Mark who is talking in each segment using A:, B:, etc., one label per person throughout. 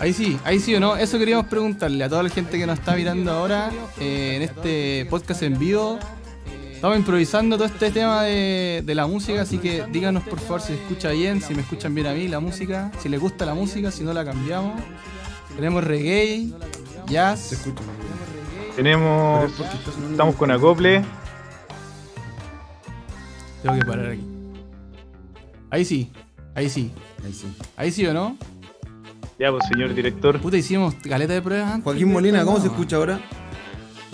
A: Ahí sí, ahí sí o no. Eso queríamos preguntarle a toda la gente que nos está mirando ahora eh, en este podcast en vivo. Estamos improvisando todo este tema de, de la música, así que díganos por favor si se escucha bien, si me escuchan bien a mí la música, si les gusta la música, si no la cambiamos. Tenemos reggae,
B: Se
A: jazz,
B: escucha.
C: Tenemos. Estamos con acople.
A: Tengo que parar aquí. Ahí sí, ahí sí.
B: Ahí sí.
A: Ahí sí o no.
C: Ya, pues, señor director.
A: Puta, hicimos caleta de pruebas antes.
B: Joaquín Molina, ¿cómo se escucha ahora?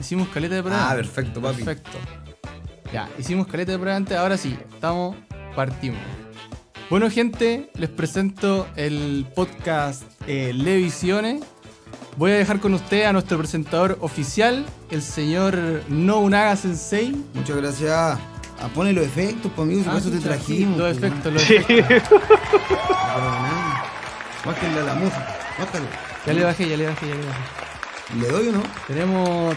A: Hicimos caleta de pruebas.
B: Ah, perfecto, papi.
A: Perfecto. Ya, hicimos caleta de pruebas antes. Ahora sí, estamos, partimos. Bueno, gente, les presento el podcast eh, Levisiones. Voy a dejar con ustedes a nuestro presentador oficial, el señor Nounaga Sensei.
D: Muchas gracias. Ah, pone los efectos, pues amigo, si por eso te
A: chucha,
D: trajimos.
A: Ah, sí, Los
D: pues, weón.
A: efectos, los
C: Sí.
A: efectos.
D: Ah, pero nada. Bájenle a la música, bájale.
A: Ya le bajé, ya le bajé, ya le bajé.
D: ¿Le doy o no?
A: Tenemos.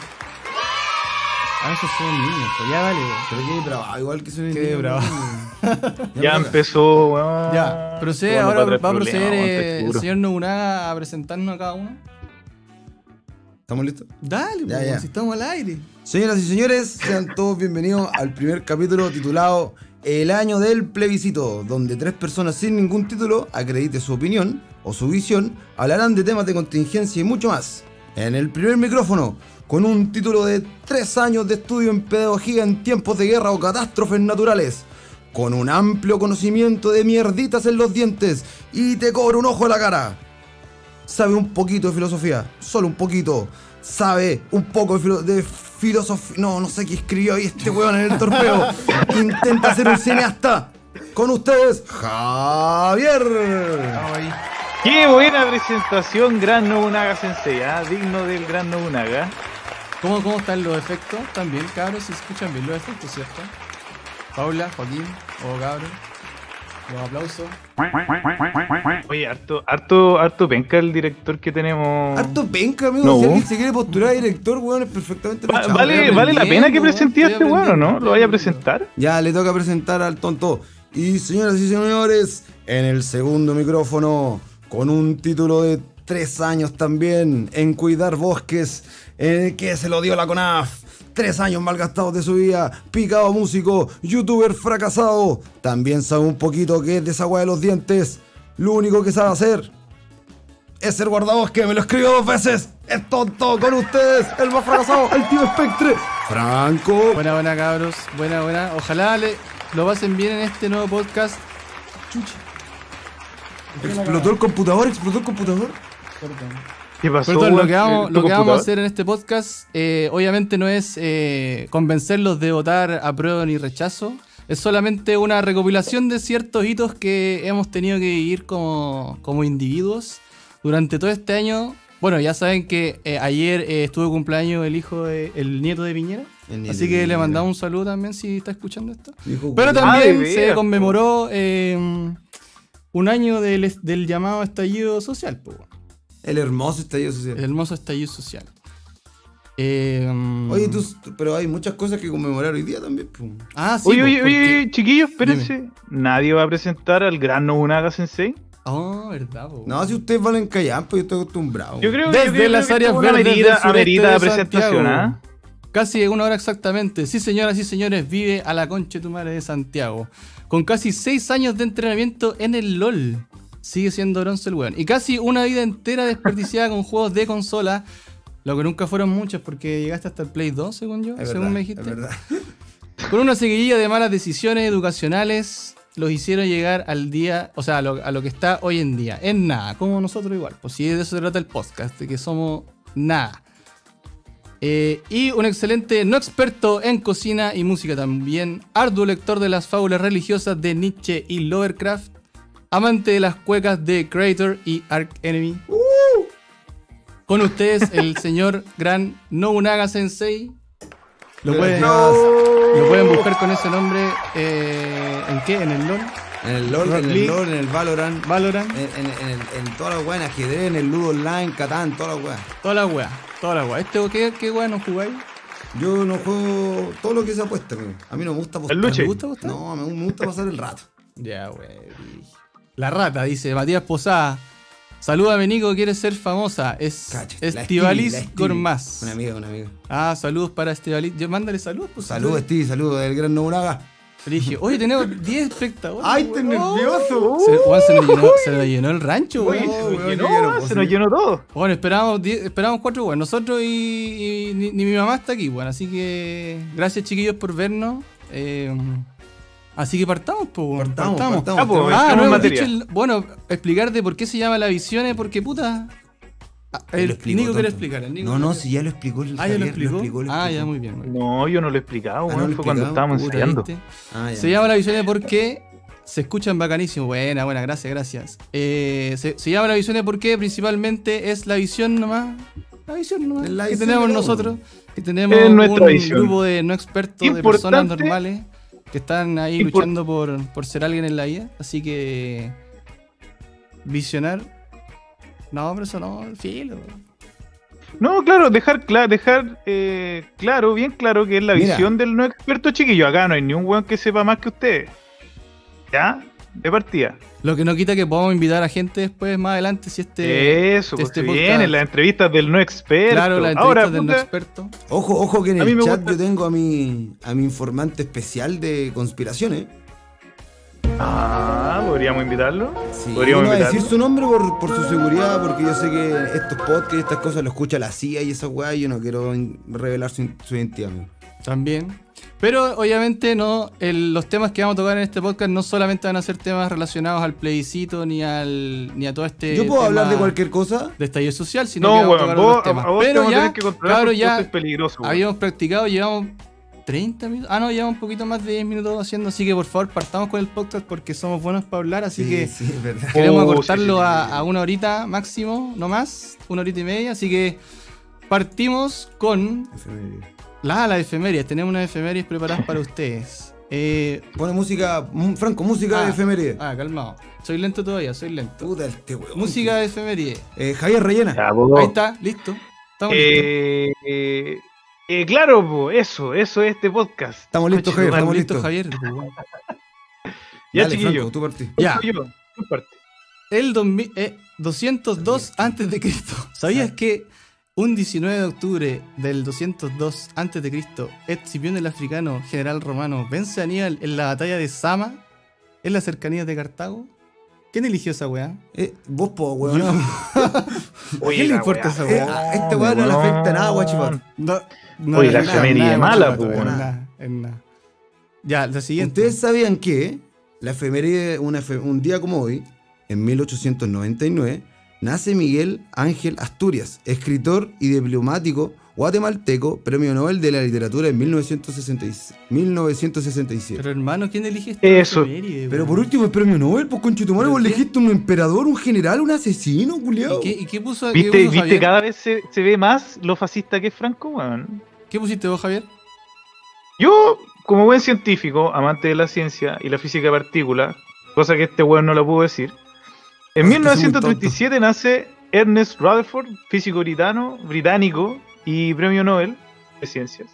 A: Ah, esos son niños, pues ya vale.
D: Pero qué bravo, igual que suena el
A: Qué
D: niño,
A: bravo.
D: weón.
C: Ya
D: me toca.
C: empezó, weón.
A: Ya, procede,
C: Bueno,
A: ahora
C: traer
A: va a
C: problemas,
A: proceder
C: weón,
A: eh,
C: estoy
A: el
C: seguro.
A: señor Nobunaga a presentarnos a cada uno.
D: ¿Estamos listos?
A: Dale,
D: Ya,
A: pues,
D: ya.
A: si estamos al aire.
D: Señoras y señores, sean todos bienvenidos al primer capítulo titulado El año del plebiscito, donde tres personas sin ningún título acredite su opinión o su visión, hablarán de temas de contingencia y mucho más. En el primer micrófono, con un título de tres años de estudio en pedagogía en tiempos de guerra o catástrofes naturales, con un amplio conocimiento de mierditas en los dientes y te cobro un ojo a la cara sabe un poquito de filosofía, solo un poquito. Sabe un poco de, filosofía. No, no sé qué escribió ahí este weón en el torpeo. Intenta ser un cineasta. Con ustedes, Javier.
A: Vamos ahí.
C: Qué buena presentación, gran Nobunaga Sensei. ah, Digno del gran Nobunaga.
A: ¿Cómo, ¿Cómo están los efectos? También, cabros, si escuchan bien los efectos, ¿cierto? Paula, Joaquín, o cabros. Los aplausos.
C: Oye, harto, harto, harto penca el director que tenemos.
D: Harto penca, amigo.
C: No.
D: Si alguien se quiere postular a director, weón, es perfectamente
C: Va-
D: luchable.
C: vale,
A: estoy
C: vale la pena que
A: aprendiendo,
C: presenté a
A: estoy
C: este weón, ¿o no?
A: aprendiendo,
C: ¿Lo vaya a
A: estoy
C: presentar?
D: Ya le toca presentar al tonto. Y señoras y señores, en el segundo micrófono, con un título de tres años también en cuidar bosques, eh, que se lo dio la CONAF. Tres años malgastados de su vida, picado músico, youtuber fracasado. También sabe un poquito que es desagua de los dientes. Lo único que sabe hacer es ser guardabosque. Me lo escribió dos veces. Es tonto con ustedes. El más fracasado, el tío Spectre. Franco.
A: Buena, buena, cabros. Buena, buena. Ojalá le, lo pasen bien en este nuevo podcast. Chucha,
D: Explotó el computador, explotó el computador.
A: perdón.
C: ¿Qué pasó?
A: Perdón, lo
C: weón?
A: que vamos,
D: Eh,
C: ¿Tu
A: lo que vamos
C: computador?
A: a hacer en este podcast, eh, obviamente no es eh, convencerlos de votar apruebo ni rechazo. Es solamente una recopilación de ciertos hitos que hemos tenido que vivir como, como individuos durante todo este año. Bueno, ya saben que eh, ayer eh, estuvo de cumpleaños el hijo, de- el nieto de Piñera.
D: El nieto
A: Así
D: de
A: que le
D: Piñera.
A: mandamos un saludo también si está escuchando esto.
D: Dijo,
A: Pero
D: "Weón".
A: también
C: de
A: se
C: veras,
A: conmemoró eh, un año del, es- del llamado estallido social. po.
D: El hermoso estallido social.
A: El hermoso estallido social. Eh,
D: Oye, tú, tú- pero hay muchas cosas que conmemorar hoy día también. po.
A: Ah, sí.
C: Oye,
A: po,
C: oye,
A: porque-
C: oye, chiquillos, espérense. Nadie va a presentar al gran Nobunaga Sensei.
A: Oh, verdad, po.
D: No, si ustedes van en callan, pues yo estoy acostumbrado.
C: Yo creo,
A: Desde
C: yo creo- yo
A: las
C: creo
A: áreas
C: que esto es una
A: verdes
C: merida-
A: del sureste
C: merida
A: de
C: presentación,
A: Santiago.
C: ¿ah?
A: Casi una hora exactamente. Sí, señoras y señores, vive a la concha de tu madre de Santiago. Con casi seis años de entrenamiento en el LOL. Sigue siendo bronce el weón. Y casi una vida entera desperdiciada con juegos de consola. Lo que nunca fueron muchos porque llegaste hasta el Play 2, según yo,
D: Es
A: según
D: verdad,
A: me dijiste.
D: Es verdad.
A: Con una seguidilla de malas decisiones educacionales, los hicieron llegar al día, o sea, a lo, a lo que está hoy en día. En nada, como nosotros igual. Pues si de eso se trata el podcast, de que somos nada. Eh, y un excelente no experto en cocina y música también, arduo lector de las fábulas religiosas de Nietzsche y Lovecraft, amante de las cuecas de Creator y Ark Enemy. Con ustedes el señor gran Nobunaga Sensei. Lo pueden, lo pueden buscar con ese nombre eh, en qué? En el LOL,
D: En el LOL,
A: Rock
D: en el
A: League.
D: LOL, en el Valorant,
A: Valorant,
D: en, en, en, el- en todas las weas, en ajedrez, en el Ludo Online, en Catán, en todas las weas.
A: toda la weá, toda la weá. Este, ¿qué, qué weá no jugáis?
D: Yo no juego todo lo que se apuesta, amigo. A mí no me gusta apostar.
C: El luche.
A: ¿Te gusta gustar?
D: No, me, me gusta pasar el rato.
A: Ya, wey. La rata, dice Matías Posada. Salúdame, Nico, quieres ser famosa. Es
D: Cacha, la Stevie, la
A: Estivalis
D: Stevie.
A: Gormaz.
D: Una amiga, una amiga.
A: Ah, saludos para Estivalis. Yo, mándale saludos, pues.
D: Saludos, Steve, saludos del gran Nobunaga.
A: Brigio. Oye, tenemos 10 espectadores.
D: ¡Ay, estoy
A: weón.
D: nervioso!
A: Se, weón, se, nos llenó, se nos llenó el rancho,
C: Oye,
A: weón.
C: se
D: weón,
C: nos
D: qué
C: llenó,
D: quiero,
C: se
A: pues,
D: po,
C: nos
D: sí.
C: llenó todo.
A: Bueno, esperábamos, diez- esperábamos cuatro, bueno, nosotros y, y ni, ni mi mamá está aquí, bueno, así que gracias chiquillos por vernos. eh, así que partamos, pues, weón,
D: Partamos,
A: partamos.
D: partamos.
C: Ah, pues,
A: Ah,
C: entremos
A: no,
C: en
A: hemos
C: materia.
A: dicho el- bueno, explicar de por qué se llama la visión es porque puta. ah,
D: Él
A: el
D: lo explicó,
A: Nico quiere
D: tonto.
A: explicar. el Nico
D: No, no,
A: quiere-
D: si ya lo explicó el
A: Ah, ya lo
D: Javier,
A: explicó.
D: lo
A: ah, ya,
D: explicó.
A: muy bien. muy bien.
C: No, yo no lo he
A: Ah,
C: explicado,
D: no
C: weón,
D: lo
C: fue cuando
D: explicamos,
C: estábamos
A: Puta,
C: ensayando.
A: ¿viste?
D: Ah, ya.
A: Se llama la visión porque se escuchan bacanísimo. Buena, buena, gracias, gracias. Eh, se, se llama la visión porque principalmente es la visión nomás. La visión nomás.
D: Es la
A: que
D: visión
A: tenemos
D: de cada
A: nosotros. Que tenemos
C: Es nuestra
A: un
C: visión.
A: grupo de no expertos, de personas
C: Importante.
A: normales que están ahí
C: Impor-
A: luchando por, por ser alguien en la vida. Así que. Visionar. No, pero eso no, filo.
C: No, claro, dejar, cla- dejar eh, claro, bien claro que es la
D: Mira.
C: visión del no experto chiquillo. Acá no hay ni un weón que sepa más que ustedes. ¿Ya? De partida.
A: Lo que no quita que podamos invitar a gente después, más adelante, si este.
C: Eso, pues
A: este
C: se
A: podcast.
C: vienen las entrevistas del no experto.
A: claro, la entrevista
C: Ahora,
A: del no
C: puta,
A: experto.
D: Ojo, ojo que en
C: A mí
D: el
C: me
D: chat
C: gusta-
D: yo tengo a mi, a mi informante especial de conspiraciones.
C: Ah, podríamos invitarlo.
D: Sí,
C: Podríamos
D: no voy a
C: invitarlo.
D: decir su nombre por, por su seguridad, porque yo sé que estos podcasts y estas cosas lo escucha la CIA y esa weá, y yo no quiero in- revelar su, in- su identidad. amigo.
A: También. Pero obviamente no, el- los temas que vamos a tocar en este podcast no solamente van a ser temas relacionados al plebiscito ni al ni a todo este.
D: yo puedo
A: tema
D: hablar de cualquier cosa.
A: de estallido social, sino que
C: No,
A: vamos a
C: weón,
A: tocar
C: vos,
A: otros temas.
C: a vos te
A: Pero
C: vamos a
A: ya,
C: tener que controlar
A: claro,
C: porque
A: ya
C: esto es peligroso. weón.
A: habíamos practicado, llevamos 30 minutos. Ah, no, llevamos un poquito más de 10 minutos haciendo, así que por favor partamos con el podcast porque somos buenos para hablar, así
D: Sí,
A: que
D: sí, es verdad.
A: queremos
C: Oh,
A: acortarlo
C: sí, sí,
A: a,
C: sí.
A: a una horita máximo, no más, una horita y media, así que partimos con La, las efemérides. Tenemos unas efemérides preparadas para ustedes. Eh,
D: Pone música, mm, Franco, música
A: Ah,
D: de efeméride.
A: ah, calmado. Soy lento todavía, soy lento.
D: Puta, este weón.
A: Música de efeméride.
D: Eh, Javier Rellena.
C: Ya, vos.
A: Ahí está, listo. Estamos listos.
C: Eh, eh, eh, claro, po, eso, eso es este podcast.
D: Estamos listos,
C: Coche,
D: Javier, estamos
C: vale.
A: Listo,
D: listos.
A: Javier. pues, bueno.
C: Ya,
D: Dale,
C: chiquillo.
D: Franco, tú partí.
A: Ya,
C: Soy yo, tú parte.
A: el 2000, eh, 202 antes de Cristo. ¿Sabías que un 19 de octubre del 202 antes de Cristo, Escipión el africano, general romano, vence a Aníbal en la batalla de Sama, en las cercanías de Cartago? ¿Quién eligió esa weá?
D: Eh, vos, po, weón.
A: ¿A quién le importa esa
D: Eh,
A: weá?
D: a este weón no le afecta nada, guachipán.
A: No,
C: Oye,
A: no,
D: la
A: no,
D: efeméride
A: nada,
D: mala,
A: nada,
D: pues,
A: nada,
D: weón.
A: nada, es nada. Ya, la siguiente.
D: ¿Ustedes sabían que la efeméride, una efe- un día como hoy, en 1899, nace Miguel Ángel Asturias, escritor y diplomático guatemalteco, premio Nobel de la Literatura en 1966 1967?
A: Pero hermano, ¿quién elige esta
C: Eso.
A: efeméride,
D: Pero
A: weón?
D: por último, el premio Nobel, pues conchetumare,
A: ¿Pero
D: vos
A: qué?
D: elegiste un emperador, un general, un asesino, culiao.
A: ¿Y qué, y qué puso, qué
C: ¿Viste,
A: puso
C: viste
A: Javier?
C: cada vez se, se ve más lo fascista que es Franco, weón?
A: ¿Qué pusiste vos, Javier?
C: Yo, como buen científico, amante de la ciencia y la física de partículas, cosa que este weón no la pudo decir, en
D: Es que soy muy tonto.
C: 1937 nace Ernest Rutherford, físico britano, británico y premio Nobel de ciencias.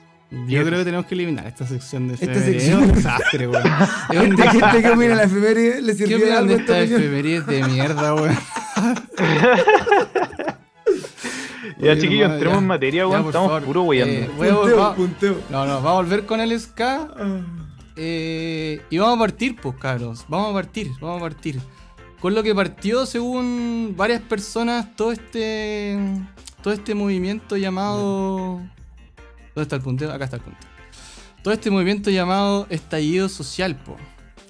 A: Yo creo que tenemos que eliminar esta sección de
D: Esta
A: efeméride.
D: sección-
A: Es un desastre, weón. Es un
D: La
A: desastre.
D: gente que opina la efeméride le
A: ¿Qué
D: sirvió de
A: opinan
D: algo
A: de
D: a esta
A: esta
D: opinión.
A: efeméride de mierda, weón?
C: Ya,
A: Oye,
C: chiquillos,
A: hermano,
C: entremos
A: ya.
C: en materia,
A: Ya,
C: weón.
A: por
C: Estamos
A: favor,
C: puro weyando.
A: eh, voy a-
D: Punteo,
A: va-
D: punteo.
A: No, no, vamos a volver con el SK. Eh, y vamos a partir, pues, cabros. Vamos a partir, vamos a partir. Con lo que partió, según varias personas, todo este. Todo este movimiento llamado. ¿Dónde está el punteo? Acá está el punteo. Todo este movimiento llamado estallido social, po.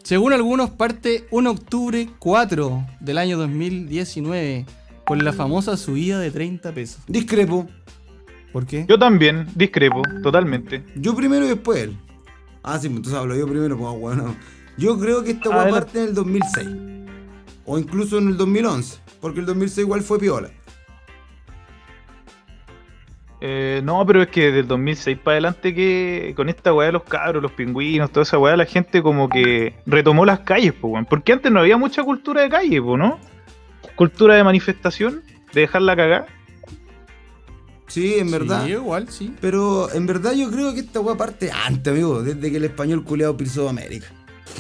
A: Según algunos, parte 1 de octubre 4 del año 2019, con la famosa subida de 30 pesos.
D: Discrepo.
A: ¿Por qué?
C: Yo también discrepo, totalmente.
D: Yo primero y después él. Ah, sí, entonces hablo yo primero, como bueno. Yo creo que esta
C: Ah,
D: hueá
C: él-
D: parte en el 2006. O incluso en el 2011. Porque el 2006 igual fue piola.
C: Eh, no, pero es que del 2006 para adelante que con esta weá de los cabros, los pingüinos, toda esa weá, la gente como que retomó las calles, po, weón. Porque antes no había mucha cultura de calle, po, ¿no? Cultura de manifestación, de dejarla cagar.
D: Sí, en verdad.
A: Sí, igual, sí.
D: Pero en verdad yo creo que esta hueá parte antes, amigo. Desde que el español culeado pisó América.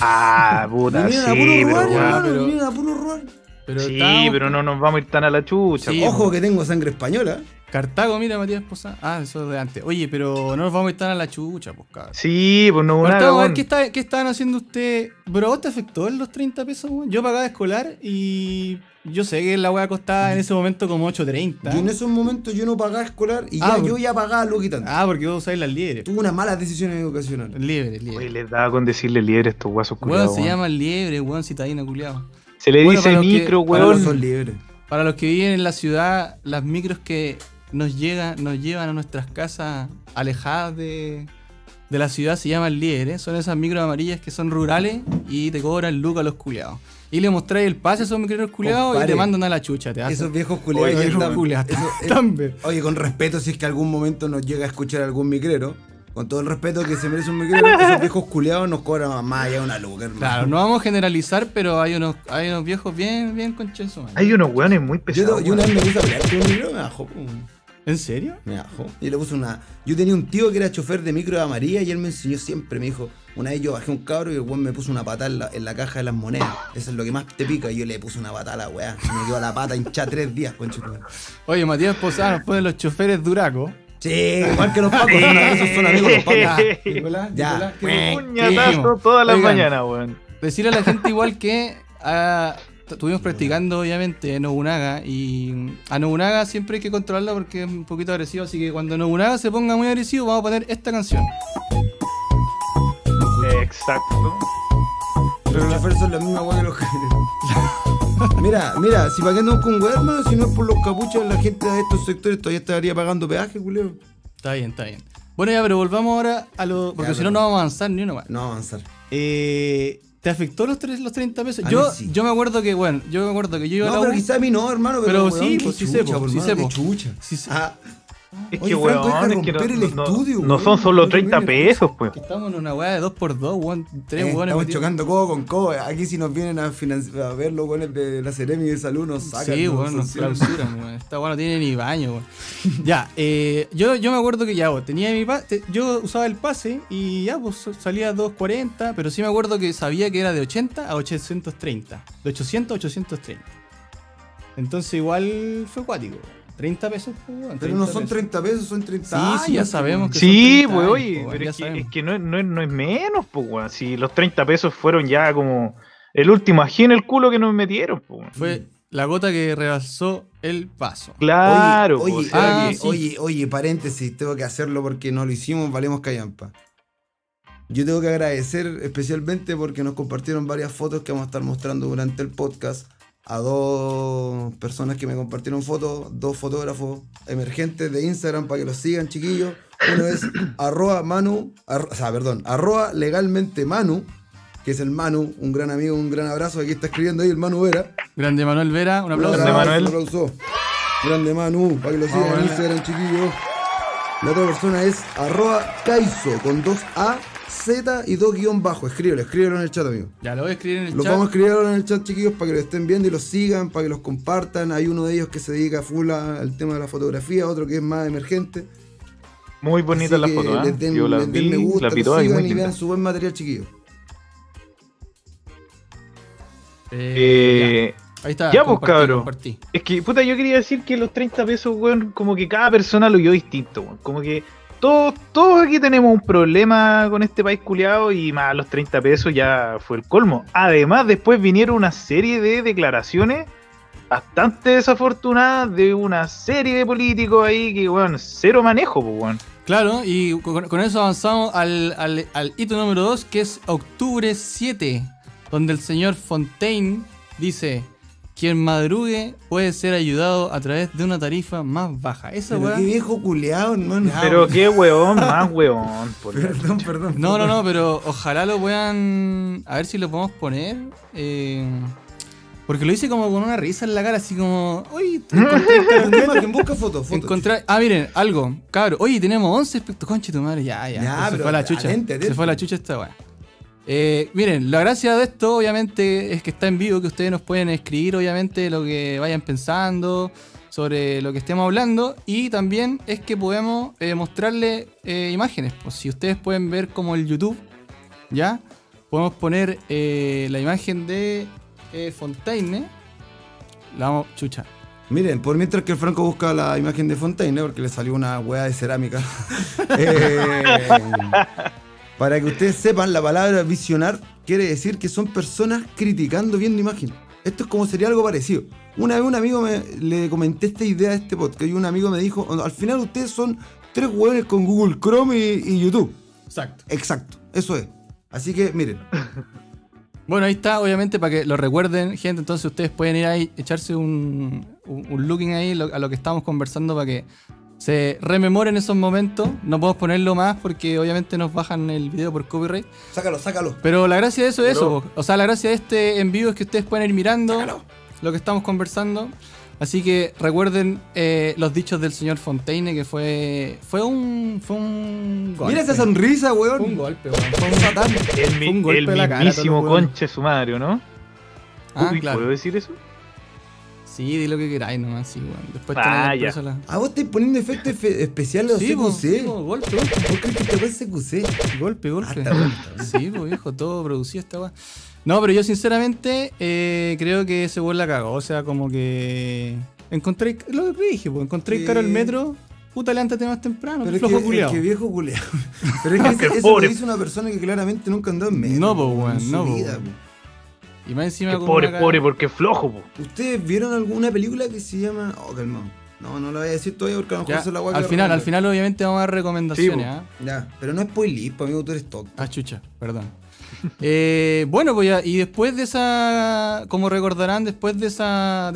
C: Ah, puta,
D: Vinieron a puro robar,
A: weón,
D: hermano.
A: pero-
D: Vinieron a puro robar.
A: Pero
C: sí,
A: estábamos-
C: pero no nos vamos a ir tan a la chucha.
A: Sí. pues.
C: po.
D: Ojo que tengo sangre española.
A: Cartago, mira, Matías Posada. Ah, eso es de antes. Oye, pero no nos vamos a estar a la chucha, pues cabrón.
C: Sí, pues no una
A: Cartago, a ver,
C: cagón.
A: ¿qué, está- ¿qué estaban haciendo usted? Bro, ¿vos ¿te afectó en los 30 pesos, weón? Yo pagaba escolar y yo sé que la weá costaba en ese momento como
D: Yo en
A: 8.30.
D: esos momentos yo no pagaba escolar y
A: Ah,
D: ya,
A: por-
D: yo ya pagaba lo que tanto.
A: Ah, porque vos usáis las liebres.
D: Tuve unas malas decisiones educacionales.
A: Liebre,
C: Uy,
A: liebre.
C: les daba con decirle liebre a estos guasos
A: Weón,
C: culiados.
A: se llama liebre, weón, citadina culiado.
C: Se le
A: Bueno, para
C: dice
A: los que-
C: micro,
D: Para los
C: weón.
D: son libres.
A: Para los que viven en la ciudad, las micros que nos llegan, nos llevan a nuestras casas alejadas de, de la ciudad se llaman liebre. Son esas micros amarillas que son rurales y te cobran lucas a los culiados. Y le mostráis el pase a esos micros culiados y te
D: Compadre,
A: mandan a la chucha, te hacen.
D: Esos viejos
A: Oye,
D: culiados.
A: viejos
D: están-
A: culiados,
D: esos- eh,
A: también.
D: Oye, con respeto, si es que algún momento nos llega a escuchar algún micrero, con todo el respeto que se merece un micrero, esos viejos culiados nos cobran más allá de una luca, hermano.
A: Claro, no vamos a generalizar, pero hay unos, hay unos viejos bien, bien conchesos. man.
C: Hay unos weones muy
D: Yo,
C: pesados.
D: yo
C: weón.
D: una vez me puse a pelear con un micro, me bajó. pum.
A: ¿En serio?
D: Me bajó. Yo le puse una. Yo tenía un tío que era chofer de micro de María y él me enseñó siempre. Me dijo, una vez yo bajé un cabro y el weón me puso una pata en la, en la caja de las monedas. Eso es lo que más te pica. Y yo le puse una pata a la weá. Me quedó la pata hinchada tres días, concha. tu madre.
A: Oye, Matías Posada nos pone los choferes duracos.
D: Sí, igual que los pacos, son, esos son amigos los pacos.
A: Nicolás,
D: Ya.
A: Nicolás, ¿qué- qué
C: Puñetazo
A: dijimos?
C: todas las
A: Oigan,
C: mañanas, weón.
A: Decir a la gente igual que ah, t- estuvimos practicando, obviamente, Nobunaga. Y a Nobunaga siempre hay que controlarlo porque es un poquito agresivo. Así que cuando Nobunaga se ponga muy agresivo, vamos a poner esta canción.
C: Exacto.
D: Los choferes son la misma weá que los cabros. Mira, mira, si para qué andamos con weá, hermano, si no es por los capuchos, la gente de estos sectores todavía estaría pagando peaje, culero.
A: Está bien, está bien. Bueno, ya, pero volvamos ahora a lo. Porque
D: Ya,
A: si no,
D: pero-
A: no vamos a avanzar ni una más.
D: No avanzar.
A: Eh, ¿Te afectó los, tres, los 30 pesos?
D: A
A: Yo,
D: mí sí.
A: yo me acuerdo que, bueno, yo me acuerdo que yo iba a
D: No,
A: la
D: pero
A: U.
D: quizá a mí no, hermano,
A: Pero
D: pero. weón,
A: sí,
D: qué
A: pues sí
D: chucha,
A: sé, po,
D: por
A: sí
D: hermano,
A: sé,
D: qué
A: po.
D: chucha.
A: Sí sé.
D: Ah,
C: Es
D: Oye,
C: que,
D: Franco,
C: weón,
D: deja
C: es que
D: romper
C: no,
D: el
C: no-
D: estudio,
C: no
D: weón.
C: son solo
D: Qué
C: 30
D: horrible.
C: pesos, pues.
A: Que Estamos en una weá de 2x2, weón. Tres
D: eh,
A: weones
D: estamos
A: metidos.
D: chocando codo con codo. Aquí si nos vienen a, finan- a ver los weones de la Ceremi de Salud nos sacan.
A: Sí,
D: nos
A: weón, nos
D: sancionan.
A: clausuran, weón. Esta weá no tiene ni baño, weón. ya, eh, yo, yo me acuerdo que ya, weón, tenía mi pa- te- Yo usaba el pase y ya, pues salía a 2.40, pero sí me acuerdo que sabía que era de 80 a 830. De 800 a 830. Entonces igual fue cuático. weón. 30 pesos, pues, weón,
D: Pero
A: 30
D: no son
A: pesos.
D: 30 pesos, son 30
A: Sí, sí, ya
D: años,
A: sabemos que
C: Sí,
A: son 30
C: pues,
A: años,
C: oye,
A: po,
C: pero
A: ya
C: es que,
A: sabemos.
C: es que no, es- no es- no es menos, pues, weón. Si los 30 pesos fueron ya como el último ají en el culo que nos metieron, pues, weón.
A: Fue la gota que rebasó el vaso.
C: Claro,
D: oye,
C: pues.
D: oye,
C: o
A: ah,
C: sea
D: oye,
A: sí.
D: oye, oye, paréntesis, tengo que hacerlo porque no lo hicimos, valemos callampa. Yo tengo que agradecer especialmente porque nos compartieron varias fotos que vamos a estar mostrando durante el podcast a dos personas que me compartieron fotos, dos fotógrafos emergentes de Instagram para que los sigan, chiquillos. Uno es arroba Manu, arro- o sea, perdón, arroba legalmente Manu, que es el Manu, un gran amigo, un gran abrazo, aquí está escribiendo ahí el Manu Vera.
A: Grande Manuel Vera, un aplauso.
D: Grande
C: Manuel.
D: Manuel. Grande Manu, para que lo sigan en Instagram, chiquillos. La otra persona es arroba Kaizo con 2A, Z y 2 guión bajo. Escríbelo, escríbelo en el chat, amigo.
A: Ya lo voy a escribir en el
D: Los
A: chat.
D: vamos a escribir ahora en el chat, chiquillos, para que lo estén viendo y los sigan, para que los compartan. Hay uno de ellos que se dedica full a- al tema de la fotografía, otro que es más emergente.
C: muy bonita
D: Así
C: la
D: que
C: foto, ¿eh?
D: les den-
C: Yo la
D: les den
C: vi,
D: me gusta,
C: la vi
D: los
C: toda y muy
D: sigan y
C: linda.
D: vean su buen material, chiquillos.
A: Eh,
C: Eh,
A: ya. Ahí está.
C: ya, pues,
A: compartí,
C: cabro.
A: compartí.
C: Es que, puta, yo quería decir que los 30 pesos, weón, como que cada persona lo vio distinto, weón. Como que todos, todos aquí tenemos un problema con este país culiado y más los 30 pesos ya fue el colmo. Además, después vinieron una serie de declaraciones bastante desafortunadas de una serie de políticos ahí que, weón, cero manejo, pues, weón.
A: Claro, y con, con eso avanzamos al, al- al hito número 2, que es octubre 7, donde el señor Fontaine dice: Quien madrugue puede ser ayudado a través de una tarifa más baja. Esa
D: Pero
A: weá.
D: qué viejo culeado, hermano.
A: Ah,
C: Pero qué weón, más weón. por la
D: Perdón, perdón.
A: No, no, no, pero ojalá lo puedan. A ver si lo podemos poner. eh, porque lo hice como con una risa en la cara, así como. Uy, encontré el
D: Pero qué imagen, busca fotos, fotos.
A: Encontrar. Ah, miren, algo. Cabro. Oye, tenemos 11 espectadores. Conche tu madre. Ya, ya.
D: Ya,
A: se
D: pero
A: fue a la chucha.
D: atente, atente.
A: Se fue a la chucha esta weá. Eh, miren, la gracia de esto, obviamente, es que está en vivo, que ustedes nos pueden escribir, obviamente, lo que vayan pensando sobre lo que estemos hablando. Y también es que podemos eh, mostrarle eh, imágenes. Pues si ustedes pueden ver como el YouTube, ¿ya? Podemos poner eh, la imagen de eh, Fontaine. La vamos, chucha.
D: Miren, por mientras que el Franco busca la imagen de Fontaine, porque le salió una hueá de cerámica. Eh, para que ustedes sepan, la palabra visionar quiere decir que son personas criticando viendo imagen. Esto es como sería algo parecido. Una vez un amigo me, le comenté esta idea de este podcast y un amigo me dijo, al final ustedes son tres hueones con Google Chrome y, y YouTube.
A: Exacto.
D: Exacto, eso es. Así que miren,
A: Bueno, ahí está, obviamente, para que lo recuerden, gente. Entonces ustedes pueden ir ahí, echarse un, un, un looking ahí lo- a lo que estábamos conversando para que se rememoren esos momentos. No podemos ponerlo más porque obviamente nos bajan el video por copyright.
D: sácalo, sácalo.
A: Pero la gracia de eso es
C: Pero-
A: eso. po. O sea, la gracia de este en vivo es que ustedes pueden ir mirando lo que estamos conversando. Así que recuerden eh, los dichos del señor Fontaine, que fue. fue un. fue un golpe.
D: Mira esa sonrisa,
A: Fue un
D: weón.
A: golpe, weón. Fue un satán.
C: El, mi-
A: Fue un golpe
C: el
A: en la cara,
C: mismísimo
A: todo lo bueno.
C: conche sumario, ¿no?
A: Ah,
C: Uy,
A: claro.
C: ¿Puedo decir eso?
A: Sí, di lo que queráis nomás, sí, weón. Después
C: Ah,
A: tenéis preso
C: ya.
A: la-
D: ¿A vos estáis poniendo efectos fe- especiales
A: Sí,
D: a los
A: po, sí,
D: CQC?
A: po, golpe,
D: ¿Vos crees que esta weá es CQC?
A: golpe, golpe,
D: pues, Ah,
A: golpe.
D: está bueno, está bueno.
A: Sí, pues viejo, todo producía esta weá. No, pero yo sinceramente eh, creo que ese weón la cagó. O sea, como que. Encontré. Lo que dije, pues. Encontré
D: Sí.
A: el caro al metro. Puta, levántate más temprano.
D: Pero es
A: flojo
D: que, es
A: culiao. Ah,
D: que viejo culeado. Pero es que ese-
C: Qué
D: eso
C: pobre.
D: lo dice una persona que claramente nunca andó en metro.
A: No, po,
D: en
A: weón,
D: su
A: no, po,
D: vida,
A: weón. Y más encima.
C: Que
A: con
C: pobre,
A: una cara-
C: pobre, porque es flojo, po.
D: po. ¿Ustedes vieron alguna película que se llama... Oh, calmado. No, no la voy a decir todavía porque a lo
A: Ya,
D: mejor es la weá que
A: al
D: la
A: final, al
D: recomiendo.
A: final, obviamente, vamos a dar recomendaciones.
C: Sí, po.
A: ¿ah?
D: Ya, pero no es spoiler, pa' amigo, tú eres top.
A: Ah, chucha, perdón. Eh, bueno, pues ya, y después de esa, como recordarán, después de esa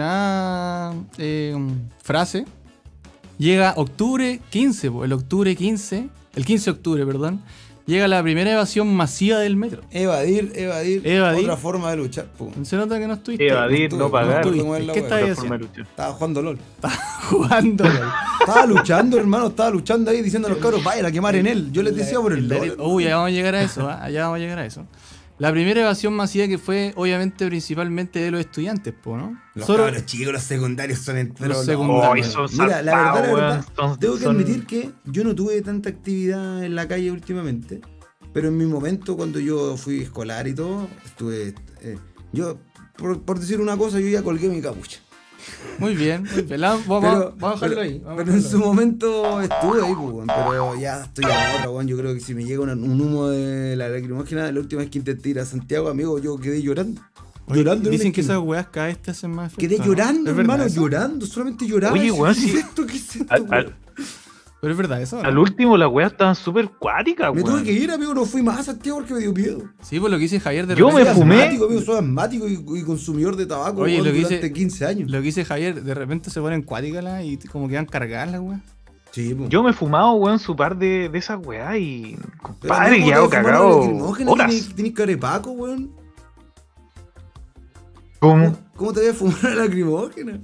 A: desafortunada eh, frase, llega octubre 15, po, el octubre 15, el 15 de octubre, perdón, llega la primera evasión masiva del metro.
D: Evadir, evadir,
A: Evadir.
D: Otra forma de luchar, po.
A: Se nota que no estuviste
C: Evadir,
D: No
C: no
D: estuve,
C: pagar.
D: no estuve.
A: estuviste.
D: como es la
A: ¿Qué
D: wea.
A: estabas
C: Otra forma de
A: haciendo?
C: luchar.
D: Estaba jugando LOL.
A: Jugando. güey.
D: Estaba luchando, hermano, estaba luchando ahí diciendo a los cabros, vayan a quemar en él. Yo les decía por el
A: Daredevil.
D: LOL.
A: Uy, ya vamos a llegar a eso, ¿ah? ya vamos a llegar a eso. La primera evasión masiva que fue, obviamente, principalmente de los estudiantes, po, ¿no?
D: Los
A: Solo-
D: cabros chicos, los secundarios son enteros.
A: Los
D: no.
A: secundarios.
C: Ay, son
D: Mira, la verdad, la
C: zarpados,
D: verdad,
C: Oh, weón. Son-
D: tengo que
C: son-
D: admitir que yo no tuve tanta actividad en la calle últimamente, pero en mi momento cuando yo fui escolar y todo, estuve... eh, yo, por, por decir una cosa, yo ya colgué mi capucha.
A: Muy bien, muy bien. La- vamos,
D: Pero-
A: vamos a dejarlo
D: pero-
A: ahí. vamos a
D: pero en su
A: dejarlo ahí.
D: momento estuve ahí, pues, weón, pero ya estoy a la otra, weón. Yo creo que si me llega una- un humo de la lacrimógena, la última vez que intenté ir a Santiago, amigo, yo quedé llorando. llorando en una
A: Dicen que
D: esquina.
A: esas weas cada vez te hacen más efecto,
D: Quedé
A: ¿no?
D: llorando,
A: ¿Es verdad
D: hermano,
A: eso?
D: llorando, solamente llorando.
C: Oye, weón,
D: ¿Qué
C: sí.
D: es esto? ¿Qué es esto,
C: Al,
D: weón?
C: al-
A: Pero es verdad eso. ¿no?
C: al último las weas estaban súper cuáticas,
D: Me tuve
C: weón.
D: que ir, amigo, no fui más a Santiago porque me dio miedo.
A: Sí, pues lo que dice Javier de
C: Yo
A: repente-
C: me
D: Soy
C: fumé.
D: asmático, amigo, soy asmático y, y consumidor de tabaco
A: Oye,
D: weón,
A: lo que
D: durante
A: dice-
D: 15 años.
A: Lo que dice Javier, de repente se ponen cuáticas las y t- como quedan cargadas las weas.
D: Sí, po.
C: Yo me he fumado, weón, su par de, de esas weas y.
D: Pero,
C: Compadre,
D: amigo,
C: quedado
D: te fumaron
C: cagado.
D: lacrimógena,
C: Horas.
D: tenés- Tenés carepaco, weón.
C: ¿Cómo?
D: ¿Cómo te voy a fumar la lacrimógena?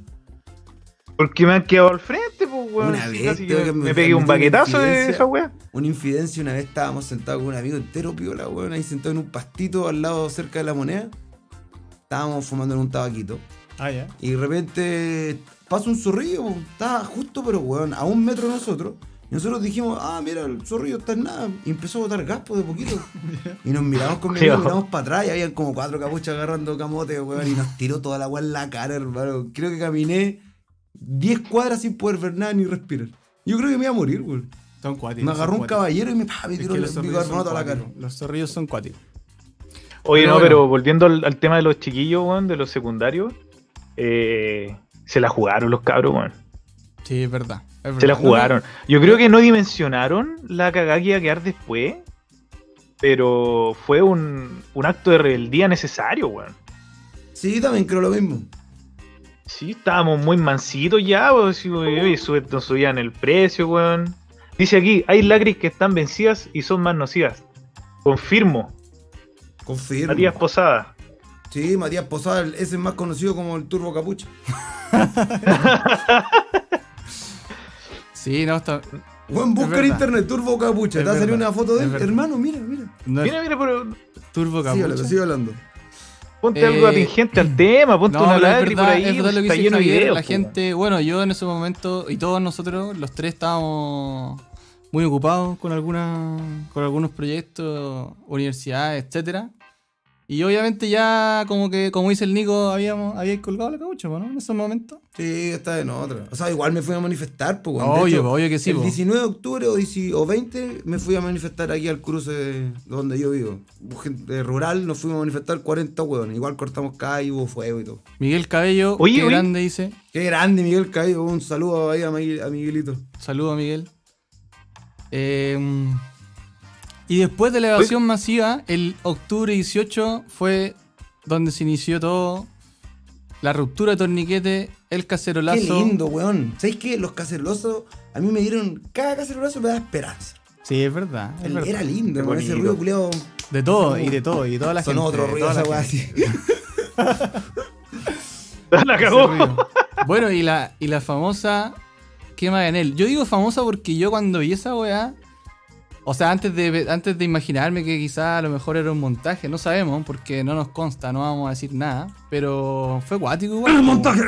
C: Porque me han quedado al frente, pues, weón.
D: Una vez
C: Casi
D: tengo que
C: yo me
D: admitir
C: pegué un
D: una
C: baquetazo de
D: infidencia.
C: esa wea.
D: Una infidencia, una vez estábamos sentados con un amigo entero piola, weón, ahí sentado en un pastito al lado cerca de la moneda. Estábamos fumando en un tabaquito.
A: Ah, ya.
D: Y de repente pasa un zorrillo, po. estaba justo, pero weón, a un metro de nosotros. Y nosotros dijimos, ah, mira, el zorrillo está en nada. Y empezó a botar gaspo de poquito. y nos miramos con mi amigo,
C: Tío.
D: miramos para atrás y habían como cuatro capuchas agarrando camote, weón. Y nos tiró toda la weá en la cara, hermano. Creo que caminé 10 cuadras sin poder ver nada ni respirar. Yo creo que me iba a morir, weón.
A: Son cuáticas.
D: Me agarró
A: son
D: un
A: cuáticas.
D: caballero y me, pa, me
A: Es que
D: tiró el
A: los zorrillos son
D: bicarbonato a la cara.
A: cuáticos. Los zorrillos son cuáticos.
C: Oye,
A: Pero
C: no,
A: bueno.
C: pero volviendo al, al tema de los chiquillos, weón, de los secundarios, eh, se la jugaron los cabros, weón.
A: Sí, es verdad. es verdad.
C: Se la
A: No,
C: jugaron. Yo creo que no dimensionaron la cagada que iba a quedar después, pero fue un, un acto de rebeldía necesario, weón.
D: Sí, también creo lo mismo.
C: Sí, estábamos muy mansitos ya, weón. sí, weón,
A: Uh.
C: y sube- nos subían el precio, weón. Dice aquí, hay lacris que están vencidas y son más nocivas. Confirmo,
D: Confirmo.
C: Matías Posada.
D: Sí, Matías Posada, el- ese es más conocido como el Turbo Capucha.
A: Sí, no, está.
D: Buen busca en
A: verdad.
D: internet, Turbo Capucha.
A: Es
D: Te va a salir
A: verdad,
D: una foto de
A: es
D: él.
A: verdad.
D: Hermano, mira, mira.
A: No es
C: Mira, mira, pero
A: turbo
D: Sigue
A: capucha.
D: hablando, sigue hablando.
C: Ponte
A: Eh,
C: algo atingente al tema, ponte
A: No,
C: una
A: pero es
C: lacri por
A: verdad,
C: ahí,
A: es verdad
C: pues,
A: lo que
C: está
A: dice
C: lleno de
A: Javier,
C: videos,
A: la
C: po,
A: gente, bueno, yo en ese momento y todos nosotros, los tres estábamos muy ocupados con alguna, con algunos proyectos, universidades, etcétera. Y obviamente ya, como que, como dice el Nico, habíamos, habíais colgado la caucha, po, ¿no? En esos momentos.
D: Sí, está en otra. O sea, igual me fui a manifestar, pues.
A: Obvio, po, obvio que sí,
D: El
A: po.
D: 19 de octubre o, 10 o 20 me fui a manifestar aquí al cruce de donde yo vivo. Gente rural, nos fuimos a manifestar 40 hueones. Igual cortamos calle, hubo fuego y todo.
A: Miguel Cabello,
C: Oye,
A: qué
C: oye.
A: grande dice.
D: Qué grande, Miguel Caído. Un saludo ahí a, Miguel- a Miguelito.
A: Saludo, Miguel. Eh, y después de la evasión masiva, el octubre 18 fue donde se inició todo. La ruptura de torniquete, el cacerolazo.
D: Qué lindo, weón. ¿Sabéis qué? Los cacerolazos, a mí me dieron. Cada cacerolazo me da esperanza.
A: Sí, es verdad. es
D: El-
A: verdad.
D: Era lindo,
C: Qué
D: con ese
C: bonito.
D: ruido culeado.
A: De todo, y de todo, y de toda la
D: Sonó
A: gente.
D: otro
A: de
D: ruido
A: toda la
D: esa weá
A: gente,
D: así.
C: La
A: ese
C: cagó.
A: ruido. Bueno, y la, y la famosa quema de Anel. Yo digo famosa porque yo cuando vi esa weá. O sea, antes de, antes de imaginarme que quizá a lo mejor era un montaje, no sabemos, porque no nos consta, no vamos a decir nada. Pero fue cuático igual. ¡El montaje!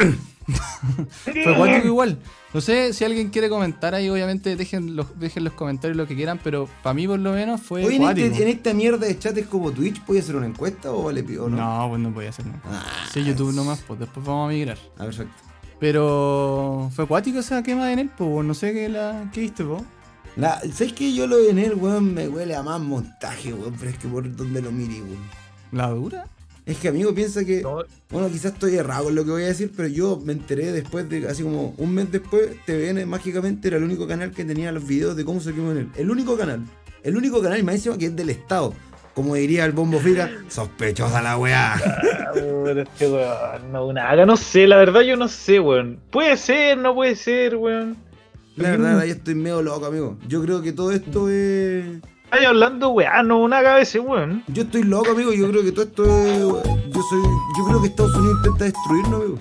A: fue cuático igual. No sé si alguien quiere comentar ahí, obviamente dejen los, dejen los comentarios lo que quieran, pero para mí por lo menos fue
D: Oye, en, este-
A: cuático.
D: en esta mierda de chates como Twitch, ¿puedes hacer una encuesta o vale pido, no?
A: No, pues no podía hacer nada.
D: Ah,
A: Sí, YouTube nomás, pues después vamos a migrar.
D: ah, perfecto.
A: Pero fue acuático esa quema de Nel, pues weón, no sé qué, la, qué viste, po.
D: La, ¿Sabes que yo lo de Nel, weón, me huele a más montaje, weón? Pero es que por donde lo mire, weón.
A: ¿La dura?
D: Es que, amigo, piensa que.
C: No,
D: Bueno, quizás estoy errado con lo que voy a decir, pero yo me enteré después de, así como un mes después, TVN mágicamente era el único canal que tenía los videos de cómo se quemó en él. El único canal. El único canal, y más encima que es del Estado. Como diría el Bombo Fira, sospechosa la weá.
C: Puta, este weón, No, nada, no sé, la verdad yo no sé, weón. Puede ser, no puede ser, weón.
D: La verdad, ahí estoy medio loco, amigo. Yo creo que todo esto es.
C: Ay, hablando, weón, no, una cabeza, weón.
D: Yo estoy loco, amigo. Yo creo que todo esto es. Yo soy. Yo creo que Estados Unidos intenta destruirnos, amigo.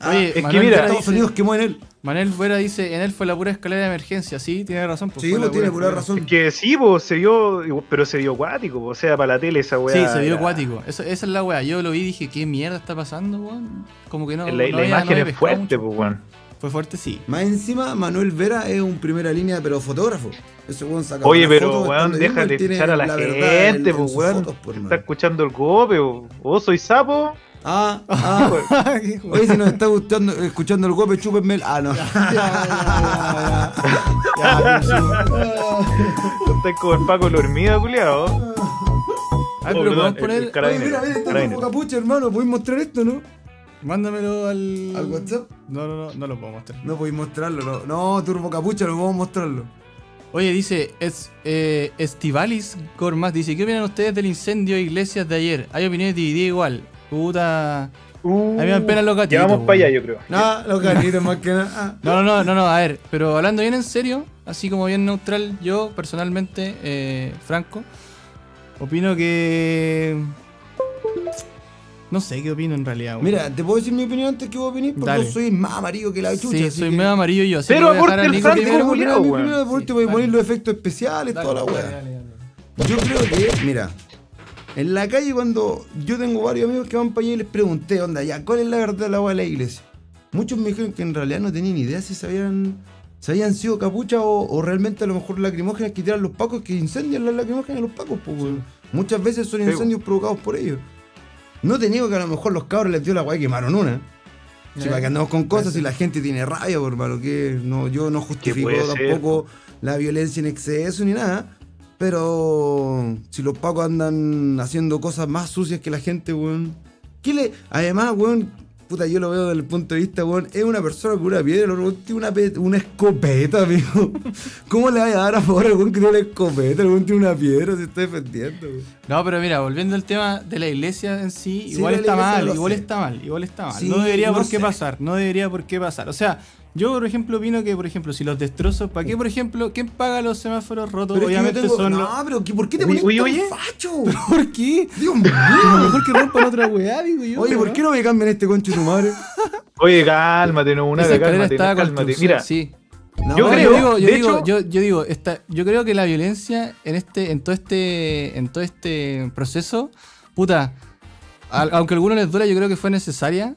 D: Ah,
A: Oye,
C: es que
A: Manuel
C: mira, Pues
A: Vera
D: Estados
A: dice-
D: Unidos quemó en él.
A: Manuel Vera dice, en él fue la pura escalera de emergencia, sí, tiene razón. pues,
D: Sí,
A: fue
D: vos tiene pura
A: escalera.
D: razón.
C: Que sí, po, se vio, pero se vio cuático, po, o sea, para la tele esa weá.
A: Sí, se vio
C: era-
A: acuático. Eso- esa es la weá. Yo lo vi y dije, ¿qué mierda está pasando, weón? Como que no.
C: La,
A: no
C: la
A: había- no
C: imagen
A: había
C: es
A: pescado
C: fuerte,
A: mucho.
C: pues, weón.
A: Fue fuerte, sí.
D: Más encima, Manuel Vera es un primera línea, pero fotógrafo. Ese weón saca
C: Oye,
D: buenas
C: pero
D: fotos,
C: weón,
D: estando vivo,
C: deja
D: él
C: de
D: tiene
C: echar a la,
D: verdad en-
C: gente,
D: en
C: pues,
D: sus
C: weón.
D: fotos, por
C: está
D: mano.
C: escuchando el golpe, o oh, soy sapo.
D: Ah, ah.
A: Qué weón.
D: Oye, si nos está gustando, escuchando el golpe, chúpenme el. Ah, no.
C: Estás como el Paco el hormiga, culiado. Oh,
A: Ah, pero podemos poner.
D: Oye, mira, mira, está como capucha, hermano. ¿Podéis mostrar esto, no?
A: Mándamelo al.
D: ¿Al WhatsApp?
A: No, no, no, no lo puedo mostrar.
D: No podéis mostrarlo, no. No, Turbo Capucha, no podemos mostrarlo.
A: Oye, dice es, eh, Estivalis Gormaz, dice, ¿qué opinan ustedes del incendio de iglesias de ayer? Hay opiniones divididas igual. Puta...
C: Uh,
A: A mí me dan pena los gatitos,
C: Llevamos
A: weón.
C: para allá, yo creo.
D: No, los canitos más que nada.
A: No, no, no, no, no, a ver, pero hablando bien en serio, así como bien neutral, yo personalmente, eh, Franco, opino que... No sé qué opino en realidad.
D: Ah,
A: weón.
D: Mira, te puedo decir mi opinión antes que vos opinís, porque
A: Dale.
D: vos sois más amarillo que la chucha.
A: sí,
D: así
A: soy
D: que-
A: medio amarillo yo. Así
C: Pero
A: que voy a dejar
C: aporte
A: a
C: el
A: Nico
C: Franco,
A: primero.
D: Tengo que opinar
C: culiao,
D: mi
C: weón.
D: opinión, por
A: Sí,
D: último, y
A: dale.
D: poner los efectos especiales,
A: Dale,
D: toda la
A: dale,
D: weá.
A: dale, dale.
D: Yo creo que, mira, en la calle cuando yo tengo varios amigos que van para allá y les pregunté, onda, ya, ¿cuál es la verdad de la agua de la iglesia? Muchos me dijeron que en realidad no tenían idea si se habían, se habían sido capuchas o, o realmente a lo mejor lacrimógenas que tiran los pacos, que incendian las lacrimógenas de los pacos, pues, weón. Muchas veces son
C: Sí,
A: pues.
D: incendios provocados por ellos. No te niego que a lo mejor los cabros les dio la weá y quemaron una. Si
A: Ya.
D: para que andamos con
A: Puede
D: cosas y
A: ser.
D: la gente tiene rabia, por malo que no, yo no justifico
C: puede ser?
D: tampoco la violencia en exceso ni nada. Pero si los pacos andan haciendo cosas más sucias que la gente, weón. ¿Qué le. Además, weón, puta, yo lo veo desde el punto de vista, weón. Es una persona con una piedra, lo tiene una, pe- una escopeta, amigo. ¿Cómo le vaya a dar a favor al weón que tiene una escopeta? El weón tiene una piedra, se está defendiendo, weón.
A: No, pero mira, volviendo al tema de la iglesia en sí,
D: Sí,
A: igual
D: la
A: está
D: iglesia
A: mal,
D: lo
A: igual
D: hace.
A: está mal, igual está mal.
D: Sí,
A: no debería
D: no
A: por qué
D: sé.
A: pasar, no debería por qué pasar. O sea, yo por ejemplo opino que, por ejemplo, si los destrozos, ¿para qué, por ejemplo, quién paga los semáforos rotos?
D: Pero es que yo
A: Obviamente
D: tengo-
A: son los...
D: No, pero ¿qué- ¿por qué te
C: Uy,
D: pones
C: uy,
D: tan
C: oye.
D: facho?
A: ¿Por qué?
D: Dios mío.
A: A lo mejor que rompan otra weá, digo yo.
D: Oye, ¿por qué no me cambian este concho de tu madre?
C: Oye, cálmate, no, una
A: Esa
C: de
A: escalera
C: cálmate,
A: estaba
C: no,
A: con
C: cálmate. Mira,
A: Sí.
D: No,
C: Yo
A: No,
C: creo,
A: yo digo, yo
C: de
A: digo,
C: hecho-
A: yo, yo digo, esta, yo creo que la violencia en este, en todo este, en todo este proceso, puta, al- aunque a algunos les duela, yo creo que fue necesaria,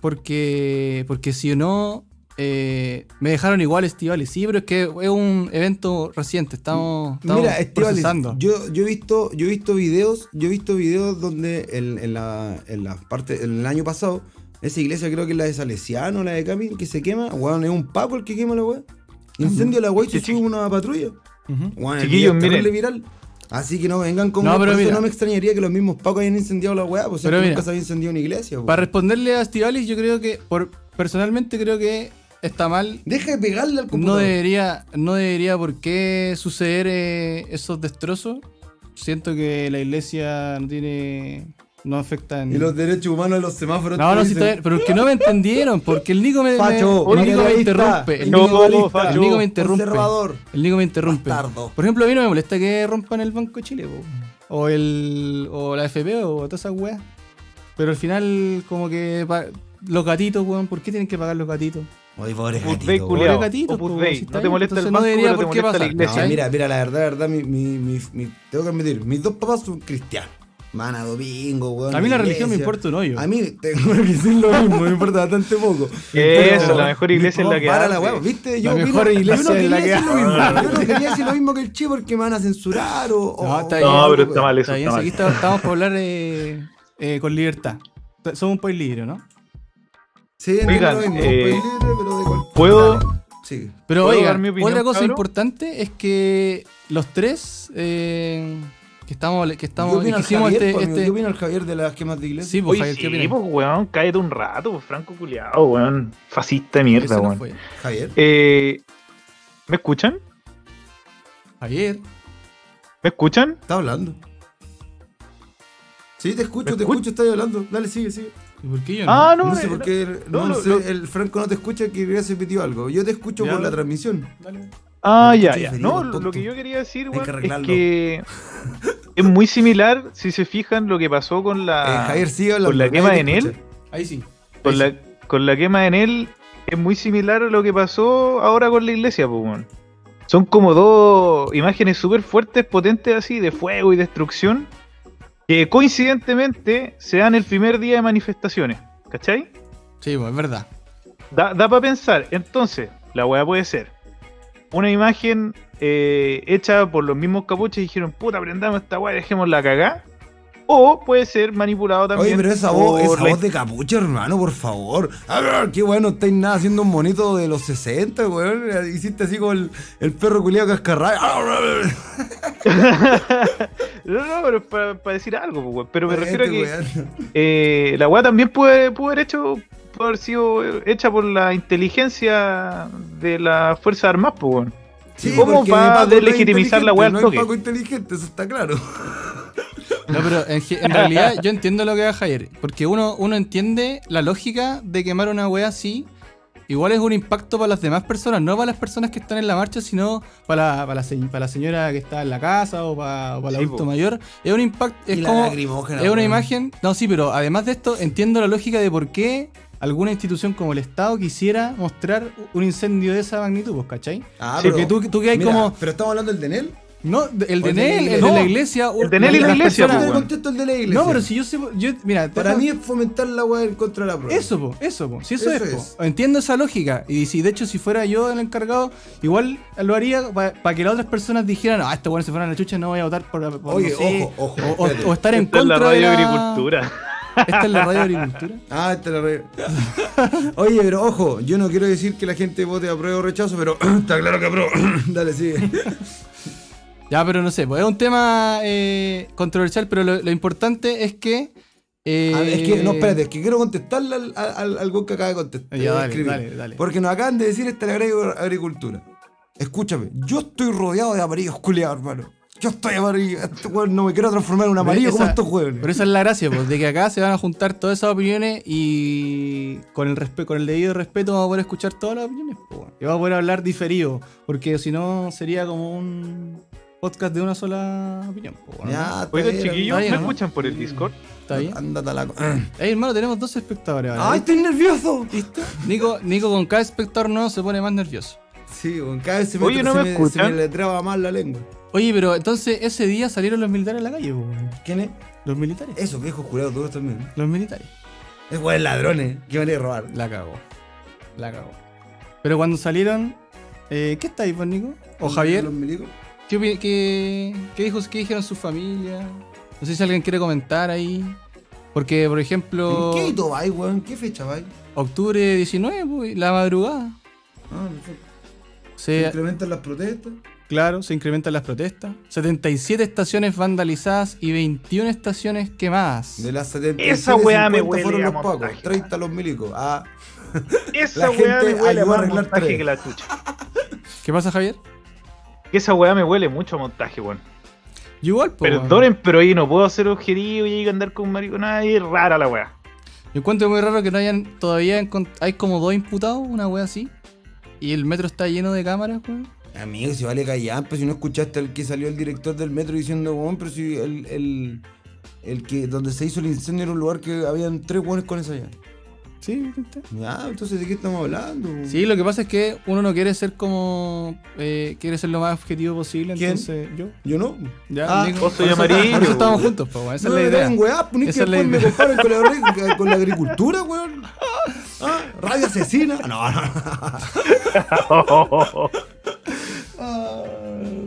A: porque, porque si no, eh, me dejaron igual Estivales. Sí, pero es que es un evento reciente. Estamos, estamos
D: Mira, Estivales,
A: procesando.
D: yo, yo he visto, yo he visto videos, yo he visto videos donde en, en la, en la parte, en el año pasado, esa iglesia creo que es la de Salesiano, la de Camin, que se quema, weón, es un papo el que quema la weá. Incendio la weá y se sube una patrulla.
A: Ujú.
D: Weón, el
C: Chiquillos,
D: video es terrible
C: miren.
D: viral. Así que no vengan con
A: No,
D: por
A: pero
D: eso
A: mira.
D: no me extrañaría que los mismos pacos hayan incendiado la weá, pues es
A: Pero
D: que
A: mira.
D: nunca se había incendiado una iglesia. po.
A: Para responderle a Estivalis, yo creo que, por, personalmente creo que está mal.
D: Deja de pegarle al
A: No eh,
D: computador.
A: debería, no debería por qué suceder eh, esos destrozos. Siento que la iglesia no tiene. no afecta en.
D: Y los derechos humanos de los semáforos.
A: No,
D: te
A: no, sí
D: dicen,
A: está bien, pero es que no me entendieron, porque el Nico me, me-
D: Facho,
A: el Nico me
D: materialista,
A: interrumpe. El
C: No,
A: Nico,
C: facho,
A: el Nico me interrumpe.
D: conservador.
A: El Nico me interrumpe.
D: Bastardo.
A: Por ejemplo, a mí no me molesta que rompan el Banco de Chile, po. o el o la FP o todas esas weas. Pero al final, como que pa- los gatitos, weón, ¿por qué tienen que pagar los gatitos?
D: Oye, pobre
C: Opus Dei,
D: gatito,
A: culiao.
C: culiao.
A: gatito, po,
C: Opus Dei.
A: si está
C: No te
A: ahí,
C: molesta el
A: entonces no
C: banco,
A: debería
C: pero te
A: por qué
C: molesta la
A: pasar.
D: No,
A: ¿Cachai?
C: iglesia.
D: mira, mira, la verdad, la verdad, mi, mi, mi, mi- tengo que admitir, mis dos papás son cristianos. Mana Domingo, weón.
A: A mí la
D: iglesia.
A: religión me importa un hoyo.
D: A mí tengo que decir lo mismo, me importa bastante poco.
C: Eso, la mejor iglesia es la que
D: Para la
C: hace.
D: hueá, ¿viste? Yo
A: La
D: opino-
A: mejor
D: yo no
A: iglesia es la que
D: quería decir lo mismo, Yo no quería decir lo mismo que el Che porque me van a censurar o. o-
A: No, está bien.
D: o-
A: pues.
C: No, pero está mal eso.
A: Está bien,
C: Está
A: si aquí
C: mal.
A: está- estamos para hablar eh, eh, con libertad. T- Somos un país libre, ¿no?
D: Sí, entiendo
C: Oigan,
D: lo mismo,
C: eh,
D: pues, libre, pero de cual-
C: ¿Puedo?
D: Sí.
A: Pero
C: ¿Puedo
A: oiga,
C: dar mi opinión,
A: otra cosa
C: cabrón?
A: importante es que los tres eh, que estamos, que
D: ¿Qué
A: estamos, que
D: opina el
A: hicimos
D: Javier, pues,
A: este,
D: po, amigo?
A: este-
D: ¿Qué opina el Javier de las quemas de iglesia?
A: sí, pues,
C: Oye,
A: Javier, ¿qué
C: sí,
A: opinas?
C: pues, weón, cállate un rato, pues, Franco culiao, weón. Fascista de mierda,
A: Ese no
C: weón.
A: fue.
D: Javier.
C: Eh, ¿Me escuchan?
A: Javier,
C: ¿Me escuchan?
D: Está hablando. Sí, te escucho,
C: ¿Me
D: te
C: escuch-
D: escucho, estás hablando. Dale, sigue, sigue.
A: ¿y por qué yo no?
C: Ah, no,
D: No sé
C: eh,
D: por qué el-
C: no,
D: no,
C: lo-
D: sé,
C: lo-
D: el Franco no te escucha que ya se repitió algo. Yo te escucho
A: Ya,
D: por la
A: lo-
D: transmisión. Eh,
A: Dale.
C: Ah,
D: Me
C: ya,
D: escuché
C: ya.
D: feliz,
C: No,
D: tonto.
C: lo que yo quería decir,
D: Hay que
C: weón, es
D: arreglarlo.
C: que es muy similar, si se fijan, lo que pasó con la,
D: Eh, Javier sigue hablando.
C: con Ah, la
D: nadie
C: quema
D: te
C: en
D: escucha.
C: él.
A: Ahí sí.
C: con, la, con la quema en él, es muy similar a lo que pasó ahora con la iglesia, pues, weón. Son como dos imágenes súper fuertes, potentes así, de fuego y destrucción, que coincidentemente se dan el primer día de manifestaciones, ¿cachai?
A: Sí, pues es verdad.
C: Da, para pensar. Entonces, la weá puede ser una imagen eh, hecha por los mismos capuches y dijeron, puta, prendamos esta weá y dejémosla cagar. O puede ser manipulado también.
D: Oye, pero esa voz,
C: por
D: esa
C: la-
D: voz de capucha, hermano, por favor. A ver, qué bueno, estáis nada haciendo un monito de los 60, weón. Hiciste así con el, el perro culiado cascarrabia. Ah,
C: No, no, pero para, decir algo, pues, weón. Pero me refiero
D: Este,
C: a que
D: weón.
C: eh, la weá también puede, puede haber hecho puede haber sido hecha por la inteligencia de las Fuerzas Armadas, pues, weón.
D: Sí,
C: ¿Cómo
D: porque
C: va
D: mi
C: a
D: Paco no es
C: deslegitimizar la weá al
D: inteligente, No
C: toque?
D: es Paco inteligente, eso está claro.
A: No, pero en, ge- en realidad yo entiendo lo que va Javier, porque uno, uno entiende la lógica de quemar una wea así. Igual es un impacto para las demás personas, no para las personas que están en la marcha, sino para la, para la, se- para la señora que está en la casa o para, o para el
C: Sí,
A: adulto
C: po.
A: mayor. Es un impacto, es
D: Y la
A: como,
D: lacrimógena,
A: es una
D: weón.
A: imagen. No, sí, pero además de esto entiendo la lógica de por qué alguna institución como el Estado quisiera mostrar un incendio de esa magnitud, ¿vos ¿cachai?
D: Ah,
C: Sí,
A: porque tú- tú que hay
D: mira,
A: como-
D: Pero estamos hablando del Denel.
A: No, el
D: O
A: de
D: el de
A: Nel,
D: la
A: el de la
C: iglesia.
A: iglesia,
C: El de Nel y la
A: las
C: iglesia,
A: personas-
C: po,
D: Yo
C: weón.
D: contesto el de la iglesia.
A: No, pero si yo sé, yo, mira, te-
D: Para mí es fomentar la weá en contra de la prueba.
A: Eso, po, eso, po. Si eso,
D: Eso
A: es, po.
D: es.
A: Entiendo esa lógica. Y si de hecho, si fuera yo el encargado, igual lo haría para que las otras personas dijeran, ah, estos buenos se fueron a la chucha, no voy a votar por, por
D: Oye,
A: no sé".
D: ojo, ojo,
A: O- O,
D: espérate.
A: o estar en
C: Esta es
A: contra
C: la radio
A: de la-
C: agricultura.
A: Esta es la radio agricultura.
D: Ah, esta la re... Oye, pero ojo, yo no quiero decir que la gente vote apruebo o rechazo, pero está claro que apruebo. Dale, sigue.
A: Ya, pero no sé, pues es un tema eh, controversial, pero lo, lo importante es que. eh,
D: Ah, es que, no, espérate, es que quiero contestarle al, al, al- al weón que acaba de contestar.
A: Ya,
D: de
A: dale,
D: escribir.
A: dale, dale.
D: Porque nos acaban de decir esta la agri- agricultura. Escúchame, yo estoy rodeado de amarillos, culiados, hermano. Yo estoy amarillo. Este weón no me quiero transformar en un
A: pero
D: amarillo como
A: esa-
D: estos huevones.
A: Pero esa es la gracia, pues, de que acá se van a juntar todas esas opiniones y con el respe- con el debido respeto vamos a poder escuchar todas las opiniones. pues, bueno. Y vamos a poder hablar diferido, porque si no sería como un podcast de una sola opinión. pues, bueno,
D: Ya, está
C: Oigan,
D: bien,
C: chiquillos,
A: Está bien,
C: ¿me
A: ¿no?
C: escuchan por el Discord?
A: ¿Está bien?
D: Ándate a la. co-
A: Ey, hermano, tenemos dos espectadores ahora.
D: ¡Ay, estoy nervioso!
A: ¿Listo? Nico, Nico con cada espectador nuevo se pone más nervioso.
D: Sí, weón, cada vez se me,
C: Oye, ¿no
D: se
C: me
D: me- se
C: escuchan?
D: me le traba más la lengua.
A: Oye, pero entonces ese día salieron los militares a la calle, pues, bueno.
D: ¿Quién es?
A: los militares.
D: Esos viejos curados duros también.
A: Los militares.
D: ¿eh? Es weón ladrones que van a ir a robar.
A: La cagó. La cagó. Pero cuando salieron, eh, ¿qué estáis, pues, Nico? ¿O Javier?
D: Los milicos.
A: ¿Qué, opi- qué- qué dijo, qué dijeron su familia? No sé si alguien quiere comentar ahí. Porque, por
D: ¿En
A: ejemplo,
D: qué hito vais, weón? ¿Qué fecha vais?
A: octubre 19, pues, la madrugada.
D: Ah, perfecto.
C: Eh,
A: Se-
D: Incrementan las protestas.
A: claro, se incrementan las protestas. 77 estaciones vandalizadas y 21 estaciones quemadas.
D: De las 70.
C: Esa weá me huele
D: fueron
C: a
D: los pacos,
C: montaje.
D: 30 los milicos. Ah,
C: Esa
D: La
C: weá me
D: gente
C: huele a
D: ayudó a
C: más
D: arreglar
C: montaje
D: tres.
C: que la chucha.
A: ¿Qué pasa, Javier?
C: Esa weá me huele mucho a montaje, weón.
A: Yo igual, pues. weón.
C: Perdonen, pero ahí no puedo hacer objetivo y andar con mariconada y es rara la weá.
A: Yo encuentro muy raro que no hayan todavía. encont- Hay como dos imputados, una wea así. Y el metro está lleno de cámaras, weón.
D: amigo, si vale callar, pero si no escuchaste al que salió el director del metro diciendo, weón, pero si el, el, el que donde se hizo el incendio era un lugar que habían tres weones con esa llave.
A: Sí,
D: Ya, Ah, entonces, ¿de qué estamos hablando? weón?
A: Sí, lo que pasa es que uno no quiere ser como. eh, quiere ser lo más objetivo posible,
D: ¿Quién?
A: entonces yo.
D: Yo no.
A: Ya,
D: Ah,
A: Nico,
C: vos soy
A: por eso-
C: amarillo,
A: Por eso estamos
C: weón.
A: juntos, po, weón, esa es
D: no
A: la
D: me
A: idea.
D: traen weá, pues ni
A: Esa
D: que
A: es la
D: después me
A: idea.
D: comparen con la, agri- con la agricultura, weón. Ah, radio asesina. No, no, no. Ah,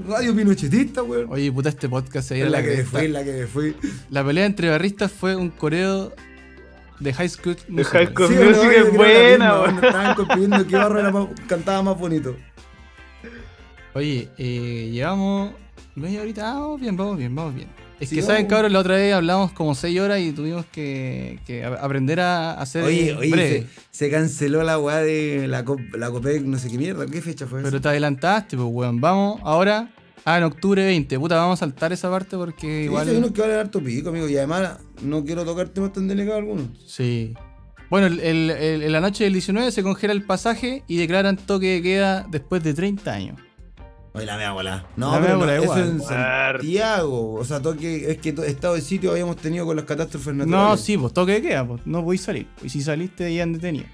D: radio pinochetista, weón.
A: Oye, puta, este podcast se
D: Es
A: iba a
D: la que me
A: cresta.
D: fui, es la que me fui.
A: La pelea entre barristas fue un coreo de High School Musical.
C: High School- Con
D: o no,
C: música
D: yo
C: es
D: creo
C: buena,
D: la misma,
C: weón.
D: cuando Estaban compitiendo qué barro era más- cantaba más bonito.
A: Oye, eh, llevamos media horita. Ah, vamos bien, vamos bien, vamos bien. Es
D: Sí,
A: que saben,
D: vamos.
A: cabros, la otra vez hablamos como 6 horas y tuvimos que, que a- aprender a hacer
D: Oye, oye,
A: breve.
D: se, se canceló la weá de la, cop- la Copec, no sé qué mierda. ¿Qué fecha fue
A: Pero
D: esa?
A: te adelantaste, pues, weón. Vamos ahora. Ah, en octubre 20. Puta, vamos a saltar esa parte porque
D: Sí,
A: igual.
D: Hay unos que valen harto pico, amigo. Y además, no quiero tocar temas tan delicados algunos.
A: Sí. Bueno, el- el- el- en la noche del 19 se congela el pasaje y declaran toque de queda después de 30 años.
D: Oye, la mea volá. No,
A: La mea
D: pero no,
A: volá
D: eso
A: igual.
D: en
C: Muerte.
D: Santiago. O sea, toque, es que to- estado de sitio habíamos tenido con las catástrofes naturales.
A: No, sí, pues toque de queda, pues. No podéis salir. Y si saliste, ahí han detenido.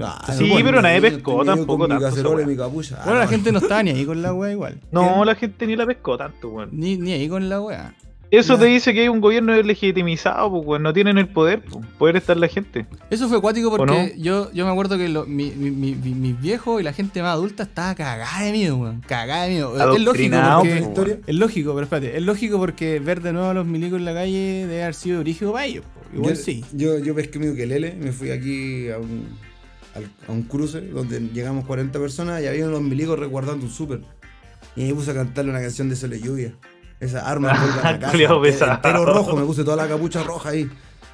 D: Ah,
A: Sí,
D: bueno,
C: pero nadie
D: yo
C: pescó
D: estoy medio
C: tampoco
D: con mi
C: tanto esa
D: cacerola y
C: weá.
D: mi capucha. Ah,
A: Bueno, la
D: no,
A: gente no estaba ni ahí con la wea igual.
C: No, la gente ni la pescó tanto, weón.
A: Ni, ni ahí con la wea.
C: Eso
D: Ya.
C: te dice que hay un gobierno legitimizado, pues, weón. No tienen el poder, pues. Poder estar la gente.
A: Eso fue acuático porque
C: no?
A: yo, yo me acuerdo que lo- mi- mi- mi- mi- mis viejos y la gente más adulta estaba cagada de miedo, weón. Cagada de miedo. Es lógico
C: Adoctrinado, pues,
A: porque...
D: ¿Qué
C: po,
D: historia?
A: Es lógico, pero espérate, es lógico porque ver de nuevo a los milicos en la calle debe haber sido brígido para ellos. po. Igual
D: yo,
A: sí.
D: Yo, yo pesqué mi ukelele, me fui aquí a un, al- a un cruce donde llegamos 40 personas y había unos milicos resguardando un súper. Y me puse a cantarle una canción de Sol y Lluvia. Esa arma vuelve
A: Ah,
D: a la casa,
C: Culeado
D: ente-
C: pesado.
D: entero rojo, me puse toda la capucha roja ahí.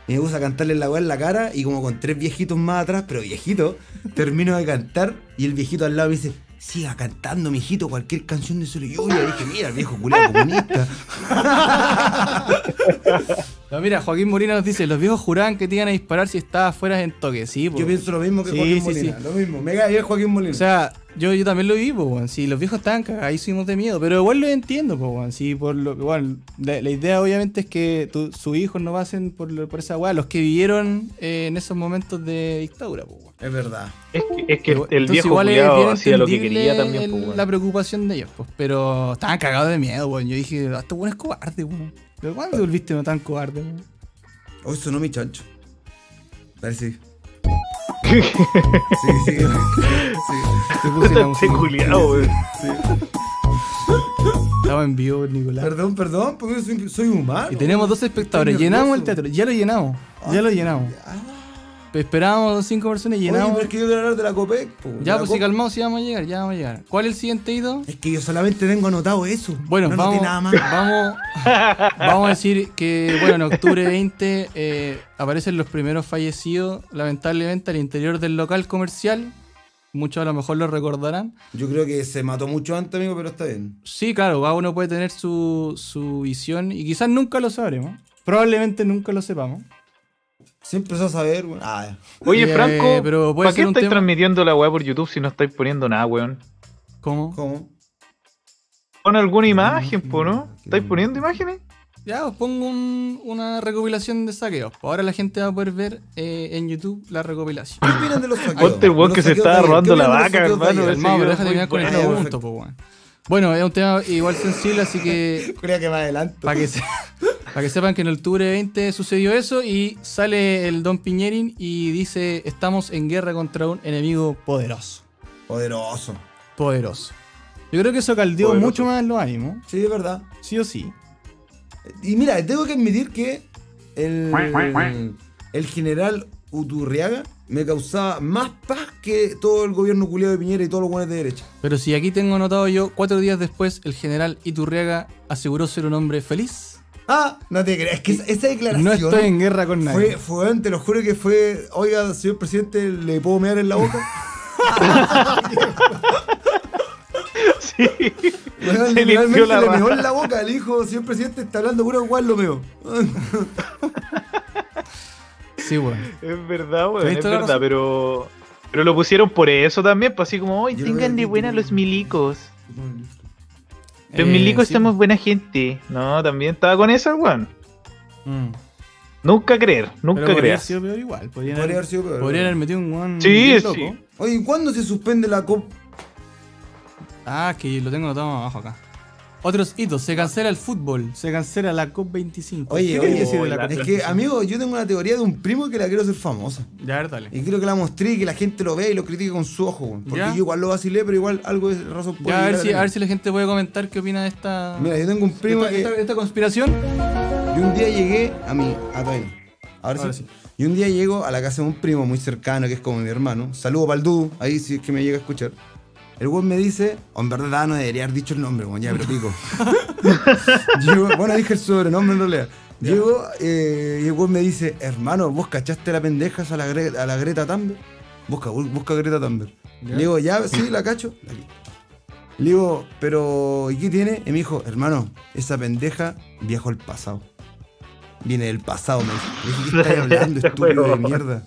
D: Y me puse a cantarle la weá en la cara y como con tres viejitos más atrás, pero viejitos, termino de cantar y el viejito al lado me dice, siga cantando, mijito, cualquier canción de Sol y Lluvia. Y dije, mira, el viejo culiao comunista.
A: No, mira, Joaquín Molina nos dice, los viejos juraban que te iban a disparar si estabas fuera en toque, sí, po.
D: Yo pienso lo mismo que
A: Sí,
D: Joaquín
A: sí,
D: Molina, lo mismo. Me cae bien Joaquín Molina.
A: O sea, yo, yo también lo vi, po, weón. Sí, los viejos estaban cagadísimos de miedo, pero igual lo entiendo, po, weón. Sí, por lo igual, la, la idea obviamente es que tu- sus hijos no pasen por, lo- por esa weá, los que vivieron eh, en esos momentos de dictadura, po, weón.
D: es verdad.
C: Es que, es que el- el
A: Entonces,
C: viejo
A: igual es
C: culiao
A: bien
C: hacía lo que
A: entendible
C: quería también,
A: el-
C: pues, weón.
A: La preocupación de ellos, pues, pero estaban cagados de miedo, weón. Yo dije, "Ah, este weón es cobarde, weón. ¿Pero cuándo te volviste no tan cobarde, weón?
D: Hoy sonó mi chancho. Dale, sí. Sí, sí, sí.
A: Te puse la
C: Este
A: música.
C: culiao, weón.
A: Estaba en vivo, Nicolás.
D: Perdón, perdón, porque soy, soy humano.
A: Y tenemos dos espectadores.
D: Estoy
A: Llenamos
D: nervioso.
A: el teatro. Ya lo llenamos. Ya lo llenamos.
D: Ah,
A: Esperábamos cinco personas y
D: Oye, pero
A: llenamos.
D: es que yo quiero hablar de la COPEC. po.
A: Ya,
D: La
A: pues
D: Cop-
A: si calmado, si vamos a llegar, ya vamos a llegar. ¿Cuál es el siguiente hito?
D: Es que yo solamente tengo anotado eso.
A: Bueno,
D: no
A: vamos,
D: anoté nada más.
A: vamos, vamos a decir que, bueno, en octubre 20 eh, aparecen los primeros fallecidos, lamentablemente, al interior del local comercial. Muchos a lo mejor lo recordarán.
D: Yo creo que se mató mucho antes, amigo, pero está bien.
A: Sí, claro, cada uno puede tener su, su visión y quizás nunca lo sabremos. Probablemente nunca lo sepamos.
D: Siempre se va a saber. bueno. Ah,
C: Oye,
A: Eh,
C: Franco,
A: pero puede
C: ¿para qué
A: ser un
C: estáis
A: tema-
C: transmitiendo la weá por YouTube si no estáis poniendo nada, weón?
A: ¿Cómo?
D: ¿cómo?
C: Pon
A: Mm,
C: alguna imagen, po, ¿no? ¿Estáis poniendo imágenes?
A: Ya, os pongo un- una recopilación de saqueos. Ahora la gente va a poder ver eh, en YouTube la recopilación.
D: ¿Qué opinan de los saqueos?
C: Ponte el weón que se estaba robando la vaca, hermano.
A: Pero
C: Ese
A: hermano, pero
C: video
A: déjate
C: es muy
A: terminar con el
D: bueno.
A: punto, po, weón. Bueno, es un tema igual sensible, así que
D: Creo que más adelante.
A: para que, se- pa' que sepan que en el octubre 20 sucedió eso y sale el Don Piñerin y dice, estamos en guerra contra un enemigo poderoso.
D: Poderoso.
A: Poderoso. Yo creo que eso caldeó
C: Poderoso.
A: mucho más los ánimos,
D: Sí, es verdad.
A: sí o sí.
D: Y mira, tengo que admitir que el, el general Uturriaga me causaba más paz que todo el gobierno culiado de Piñera y todos los buenos de derecha.
A: Pero si aquí tengo anotado yo, cuatro días después, el general Iturriaga aseguró ser un hombre feliz.
D: Ah, no te creas, es que esa, esa declaración
A: No estoy en guerra con nadie.
D: fue, fue, te lo juro que fue, oiga, señor presidente, ¿le puedo mear en la boca?
C: Sí.
D: Weón,
C: Se limpió la
D: le meó
C: raja.
D: en la boca, le dijo, señor presidente, está hablando puro igual lo meo.
A: Sí, bueno.
C: Es verdad, weón,
A: Tenés
C: es
A: toda la
C: verdad,
A: razón.
C: pero. Pero lo pusieron por eso también, pues así como, hoy
D: Yo
C: tengan
D: creo
C: de
D: que-
C: buena los milicos. Los
A: Eh,
C: milicos
A: sí.
C: somos buena gente. No, también estaba con esa, weón.
A: Mm.
C: Nunca creer,
A: Pero
C: nunca
A: podría haber
C: creer.
A: sido peor igual. Podrían,
D: Podría haber
A: haber,
D: sido peor.
A: podrían haber metido un guan
C: Sí,
A: bien
C: sí.
D: Oye, ¿y ¿cuándo se suspende la COP?
A: Ah, es que lo tengo anotado más abajo acá. Otros hitos. Se cancela el fútbol. Se cancela la COP25.
D: Oye,
A: ¿Qué
D: oye,
A: quería decir de la
C: la-
A: COP25?
D: es que, amigo, yo tengo una teoría de un primo que la quiero hacer famosa.
A: Ya, a ver, dale.
D: Y quiero que la mostré y que la gente lo vea y lo critique con su ojo. weón. Porque
A: Ya.
D: yo igual lo vacilé, pero igual algo de razón puede
A: Ya, a ver,
D: llegar
A: si, a ver
D: tener.
A: si la gente puede comentar qué opina de esta.
D: Mira, yo tengo un primo
A: esta,
D: eh. que...
A: esta- esta conspiración.
D: Yo un día llegué a mi. Ah, todavía no. Ahora,
A: Ahora
D: sí.
A: sí.
D: Y un día llego a la casa de un primo muy cercano, que es como mi hermano. Saludo para el Dudu, ahí si es que me llega a escuchar. El weón me dice, o en verdad no debería haber dicho el nombre, weón, ya, pero pico. Llego- bueno, dije el sobrenombre en realidad. Llego eh, y el weón me dice, hermano, ¿vos cachaste la pendeja esa a la, Gre- a la Greta Thunberg? Busca, bu- busca Greta Thunberg. Le digo, ya, sí, la cacho. La cacho. Le digo, pero ¿y qué tiene? Y me dijo, hermano, esa pendeja viajó al pasado. Viene del pasado, me dijo. Le dije, ¿qué estás hablando, estúpido de mierda?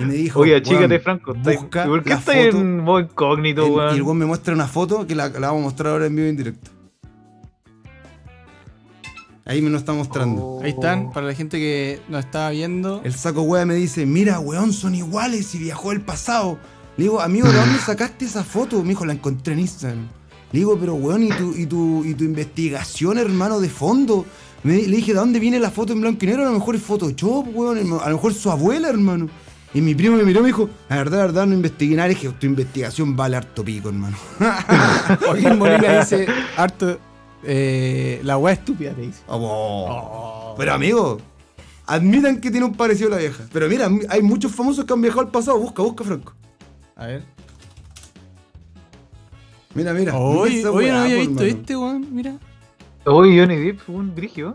D: Y me dijo,
C: Oye, chícate,
D: "Weón,
C: Franco. estáis-
D: busca
C: ¿y ¿Por qué
D: la
C: estás
D: foto
C: en modo incógnito,
D: el- y el
C: weón?
D: weón me muestra una foto que la, la vamos a mostrar ahora en vivo y en directo. Ahí me lo está
C: Oh.
D: mostrando.
A: Ahí están, para la gente que nos está viendo.
D: Oh. El saco wea me dice, mira, weón, son iguales y viajó el pasado. Le digo, amigo, ¿de dónde sacaste esa foto? Me dijo, la encontré en Instagram. Le digo, pero weón, ¿y tu, y tu, y tu investigación, hermano, de fondo? Me- le dije, ¿de dónde viene la foto en blanco y negro? A lo mejor es Photoshop, weón, hermano. a lo mejor es su abuela, hermano. Y mi primo me miró y me dijo, la verdad, la verdad, no investigué nada. Le dije, tu investigación vale harto pico, hermano.
A: Joaquín Molina dice harto. eh, la weá estúpida te dice.
D: Oh, Pero amigo, admitan que tiene un parecido a la vieja. Pero mira, hay muchos famosos que han viajado al pasado. Busca, busca, Franco.
A: A ver.
D: Mira, mira.
A: Oye,
D: Esa
A: oye, no
D: weá,
A: había
D: po,
A: visto
D: hermano.
A: este, weón. Mira.
C: Oye, Johnny Depp, un brigio.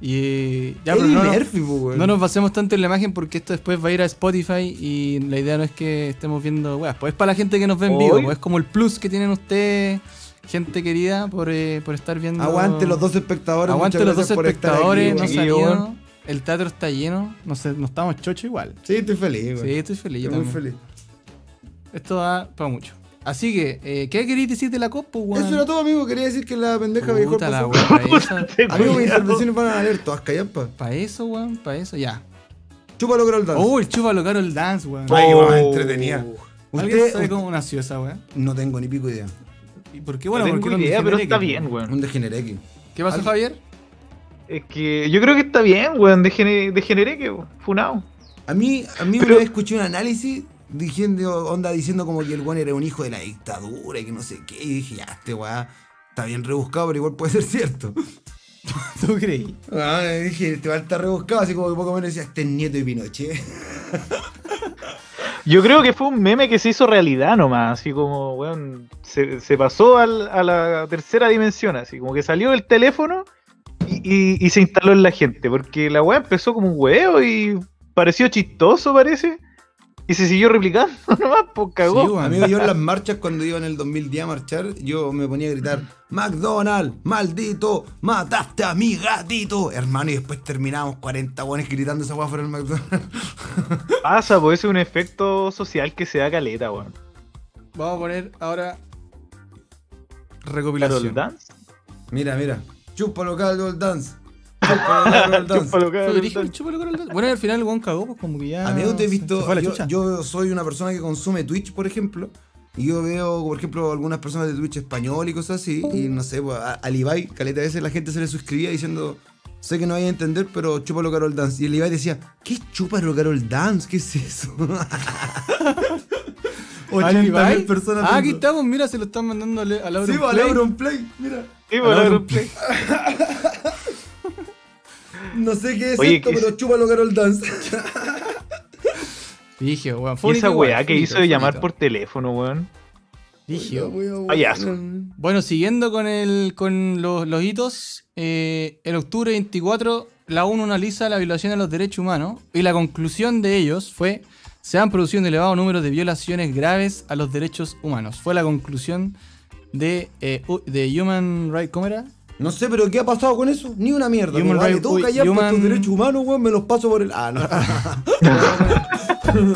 A: Y. eh, ya, pero
D: Eddie
A: no, no-
D: Murphy, po, weón.
A: no nos basemos tanto en la imagen porque esto después va a ir a Spotify y la idea no es que estemos viendo weas. Pues es para la gente que nos ve en vivo.
C: Oy.
A: Pues es como el plus que tienen ustedes, gente querida, por, eh, por estar viendo.
D: Aguante los dos espectadores.
A: Aguante
D: muchas
A: los dos
D: gracias por estar
A: espectadores,
D: aquí,
A: no
D: weón.
A: se
C: Sí,
A: han ido,
C: weón.
A: El teatro está lleno. No, sé, no estamos chocho igual.
D: Sí, estoy feliz,
A: Sí,
D: weón.
A: estoy feliz. yo
D: estoy muy
A: también.
D: feliz.
A: Esto da para mucho. Así que, eh, ¿qué queréis decir de la copa, weón?
D: Eso era todo, amigo. Quería decir que la pendeja viajó al
A: Puta la
D: pasado.
A: wea, para eso,
D: Amigo, mis intervenciones van a leer todas callampa.
A: para eso, weón, para eso, ya.
D: Chúpalo, Carol Dance.
A: Oh, el chúpalo caro el dance, weón.
D: Ay, qué más entretenida.
A: ¿Alguien sabe
D: Usted,
A: cómo nació esa weón?
D: no tengo ni pico idea.
A: ¿Y por qué?
C: Bueno,
A: Bueno,
C: no
A: porque
C: tengo
A: era
C: idea,
A: un
C: pero
A: degeneré,
C: está
A: que-
C: bien, weón.
D: Un degeneré aquí.
A: ¿Qué pasó,
D: Al-
A: Javier?
C: Es que yo creo que está bien, weón. Degeneré, degeneré que, funado.
D: A mí, a mí
C: Pero-
D: una vez escuché un análisis diciendo, onda diciendo como que el weón era un hijo de la dictadura y que no sé qué. Y dije, ya, este weá está bien rebuscado, pero igual puede ser cierto.
A: ¿Tú creí?
D: Ah, dije, este weá está rebuscado, así como que poco menos decía, este es nieto de Pinochet.
C: Yo creo que fue un meme que se hizo realidad nomás, así como, weón, se, se pasó al- a la tercera dimensión, así como que salió el teléfono y, y- y se instaló en la gente, porque la weá empezó como un huevo y pareció chistoso, parece, y se siguió replicando nomás, pues cagó.
A: Sí, weón.
D: Amigo, yo en las marchas, cuando iba en el 2010 a marchar, yo me ponía a gritar, McDonald's, maldito, mataste a mi gatito. Hermano, y después terminábamos 40 weones gritando esa weá fuera del McDonald's.
C: Pasa, pues ese es un efecto social que se da caleta, weón.
A: Vamos a poner ahora.
C: Carol
A: Recopilación.
C: Dance.
D: Mira, mira, chupa local, Gold Dance. Chúpalo, Carol Dance.
C: Chúpalo,
A: ¿Tú
C: Carol
A: dirige el
C: Dance.
A: chúpalo con el dedo? Bueno, al final el weón cagó, pues como que ya.
D: Amigo, te he
A: se- se
D: visto.
A: fue a la
D: Yo,
A: chucha.
D: yo soy una persona que consume Twitch, por ejemplo. Y yo veo, por ejemplo, algunas personas de Twitch español y cosas así. Y no sé, pues, a- al Ibai, caleta de veces la gente se le suscribía diciendo. Sé que no vais a entender, pero chúpalo Carol Dance. Y el Ibai decía, ¿qué es chúpalo Carol Dance? ¿Qué es eso?
A: Alibay.
D: 80.000 personas.
A: Ah, aquí
D: viendo.
A: estamos, mira, se lo están mandando a Le- a Laura.
D: Sí, va,
A: Play.
D: Lauron Play, mira.
C: Sí, pues,
A: Ahora-
C: Laura Play.
D: No sé qué es
C: Oye,
D: esto,
C: ¿qué es-
D: pero chúpalo Carol Dance.
A: Dije, weón.
C: Y esa
A: igual,
C: weá que
A: finito,
C: hizo de llamar
A: finito.
C: por teléfono, weón.
A: Dije,
D: La wea buena.
C: Payaso.
A: Bueno, siguiendo con, el, con los, los hitos, eh, en octubre 24 la ONU analiza la violación a los derechos humanos y la conclusión de ellos fue se han producido un elevado número de violaciones graves a los derechos humanos. Fue la conclusión de, eh, U- de Human Rights, ¿cómo era?
D: No sé, pero ¿qué ha pasado con eso? Ni una mierda.
A: Human
D: Human vale,
A: right-
D: todo
A: uy,
D: callado por
A: human-
D: tus derechos humanos, weón, me los paso por el. Ah, no.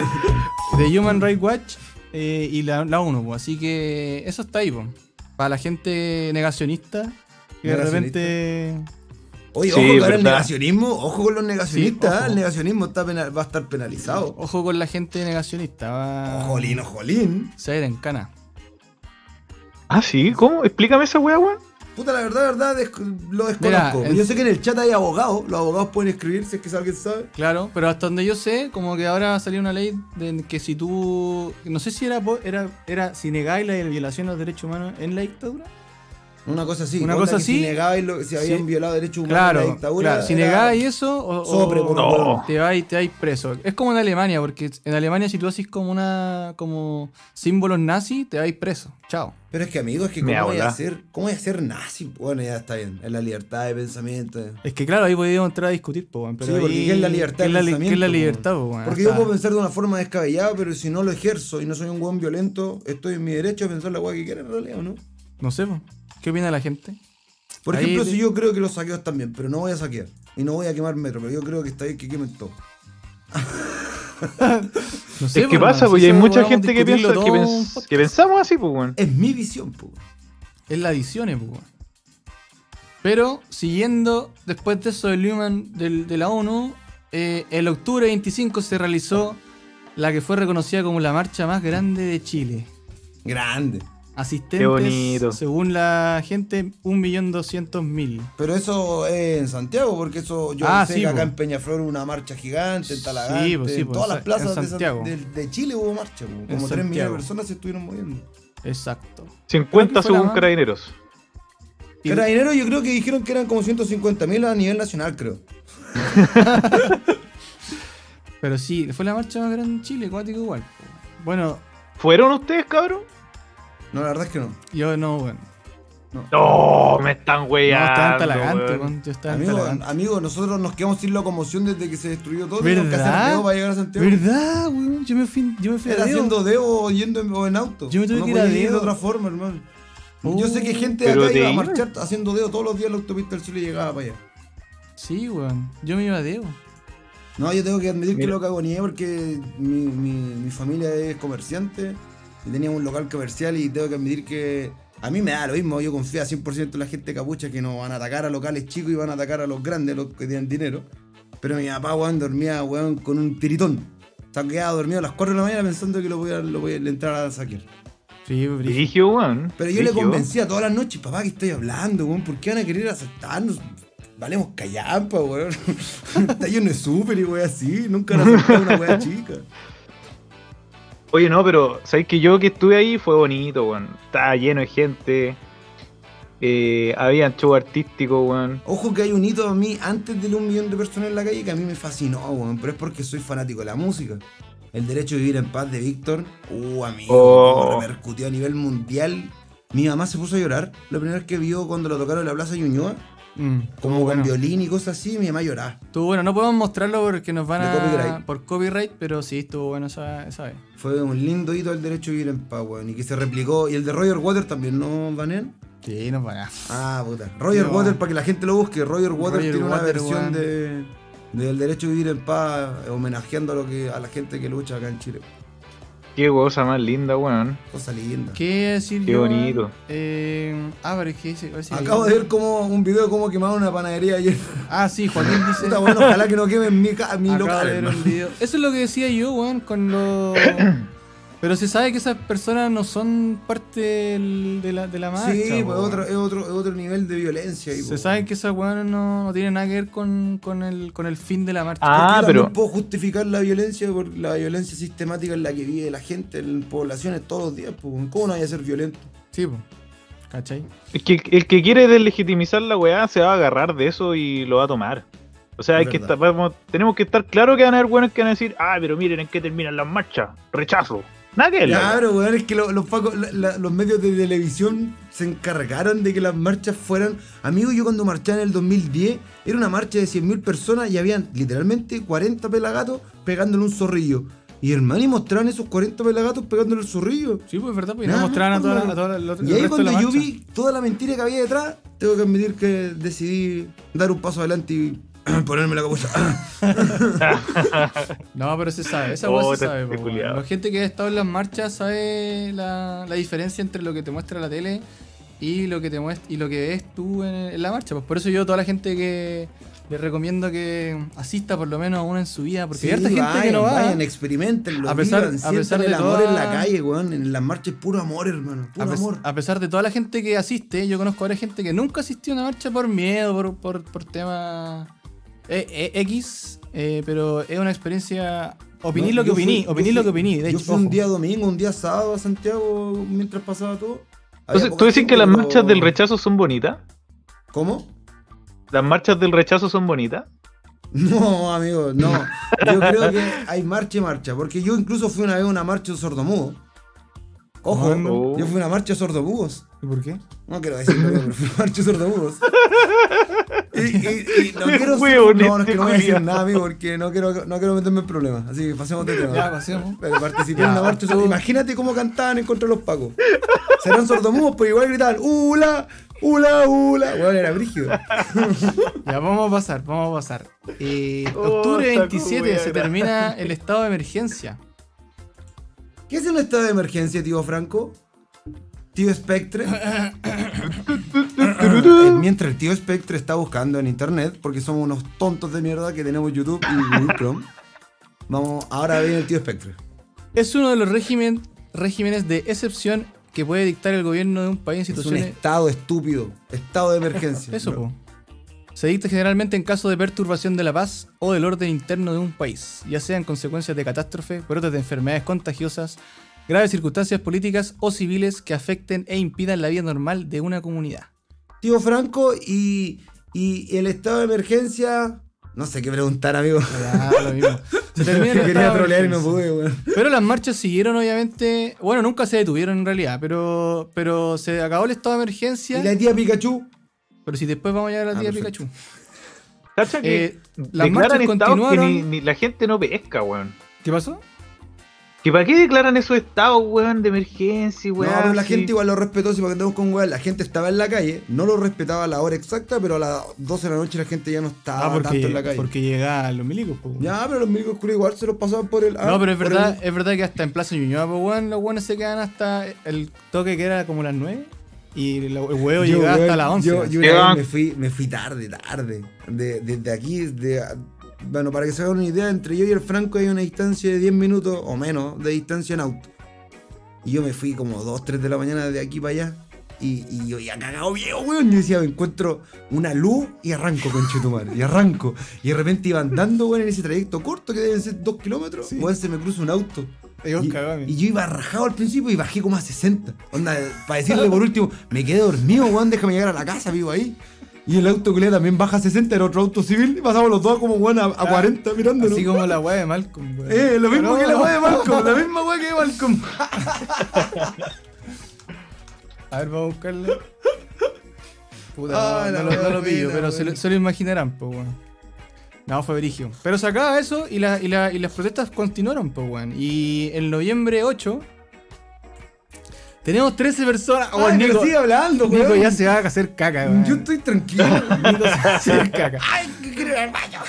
A: De Human Rights Watch eh, y la, la ONU, po. así que eso está ahí, po. para la gente negacionista que
D: Negacionista.
A: de repente...
D: Oye,
C: Sí,
D: ojo con el
C: verdad.
D: negacionismo, ojo con los negacionistas,
A: Sí, ojo.
D: ¿eh? el negacionismo está pena- va a estar penalizado.
A: Ojo con la gente negacionista, va...
D: Ojolín, ojolín.
A: Se va a ir en cana.
C: Ah, sí, ¿cómo? Explícame esa weá, weón.
D: Puta, la verdad, la verdad, des- lo desconozco.
A: Mira, el-
D: Yo sé que en el chat hay abogados, los abogados pueden escribir si es que alguien sabe.
A: Claro, pero hasta donde yo sé, como que ahora va a salir una ley de que si tú. No sé si era po- era, era si negáis la violación a los derechos humanos en la dictadura.
D: Una cosa así.
A: Una
D: onda
A: cosa
D: que
A: así.
D: Si negabais lo- si habían
A: Sí.
D: violado derechos humanos en la
A: Claro,
D: dictadura.
A: claro, si
D: era-
A: negáis eso, o, o
D: Sobre, por
C: No.
D: favor.
A: te vais te vais preso. Es como en Alemania, porque en Alemania si tú haces como una. como símbolos nazi, te vais preso. Chao.
D: Pero es que, amigo, es que
C: Me
D: ¿cómo voy, a
C: habla.
D: ser, ¿cómo voy a ser nazi? Bueno, ya está bien. Es la libertad de pensamiento. eh.
A: Es que claro, ahí podíamos entrar a discutir, po, weón, pero
D: sí, porque
A: ahí-
D: ¿qué es la libertad
A: ¿qué es
D: de
A: la, li-
D: pensamiento?
A: qué es la
D: po?
A: libertad, po, weón?
D: Porque yo
A: Está-
D: puedo pensar de una forma descabellada, pero si no lo ejerzo y no soy un buen violento, estoy en mi derecho a pensar la weá que quiera en realidad, ¿o no?
A: No sé, po. ¿qué opina la gente?
D: Por
A: Ahí
D: ejemplo,
A: te-
D: si yo creo que los saqueos están bien, pero no voy a saquear y no voy a quemar metro, pero yo creo que está bien que quemen todo.
A: No sé,
C: Es
A: po,
C: que
A: hermano,
C: pasa,
A: si
C: pues, y hay
A: eso
C: mucha
A: podemos
C: gente que
A: discutirlo
C: piensa que,
A: todo
C: pens-
A: un podcast.
C: que pensamos así, pues, weón.
D: Es mi visión, po.
A: Es la adición, eh, po, weón. Pero, siguiendo después de eso del Human del- de la ONU, eh, el octubre 25 se realizó la que fue reconocida como la marcha más grande de Chile.
D: Grande.
A: Asistentes,
C: Qué bonito.
A: según la gente, 1.200.000.
D: Pero eso es en Santiago, porque eso yo
A: Ah,
D: sé
A: sí,
D: que acá
A: po.
D: en Peñaflor hubo una marcha gigante, en
A: Sí,
D: Talagante,
A: po, sí,
D: en
A: po,
D: todas
A: en
D: las
A: Sa-
D: plazas
A: en
D: de, San-
A: Santiago.
D: de- de Chile hubo marcha, po. como 3 millones de
A: Santiago.
D: personas se estuvieron moviendo.
A: Exacto.
C: 50
A: Creo que fue la
C: según
A: más-
C: carabineros.
A: Y-
D: Carabineros yo creo que dijeron que eran como 150 mil a nivel nacional, creo.
A: Pero sí, fue la marcha más grande de Chile, cuático igual. po, weón. Bueno,
C: ¿Fueron ustedes, cabrón?
D: No, la verdad es que no.
A: yo no, bueno.
C: No, Oh,
A: No,
C: me están
A: estaba en
C: weyando.
A: Talagante,
C: weón.
A: weón, Yo estaba en
D: Amigo, ah,
A: Talagante.
D: amigo, nosotros nos quedamos sin locomoción desde que se destruyó todo. Tuvimos que
A: ¿Verdad?
D: hacer deo para llegar a Santiago.
A: ¿Verdad, weón? Yo me fui, yo me fui a
D: Era
A: Deo.
D: haciendo deo o yendo en, o en auto.
A: Yo me tuve
D: no
A: que ir a
D: podía ir de
A: deo.
D: otra forma, hermano.
A: Oh.
D: Yo sé que gente de
C: Pero
D: acá
C: te
D: iba a
C: iba.
D: marchar haciendo deo todos los días en la autopista del sur y llegaba para allá.
A: Sí, weón. Yo me iba a Deo.
D: No, yo tengo que admitir que
C: Mira.
D: lo cagoneé porque mi, mi- mi familia es comerciante y teníamos un local comercial y tengo que admitir que a mí me da lo mismo. Yo confío a 100% en la gente capucha que no van a atacar a locales chicos y van a atacar a los grandes, los que tienen dinero. Pero mi papá, weón, dormía, weón, con un tiritón. O sea, quedaba dormido a las 4 de la mañana pensando que lo voy a, lo voy a le entrar a saquear.
A: Sí, brígido.
C: Brigio, weón.
D: Pero yo le
C: Brigio.
D: convencía todas las noches, papá, que estoy hablando, weón. ¿Por qué van a querer aceptarnos? Valemos callampa, weón. Está lleno de súper y weón así. Nunca han aceptado una weá chica.
C: Oye, no, pero sabes que yo que estuve ahí fue bonito, weón. Estaba lleno de gente. Eh, había show artístico, weón.
D: Ojo que hay un hito a mí antes de un millón de personas en la calle que a mí me fascinó, weón. Pero es porque soy fanático de la música. El derecho de vivir en paz de Víctor. Uh, amigo,
C: Oh.
D: cómo repercutió a nivel mundial. Mi mamá se puso a llorar. La primera vez que vio cuando lo tocaron en la Plaza Ñuñoa,
A: Mm,
D: como
A: estuvo
D: con
A: bueno.
D: violín y cosas así, mi mamá lloraba.
A: Estuvo bueno, no podemos mostrarlo porque nos van
D: De
A: a.
D: copyright.
A: Por copyright, pero sí, estuvo bueno esa, esa vez.
D: Fue un lindo hito el derecho a vivir en paz, weón. Y que se replicó. Y el de Roger Water también, ¿no, Vanen?
A: Sí, nos van a.
D: Ah, puta. Roger
A: No.
D: Water, para que la gente lo busque. Roger Water
A: Roger
D: tiene una
A: Waters,
D: versión
A: weón.
D: de, del derecho a vivir en paz, eh, homenajeando a, lo que, a la gente que lucha acá en Chile.
C: Qué cosa más linda, weón.
D: Cosa linda.
A: ¿Qué iba a decir
C: Qué
A: yo,
C: bonito.
A: weón? Eh, ah, pero es que dice- a ver si-
D: Acabo de ver como un video de cómo quemaron una panadería ayer.
A: Ah, sí, Joaquín dice.
D: Puta, weón, ojalá que no quemen mi, ca- mi
A: acabo
D: local.
A: de ver
D: hermano.
A: un video. Eso es lo que decía yo, weón, con los. Pero se sabe que esas personas no son parte del- de la, de la marcha.
D: sí,
A: po,
D: pues otro,
A: weón.
D: pues. es, otro, es otro nivel de violencia. ahí, po.
A: Se sabe que esas weones no, no tienen nada que ver con, con el, con el fin de la marcha.
C: Ah,
D: Porque también
C: pero-
D: puedo justificar la violencia por la violencia sistemática en la que vive la gente, en poblaciones todos los días. po. ¿Cómo no hay que ser violento?
A: Sí, po. ¿Cachai?
C: Es que el que quiere deslegitimizar la weá se va a agarrar de eso y lo va a tomar. O sea, hay que
D: Verdad.
C: estar- vamos- tenemos que estar claro que van a haber buenos que van a decir, ah, pero miren en qué terminan las marchas. Rechazo. Nada que ver, la
D: Claro, weón, es que lo- los, pacos- la- la- los medios de televisión se encargaron de que las marchas fueran. Amigo, yo cuando marchaba en el 2010, era una marcha de 100.000 personas y habían literalmente 40 pelagatos pegándole un zorrillo. Y hermano, y mostraban esos 40 pelagatos pegándole el zorrillo.
A: Sí, pues verdad, pues y no
D: Nada
A: mostraban a
D: más,
A: toda la,
D: weón.
A: a toda la- el
D: Y ahí
A: resto de la
D: cuando yo
A: marcha.
D: vi toda la mentira que había detrás, tengo que admitir que decidí dar un paso adelante y ponerme la capucha.
A: No, pero se sabe, esa
C: Oh,
A: weá se
C: te-
A: sabe.
C: te
A: po, weón.
C: culiao.
A: La gente que ha estado en las marchas sabe la, la diferencia entre lo que te muestra la tele y lo que te muest- y lo que ves tú en, en la marcha. Pues por eso yo a toda la gente que les recomiendo que asista por lo menos a una en su vida, porque hay harta gente que no va.
D: Vayan, experimentenlo,
A: A pesar-
D: vivan,
A: a
D: sientan
A: pesar
D: el
A: de
D: amor
A: toda-
D: en la calle, weón. En las marchas es puro amor, hermano.
A: A,
D: Puro
A: pes-
D: amor.
A: a pesar de toda la gente que asiste, yo conozco ahora gente que nunca asistió a una marcha por miedo, por, por, por tema eh, eh, X, eh, pero es una experiencia. Opiní
D: No,
A: lo que
D: yo fui-
A: opiní,
D: yo
A: opiní lo
D: fui-
A: que opiní. De
D: Yo
A: hecho,
D: fui un
A: ojo.
D: día domingo, un día sábado a Santiago mientras pasaba todo. Había
C: Entonces,
D: poca
C: ¿tú decís
D: gente,
C: que las
D: pero-
C: marchas del rechazo son bonitas?
D: ¿Cómo?
C: ¿Las marchas del rechazo son bonitas?
D: No, amigo, no. Yo creo que hay marcha y marcha. Porque yo incluso fui una vez a una marcha de sordomudo. Ojo,
C: ¿Cuándo?
D: yo fui a una marcha de sordomugos.
A: ¿Y por qué?
D: No quiero decirlo, pero fui a una marcha de sordomudos. Y, y- y no quiero
C: Huevo,
D: no, no, es que no voy a decir
C: culiao.
D: nada, amigo, porque no quiero, no quiero meterme en problemas. Así que pasemos de tema.
A: Ya, pues, pasemos.
D: Pero participé en una marcha de sordomudos. Imagínate cómo cantaban en contra de los pacos. Serán sordomudos, pero igual gritaban, ¡Ula! ¡Ula! ¡Ula! Bueno, era brígido.
A: Ya, vamos a pasar, vamos a pasar. Eh,
C: Oh,
A: octubre
C: saco
A: 27 se
C: hueá.
A: termina el estado de emergencia.
D: ¿Qué es un estado de emergencia, tío Franco? Tío Spectre. Eh, Mientras el tío Spectre está buscando en internet, porque somos unos tontos de mierda que tenemos YouTube y Google Chrome. Vamos, ahora viene el tío Spectre.
A: Es uno de los régimen- regímenes de excepción que puede dictar el gobierno de un país en
D: Es un
A: situaciones
D: estado estúpido, estado de emergencia.
A: Eso,
D: No.
A: po. Se dicta generalmente en caso de perturbación de la paz o del orden interno de un país, ya sean consecuencias de catástrofe, brotes de enfermedades contagiosas, graves circunstancias políticas o civiles que afecten e impidan la vida normal de una comunidad.
D: Tío Franco y, y el estado de emergencia. No sé qué preguntar, amigo.
A: lo mismo. Se termina el
D: Quería
A: estado de
D: trolear y no
A: emergencia.
D: pude, weón.
A: Pero las marchas siguieron, obviamente. Bueno, nunca se detuvieron en realidad, pero, pero se acabó el estado de
D: Y
A: emergencia.
D: la tía Pikachu.
A: Pero si después vamos a llegar a la
D: Ah,
A: tía
D: perfecto.
A: Pikachu.
C: ¿Cacha que
A: Eh, las
C: declaran
A: marchas
C: estados que ni,
A: continuaron.
C: ni la gente no pesca, weón?
A: ¿Qué pasó?
C: ¿Que para qué declaran esos estados, weón, de emergencia, weón?
D: no, pero la
C: Sí.
D: gente igual lo respetó, si para que andamos con weón, la gente estaba en la calle, no lo respetaba a la hora exacta, pero a las 12 de la noche la gente ya no estaba
A: Ah,
D: tanto
A: porque,
D: en la calle.
A: porque llegaban los milicos, po.
D: Ya, pero los milicos culiados igual se los pasaban por el...
A: No, pero es
D: Ah, por el-
A: verdad, es verdad que hasta en Plaza Ñuñoa, pues, weón, los weones se quedan hasta el toque que era como las 9 y la- el huevo
D: Yo,
A: llegaba hasta
D: weón,
A: las 11.
D: Yo,
A: así.
D: yo una vez
C: Llegaban-
D: me fui, me fui tarde, tarde. De- desde aquí, de- bueno, para que se hagan una idea, entre yo y el Franco hay una distancia de 10 minutos o menos de distancia en auto. Y yo me fui como 2, 3 de la mañana de aquí para allá. Y, y yo ya cagado viejo, weón. Yo decía, me encuentro una luz y arranco con Chetumar. Y arranco. Y de repente iba andando, weón, en ese trayecto corto que deben ser 2 kilómetros. Weón, se me cruza un auto.
A: Y vos
D: Y,
A: cagado,
D: y yo iba rajado al principio y bajé como a 60. Onda, para decirle por último, me quedé dormido, weón, déjame llegar a la casa, vivo ahí. Y el auto que le también baja a 60, era otro auto civil, y pasamos los dos como weón a, a 40 mirándonos.
A: Ah, Así como la weá de Malcolm, weón.
D: Eh, lo mismo
A: No,
D: que la
A: no.
D: weá de Malcolm, la misma weá que de Malcolm.
A: A ver, vamos a buscarla. Puta,
D: Ah,
A: no,
D: la
A: no lo- no lo
D: buena,
A: pillo, pero se lo,
D: buena.
A: se lo imaginarán, pues, weón. No, fue brigio. Pero sacaba eso y, la- y la- y las protestas continuaron, pues, weón. Y en noviembre 8 tenemos 13 personas.
D: Ay,
A: Weón,
D: Ah, pero
A: Nico,
D: sigue hablando, weón.
A: Nico ya se va a hacer caca, weón.
D: Yo estoy tranquilo.
A: Nico se va a hacer caca.
D: Ay, que quiero ir al baño.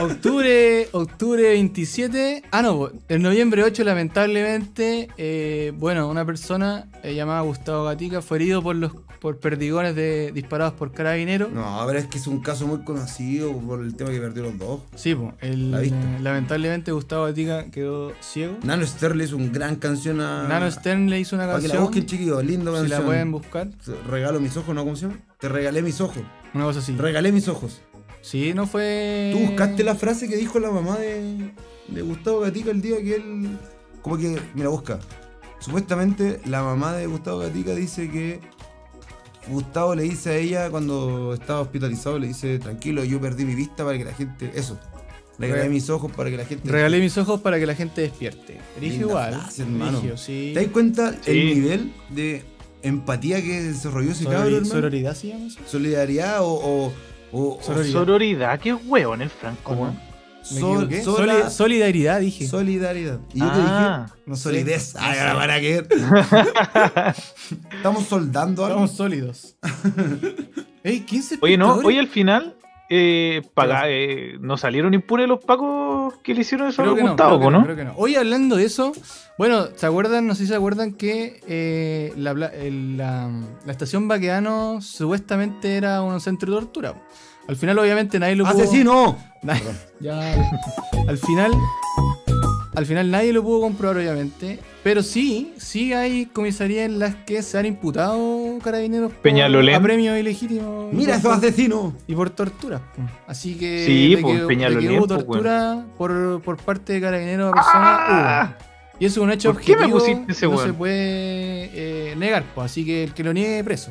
A: Octubre, octubre 27. Ah, no, el noviembre 8, lamentablemente, eh, bueno, una persona eh, llamada Gustavo Gatica fue herido por los por perdigones de, disparados por carabinero.
D: No, pero es que es un caso muy conocido por el tema que perdió los dos.
A: Sí, po, el,
D: La vista.
A: eh, lamentablemente Gustavo Gatica quedó ciego.
D: Nano Sterling es un gran canción a.
A: Nano Stern le hizo una
D: Para que
A: canción.
D: la busquen, chiquillos. Lindo
A: si
D: canción.
A: la pueden buscar,
D: Te Regalo mis ojos, ¿no? ¿Cómo se llama? Te regalé mis ojos.
A: una cosa así.
D: Regalé mis ojos.
A: Sí, no fue.
D: ¿Tú buscaste la frase que dijo la mamá de, de Gustavo Gatica el día que él. Como que. Mira, busca. Supuestamente la mamá de Gustavo Gatica dice que. Gustavo le dice a ella cuando estaba hospitalizado, le dice, tranquilo, yo perdí mi vista para que la gente. Eso. Regalé
A: Re-
D: mis ojos para que la gente.
A: Regalé mis ojos para que la gente despierte. Erige
D: Linda
A: igual.
D: frase, hermano.
A: Brigio, sí.
D: ¿Te das cuenta
C: Sí.
D: el nivel de empatía que desarrolló ese
A: Sorori-
D: cabrón, hermano?
A: ¿Sororidad se llama eso?
D: Solidaridad o. o, o- o
A: Sorori-
C: Sororidad, qué hueón el Franco, weón.
A: ¿Me
D: sol-
A: equivoqué?
D: sola-
A: Soli- solidaridad, dije.
D: solidaridad. Y yo
C: Ah.
D: te dije, no solidez. Ay, ahora para qué. Estamos soldando algo.
A: Estamos sólidos. Ey, 15
C: Oye, no,
A: espectadores.
C: hoy al final eh, paga- eh, no salieron impunes los pacos que le hicieron eso a
A: Creo que no,
C: Gustavo,
A: creo que
C: ¿no?
A: no, creo que no. Hoy hablando de eso, bueno, ¿se acuerdan? No sé si se acuerdan que eh, la, pla- el- la- la estación Baqueano supuestamente era un centro de tortura. Al final, obviamente, nadie lo pudo.
D: ¡Asesino!
A: Nadie- Ya. Al final. Al final nadie lo pudo comprobar, obviamente. Pero sí, sí hay comisarías en las que se han imputado carabineros por-
C: Peñalolén.
A: a premios ilegítimos.
D: ¡Mira
A: Y
D: esos
A: por-
D: asesinos!
A: Y por tortura. Así que.
C: Sí,
A: de
C: pues,
A: que- de
C: Peñalolén,
A: que hubo
C: pues,
A: tortura por, por parte de carabineros a personas.
C: Ah.
A: hubo. Y eso es un hecho
C: ¿Por qué me
A: objetivo
C: pusiste ese
A: que no
C: weón?
A: se puede eh, negar, pues. Así que el que lo niegue, preso.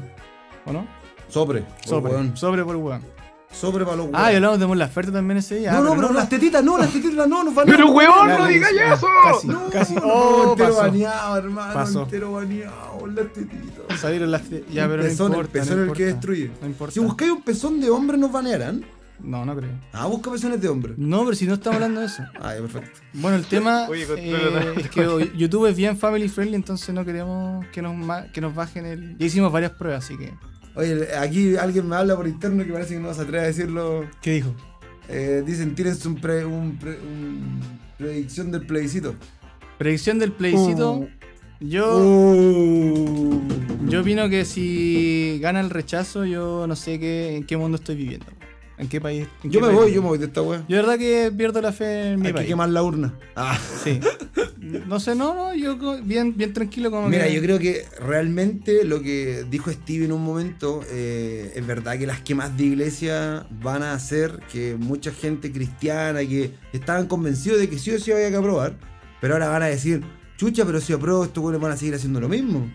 A: ¿O no?
D: Sobre.
A: Sobre.
D: Sobre,
A: Sobre por weón.
D: sobre para los huevos.
A: Ah, y hablamos de Mon Laferte también ese día. Ah,
D: No, no, pero
A: la-
D: las tetitas, no, las tetitas, no, nos van a-
C: Pero huevón,
A: Claro,
C: no digas
A: sí.
C: eso.
A: Casi,
D: No,
A: casi.
D: no,
A: Oh,
D: entero
A: pasó.
D: baneado, hermano.
A: Pasó.
D: Entero baneado, las tetitas.
A: Salieron las. te- Ya, pero
D: el pezón,
A: no
D: el
A: importa.
D: pezón
A: no
D: es el que
A: importa.
D: destruye.
A: No importa.
D: Si buscáis un pezón de hombre, nos banearán.
A: No, no creo.
D: Ah, busca pezones de hombre.
A: No, pero si no estamos hablando de eso.
D: Ah, ya, perfecto.
A: Bueno, el tema
C: Oye, con
A: eh,
C: todo lo demás.
A: es que hoy YouTube es bien family friendly, entonces no queremos que nos, ma- que nos bajen el. Ya hicimos varias pruebas, así que.
D: Oye, aquí alguien me habla por interno que parece que no se atreve a decirlo.
A: ¿Qué dijo?
D: Eh, dicen, tienes un pre, un pre- un predicción del plebiscito.
A: Predicción del plebiscito.
D: Uh.
A: Yo. Yo opino que si gana el rechazo, yo no sé qué, en qué mundo estoy viviendo. ¿En qué país? en
D: Yo
A: qué
D: me
A: país
D: voy,
A: vivo.
D: yo me voy de esta wea.
A: Yo de verdad que pierdo la fe en mi
D: Hay que
A: país.
D: quemar la urna. Ah.
A: Sí. No sé, no, no, yo co- bien, bien tranquilo como
D: Mira,
A: que-
D: yo creo que realmente lo que dijo Steve en un momento, eh, es verdad que las quemas de iglesia van a hacer que mucha gente cristiana que estaban convencidos de que sí o sí había que aprobar, pero ahora van a decir, chucha, pero si apruebo estos güeyes van a seguir haciendo lo mismo.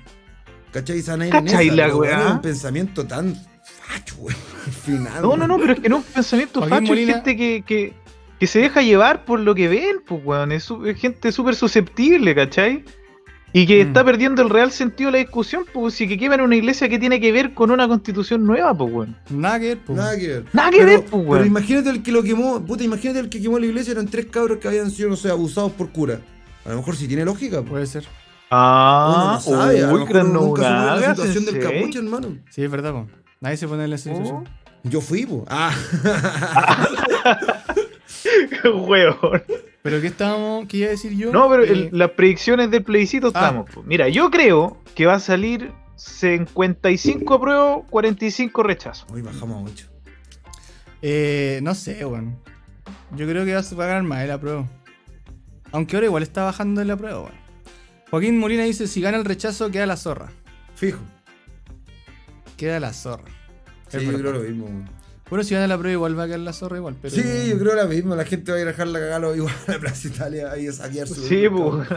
D: ¿Cachai? Esa nena en
C: ¿Cachai
D: esa,
C: la
D: pero,
C: weá?
D: bueno, Es un pensamiento tan facho, weón, al final.
C: No, no,
D: weón.
C: no, pero es que no es un pensamiento
A: Joaquín
C: facho, es
A: Molina-
C: gente que, que, que se deja llevar por lo que ven, pues, weón. Es, su- es gente súper susceptible, ¿cachai? Y que
A: Mm.
C: está perdiendo el real sentido de la discusión, pues, si que queman una iglesia que tiene que ver con una constitución nueva, pues, weón.
A: Nada que ver, po.
D: Nada que ver.
C: Nada que
D: Pero-
C: ver, pues,
D: Pero
C: weón.
D: imagínate el que lo quemó, puta, imagínate el que quemó la iglesia, eran tres cabros que habían sido, no sé, abusados por cura. A lo mejor sí tiene lógica, pues.
A: Puede ser.
C: Ah,
D: uno no sabe, a lo
C: uy,
D: mejor uno nunca supo
C: granulagas,
D: la situación del
C: ¿sí?
D: capucho, hermano.
A: Sí, es verdad, po. Nadie se
D: Oh.
A: pone en la situación.
D: Yo fui, po. Ah.
C: Weón.
A: Pero ¿qué estábamos? ¿Qué iba a decir yo?
C: No, pero
A: Eh,
C: el- las predicciones del plebiscito
A: Ah.
C: estamos. pues. Mira, yo creo que va a salir 55 apruebo, 45 rechazo.
D: Hoy bajamos a 8.
A: eh, no sé, weón. Yo creo que va a va a ganar más la prueba. Aunque ahora igual está bajando en la prueba, weón. Joaquín Molina dice, si gana el rechazo, queda la zorra.
D: Fijo.
A: Queda la zorra.
D: Sí,
A: Es
D: yo
A: verdad.
D: creo lo mismo. weón.
A: Bueno, si gana la prueba igual va a quedar la zorra igual, pero...
D: Sí, yo creo lo mismo. La gente va a ir a dejar la cagada igual a la Plaza Italia ahí a saquear su.
C: Sí, pues.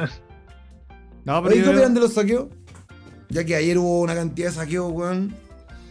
A: No, pero yo
D: Oye, ¿qué
A: creo-
D: opinan de los saqueos? Ya que ayer hubo una cantidad de saqueos, weón.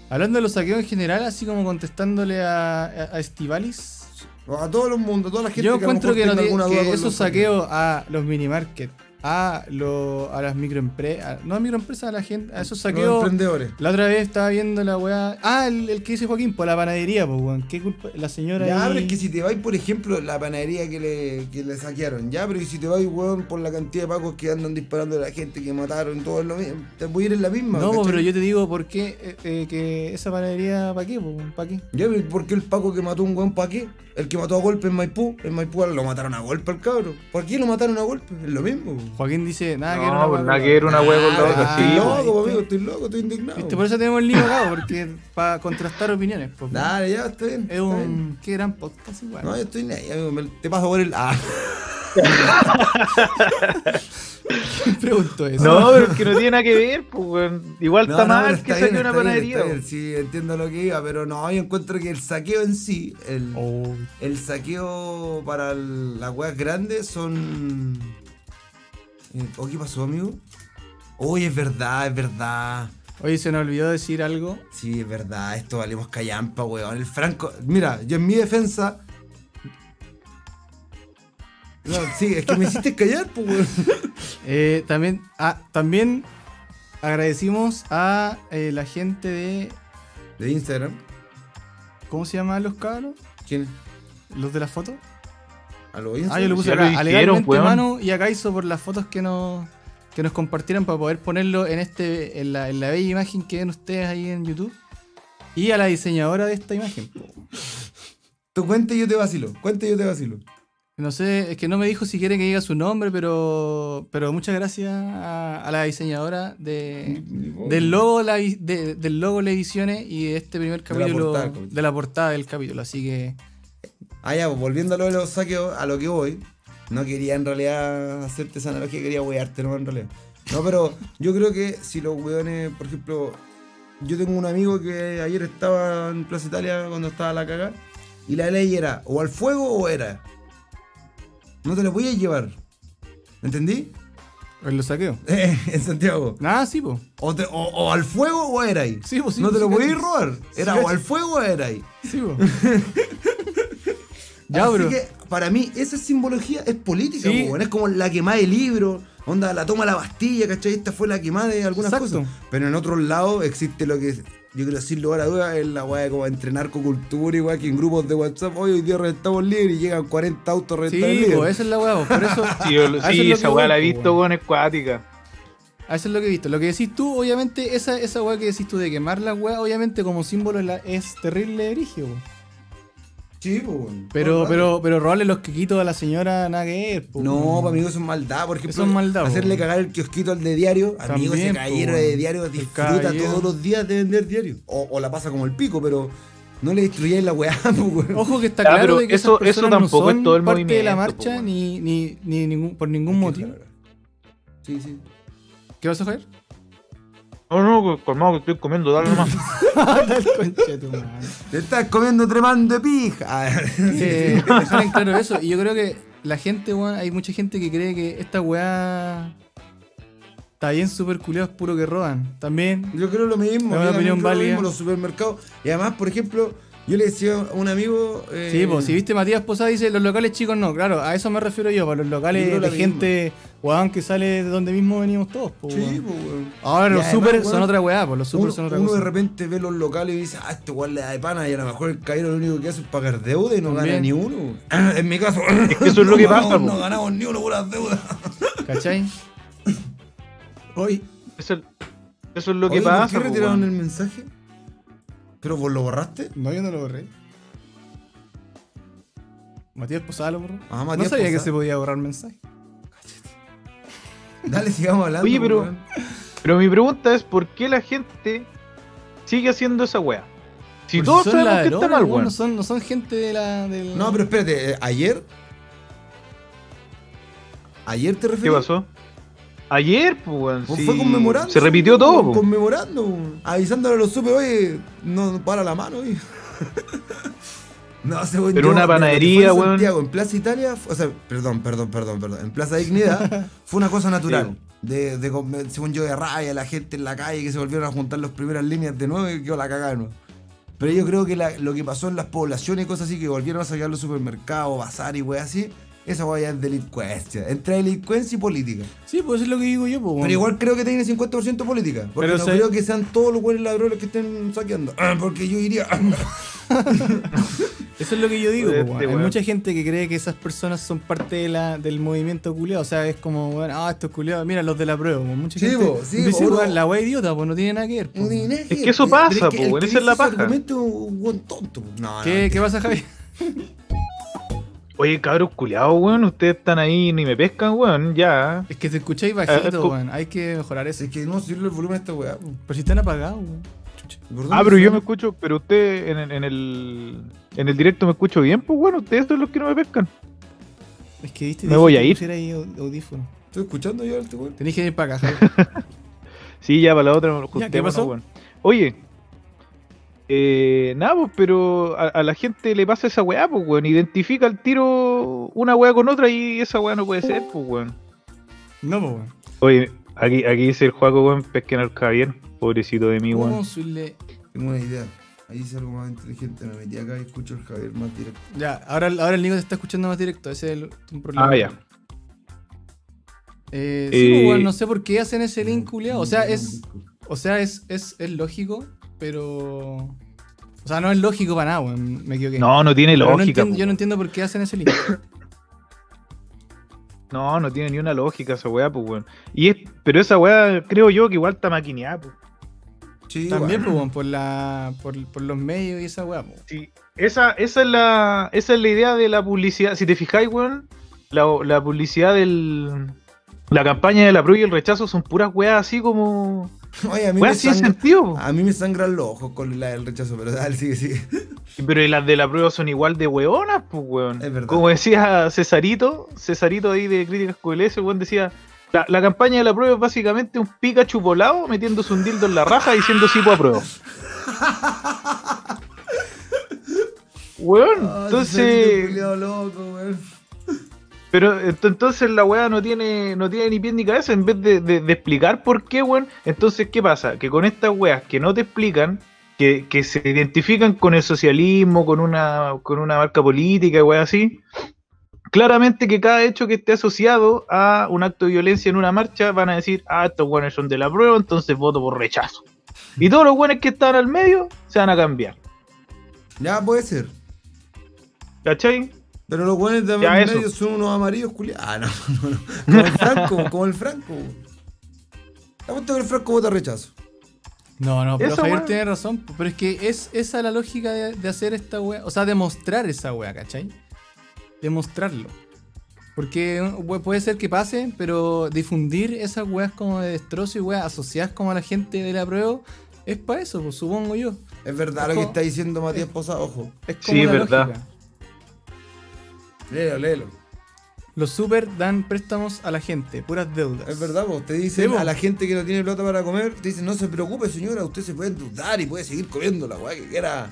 A: Hablando de los saqueos en general, así como contestándole a, a, a Estivalis,
D: A todo el mundo, a toda la gente
A: Yo
D: a lo
A: encuentro
D: mejor
A: que, no
D: tenga
A: tiene-
D: alguna duda
A: que
D: con
A: esos
D: los
A: saqueos a los minimarket a, lo, a las microempresas, no a microempresas, a la gente, a esos
D: Los
A: saqueos.
D: emprendedores.
A: La otra vez estaba viendo la weá. Ah, el, el que dice Joaquín, por la panadería, pues weón. ¿Qué culpa? La señora.
D: Ya,
A: ahí-
D: pero es que si te vais, por ejemplo, la panadería que le, que le saquearon, ya, pero y si te vais, weón, por la cantidad de pacos que andan disparando a la gente, que mataron, todo es lo mismo, te voy a ir en la misma.
A: No,
D: pues,
A: pues,
D: ¿cachai?
A: pero yo te digo, ¿por qué eh, eh, que esa panadería, ¿para qué? ¿Para qué?
D: Ya, pero ¿por qué el Paco que mató a un weón pa' qué? El que mató a golpe en Maipú, en Maipú lo mataron a golpe al cabro. ¿Por qué lo mataron a golpe? Es lo mismo. po.
A: Joaquín dice, nada que ver una
C: No,
A: weá
C: pues
A: con
C: nada
A: la
C: que ver
A: otra.
C: una hueá con la
A: Ah,
C: otra, sí.
D: estoy
A: po,
C: pues.
D: loco,
A: ¿viste?
D: amigo, estoy loco, estoy indignado.
A: ¿Viste? Por eso tenemos el libro acá, pues, porque para contrastar opiniones. pues.
D: Dale, ya, está bien.
A: es
D: está bien.
A: un. Qué gran podcast, igual.
D: No, yo estoy ahí, amigo, me- te paso por el. Ah,
A: pregunto eso.
C: No, pero es que no tiene nada que ver, pues, weón. Igual
D: No,
C: está
D: no,
C: mal
D: pero
C: que
D: está
C: saque
D: bien,
C: una
D: está bien,
C: panadería.
D: está bien, sí, entiendo lo que iba, pero no, yo encuentro que el saqueo en sí, el,
A: Oh,
D: el saqueo para el- las weas grandes son. eh, ¿O qué pasó, amigo? Oye, es verdad, es verdad.
A: Oye, se nos olvidó decir algo.
D: Sí, es verdad, esto valimos callampa, weón. El Franco. Mira, yo en mi defensa. No, sí, es que me hiciste callar, pues, weón.
A: Eh, también, ah, también agradecimos a eh, la gente de.
D: De Instagram.
A: ¿Cómo se llaman los cabros?
D: ¿Quién?
A: ¿Los de la foto?
D: ¿A lo
A: Ah, yo
D: Instagram?
A: lo
C: Sí,
A: puse
C: ya lo
A: acá.
C: dijeron,
A: Alegalmente,
C: weón.
A: Manu y Acaizo por las fotos que nos, que nos compartieron para poder ponerlo en, este, en, la, en la bella imagen que ven ustedes ahí en YouTube. Y a la diseñadora de esta imagen. po.
D: Tú cuente y yo te vacilo. Cuente y yo te vacilo.
A: No sé, es que no me dijo si quiere que diga su nombre, pero, pero muchas gracias a, a la diseñadora de, del logo la, vi- de, del logo las ediciones y de este primer
D: De la
A: capítulo
D: portada del capítulo.
A: de la portada del capítulo. Así que
D: Ah, ya, pues, volviendo a lo de los saqueos, a lo que voy. No quería en realidad hacerte esa analogía, quería wearte, no, en realidad. No, pero yo creo que si los weones, por ejemplo, yo tengo un amigo que ayer estaba en Plaza Italia cuando estaba la caga, y la ley era o al fuego o era. No te lo podías llevar. ¿Entendí?
A: lo saqueo.
D: en Santiago.
A: Ah, sí, pues.
D: O, te- o- o al fuego o era ahí.
A: Sí, pues, sí,
D: no te
A: sí,
D: lo
A: cacho.
D: podías robar.
A: Sí,
D: Era
A: cacho.
D: o al fuego o era ahí.
A: Sí, po. ya,
D: Así
A: bro.
D: que para mí esa simbología es política,
A: Sí.
D: po, weón. es como la quemada de libro, onda la toma de la Bastilla, ¿cachai? Esta fue la quemada de algunas
A: Exacto.
D: cosas. Pero en otros lados existe lo que yo creo sin lugar a dudas es la weá como entre narcocultura, igual que en grupos de WhatsApp, hoy, hoy día reventamos libre y llegan 40 autos
A: Sí,
D: reventados libres.
A: po, esa es la weá, po. por eso.
C: Sí,
D: Ah,
C: yo-
A: a eso
C: sí,
A: es lo
C: esa
A: que
C: weá
A: voy,
C: la he
A: po,
C: visto,
A: weón.
C: weón, es cuática.
A: A Eso es lo que he visto. Lo que decís tú, obviamente, esa, esa weá que decís tú de quemar la weá, obviamente como símbolo es, la- es terrible erigio. po.
D: Sí, po, weón. Todo
A: Pero,
D: el rato.
A: pero, pero robarle los quequitos a la señora, nada que ver, po.
D: No, pa, amigo, eso es maldad. Por ejemplo,
A: Eso es maldad,
D: hacerle
A: po.
D: cagar el kiosquito al de diario. Amigo,
A: También,
D: ese
A: po,
D: caballero de
A: weón.
D: diario
A: El
D: disfruta
A: caballero.
D: todos los días de vender diario. O, o la pasa como el pico, pero no le destruyáis la weá, po, weón.
A: Ojo que está
C: Ya,
A: claro
C: pero
A: de que
C: eso-
A: esas personas
C: eso tampoco
A: no
C: es
A: son
C: todo el
A: parte de la
C: movimiento,
A: marcha
C: po,
A: ni, ni, ni ningún, por ningún motivo.
D: Sí, sí.
A: ¿Qué vas a joder?
C: No, no, colmado que estoy comiendo, dale nomás.
A: Tal conchetu, man.
D: Te estás comiendo tremando de pija. Ah,
A: Eh, dejar en claro eso. Y yo creo que la gente, weón, hay mucha gente que cree que esta weá está bien super culiado, es puro que roban. También.
D: Yo creo lo mismo.
A: Es una
D: yo también
A: opinión
D: creo lo
A: válida.
D: mismo, los supermercados. Y además, por ejemplo, yo le decía a un amigo. eh,
A: Sí, pues si viste Matías Posada dice los locales chicos no, claro, a eso me refiero yo, para los
D: Yo
A: locales
D: creo
A: de
D: la
A: gente, weón, que sale de donde mismo venimos todos, po,
D: Sí,
A: pues, weón.
D: po, weón.
A: Ahora
D: Y
A: los
D: además,
A: super
D: weón,
A: son otra weá, pues los super
D: uno,
A: son otra
D: uno
A: cosa.
D: de repente ve los locales y dice, ah, este weón le da de pana. Y a lo mejor el caballero lo único que hace es pagar deuda y no
A: También.
D: gana ni uno. Ah, en mi caso. Es
C: que eso es lo que pasa,
D: No
C: po.
D: ganamos ni uno por las deudas.
A: ¿Cachai? Hoy,
C: Eso, eso es lo que
D: Oye, ¿Por
C: pasa.
D: qué
C: po,
D: retiraron
C: weón.
D: el mensaje? ¿Pero vos lo borraste?
A: no, yo no lo borré. Matías Posada lo borró.
D: Ah,
A: no
D: Matías
A: sabía que
D: Posada.
A: se podía borrar mensaje.
D: Dale, sigamos hablando.
C: Oye, pero-
D: weón.
C: Pero mi pregunta es: ¿por qué la gente sigue haciendo esa weá? Si
A: Pero
C: todos
A: son
C: sabemos que
A: ladrones,
C: está mal,
A: weón,
C: weón.
A: No son, no son gente de la. Del...
D: No, pero espérate, eh, ayer. ¿Ayer te
C: ¿Qué
D: refieres?
C: pasó? Ayer, pues, weón.
D: Pues
C: sí.
D: Fue conmemorando.
C: Se repitió
D: pues,
C: todo, po.
D: Conmemorando, pues. avisándole a los super, oye, no no para la mano, oye. No, según
C: Pero
D: yo,
C: una
D: mira, lo que
C: panadería,
D: fue en
C: weón.
D: Santiago, en Plaza Italia, o sea, perdón, perdón, perdón, perdón. En Plaza Dignidad fue una cosa natural. De, de con- según yo, de raya, la gente en la calle que se volvieron a juntar las primeras líneas de nuevo y quedó la cagada de nuevo. Pero yo creo que la- lo que pasó en las poblaciones y cosas así, que volvieron a sacar los supermercados, bazar y weas así, Esa weá ya es delincuencia. Entre delincuencia y política.
A: Sí, pues eso es lo que digo yo, pues.
D: Pero igual creo que tiene 50% política. Porque
A: Pero
D: no
A: se-
D: creo que sean todos los buenos ladrones que estén saqueando. Ah, Porque yo iría.
A: Eso es lo que yo digo,
C: Este
A: po, weón. Hay
C: weón.
A: mucha gente que cree que esas personas son parte de la, del movimiento culiado. O sea, es como, weón, ah, estos culiados, mira los de la prueba, po. Mucha
D: Sí,
A: gente
D: po, sí,
A: dice,
D: po, uno-
A: weón, la wea idiota, pues no tiene nada que ver. po.
D: No tiene nada
C: Es
D: ver,
C: que eso
D: pero
C: pasa,
D: que
C: po,
D: el
C: weón,
D: que
C: esa es la
D: dice ese
C: paja.
D: argumento es un buen tonto. po. No, no,
A: ¿Qué, ¿Qué pasa, Javi?
C: Oye, cabros culiados, weón, ustedes están ahí ni me pescan, weón, ya.
A: Es que te escucháis
C: Eh,
A: bajito,
C: escu-
A: weón. Hay que mejorar eso.
D: Es que no sirve el volumen a esta weá. po.
A: Pero si están apagados, weón.
D: ¿Por
C: Ah,
D: dónde
C: pero yo me
D: sale?
C: escucho, pero usted en el, en el, en el directo me escucho bien, pues bueno, ustedes son los que no me pescan.
A: Es que viste,
C: Me
A: dije
C: voy
A: que
C: a ir.
A: pusiera ahí au- audífono.
D: Estoy escuchando yo a este weón.
A: Tenéis que ir para acá, Javi.
C: Sí, ya para la otra, juntémonos,
A: ¿qué pasó?
C: weón. Oye, eh, nada, pues, pero a, a la gente le pasa esa weá, pues, weón. Identifica al tiro una weá con otra y esa weá no puede ser, pues, weón.
A: No, po, weón.
C: Oye, aquí, aquí dice el Juaco, weón, pesquen al Javier. Pobrecito de mí,
A: ¿Cómo
C: weón.
A: subirle?
D: Tengo una idea. Ahí hice algo más inteligente. Me metí acá y escucho al Javier más directo.
A: Ya, ahora, ahora el Nico te está escuchando más directo. Ese es el, un problema.
C: Ah, ya.
A: Eh, sí, po,
C: Eh, mm,
A: weón, no sé por qué hacen ese link culiado. O sea, es. O sea, es, es, es lógico, pero. O sea, no es lógico para nada, weón. Me equivoqué.
C: No, no tiene
A: Pero no
C: lógica.
A: entiendo-
C: po,
A: yo no entiendo por qué hacen ese link.
C: No, no tiene ni una lógica esa weá, pues, weón. Y es, pero esa weá creo yo que igual está maquineada, pues.
D: Sí,
A: También,
D: igual.
A: pues, weón, por, la, por, por los medios y esa weá, po.
C: Sí, esa, esa, es la, esa es la idea de la publicidad. Si te fijáis, weón, la, la publicidad del. La campaña de la prueba y el rechazo son puras weas así como.
D: Oye, a mí me
C: Weas sin
D: sangra-
C: sentido. po.
D: a mí me sangran los ojos con la del rechazo, pero dale, sigue, sigue.
C: Pero y las de la prueba son igual de weonas, pues, weón.
D: Es verdad.
C: Como decía Cesarito, Cesarito ahí de Críticas QLS, weón, decía. La, la campaña de la prueba es básicamente un Pikachu volado metiéndose un dildo en la raja diciendo sí pues, a prueba. Weón,
D: Ah, ese
C: entonces.
D: culiao loco, weón.
C: Pero ent- entonces la weá no tiene, no tiene ni pie ni cabeza. En vez de, de- de explicar por qué, weón. Entonces, ¿qué pasa? Que con estas weas que no te explican, que, que se identifican con el socialismo, con una, con una marca política y weá así. Claramente que cada hecho que esté asociado a un acto de violencia en una marcha van a decir, ah, estos weones son de la prueba, entonces voto por rechazo. Y todos los weones que están al medio se van a cambiar.
D: Ya puede ser.
C: ¿Cachai?
D: Pero los buenos de
C: Ya,
D: medio
C: eso.
D: son unos amarillos culiados. Ah, no, no, no. Como el Franco, como el Franco. Te Apuesto que el Franco vota rechazo.
A: No, no, pero
C: Esa
A: Javier
C: weá-
A: tiene razón. po, Pero es que es esa la lógica de, de hacer esta weá. O sea, demostrar esa weá, ¿cachai? Demostrarlo. Porque we- puede ser que pase, pero difundir esas weas como de destrozo y weas asociadas como a la gente de la prueba es para eso, po, supongo yo.
D: Es verdad lo
A: Ojo.
D: que está diciendo Matías Posa, ojo.
A: Es como
C: Sí,
A: una
C: verdad.
A: lógica.
D: Léelo, léelo.
A: Los super dan préstamos a la gente, puras deudas.
D: Es verdad, vos. Te dicen
A: Sí, po.
D: a la gente que no tiene plata para comer, te dicen, no se preocupe, señora, usted se puede endeudar y puede seguir comiendo la weá que quiera.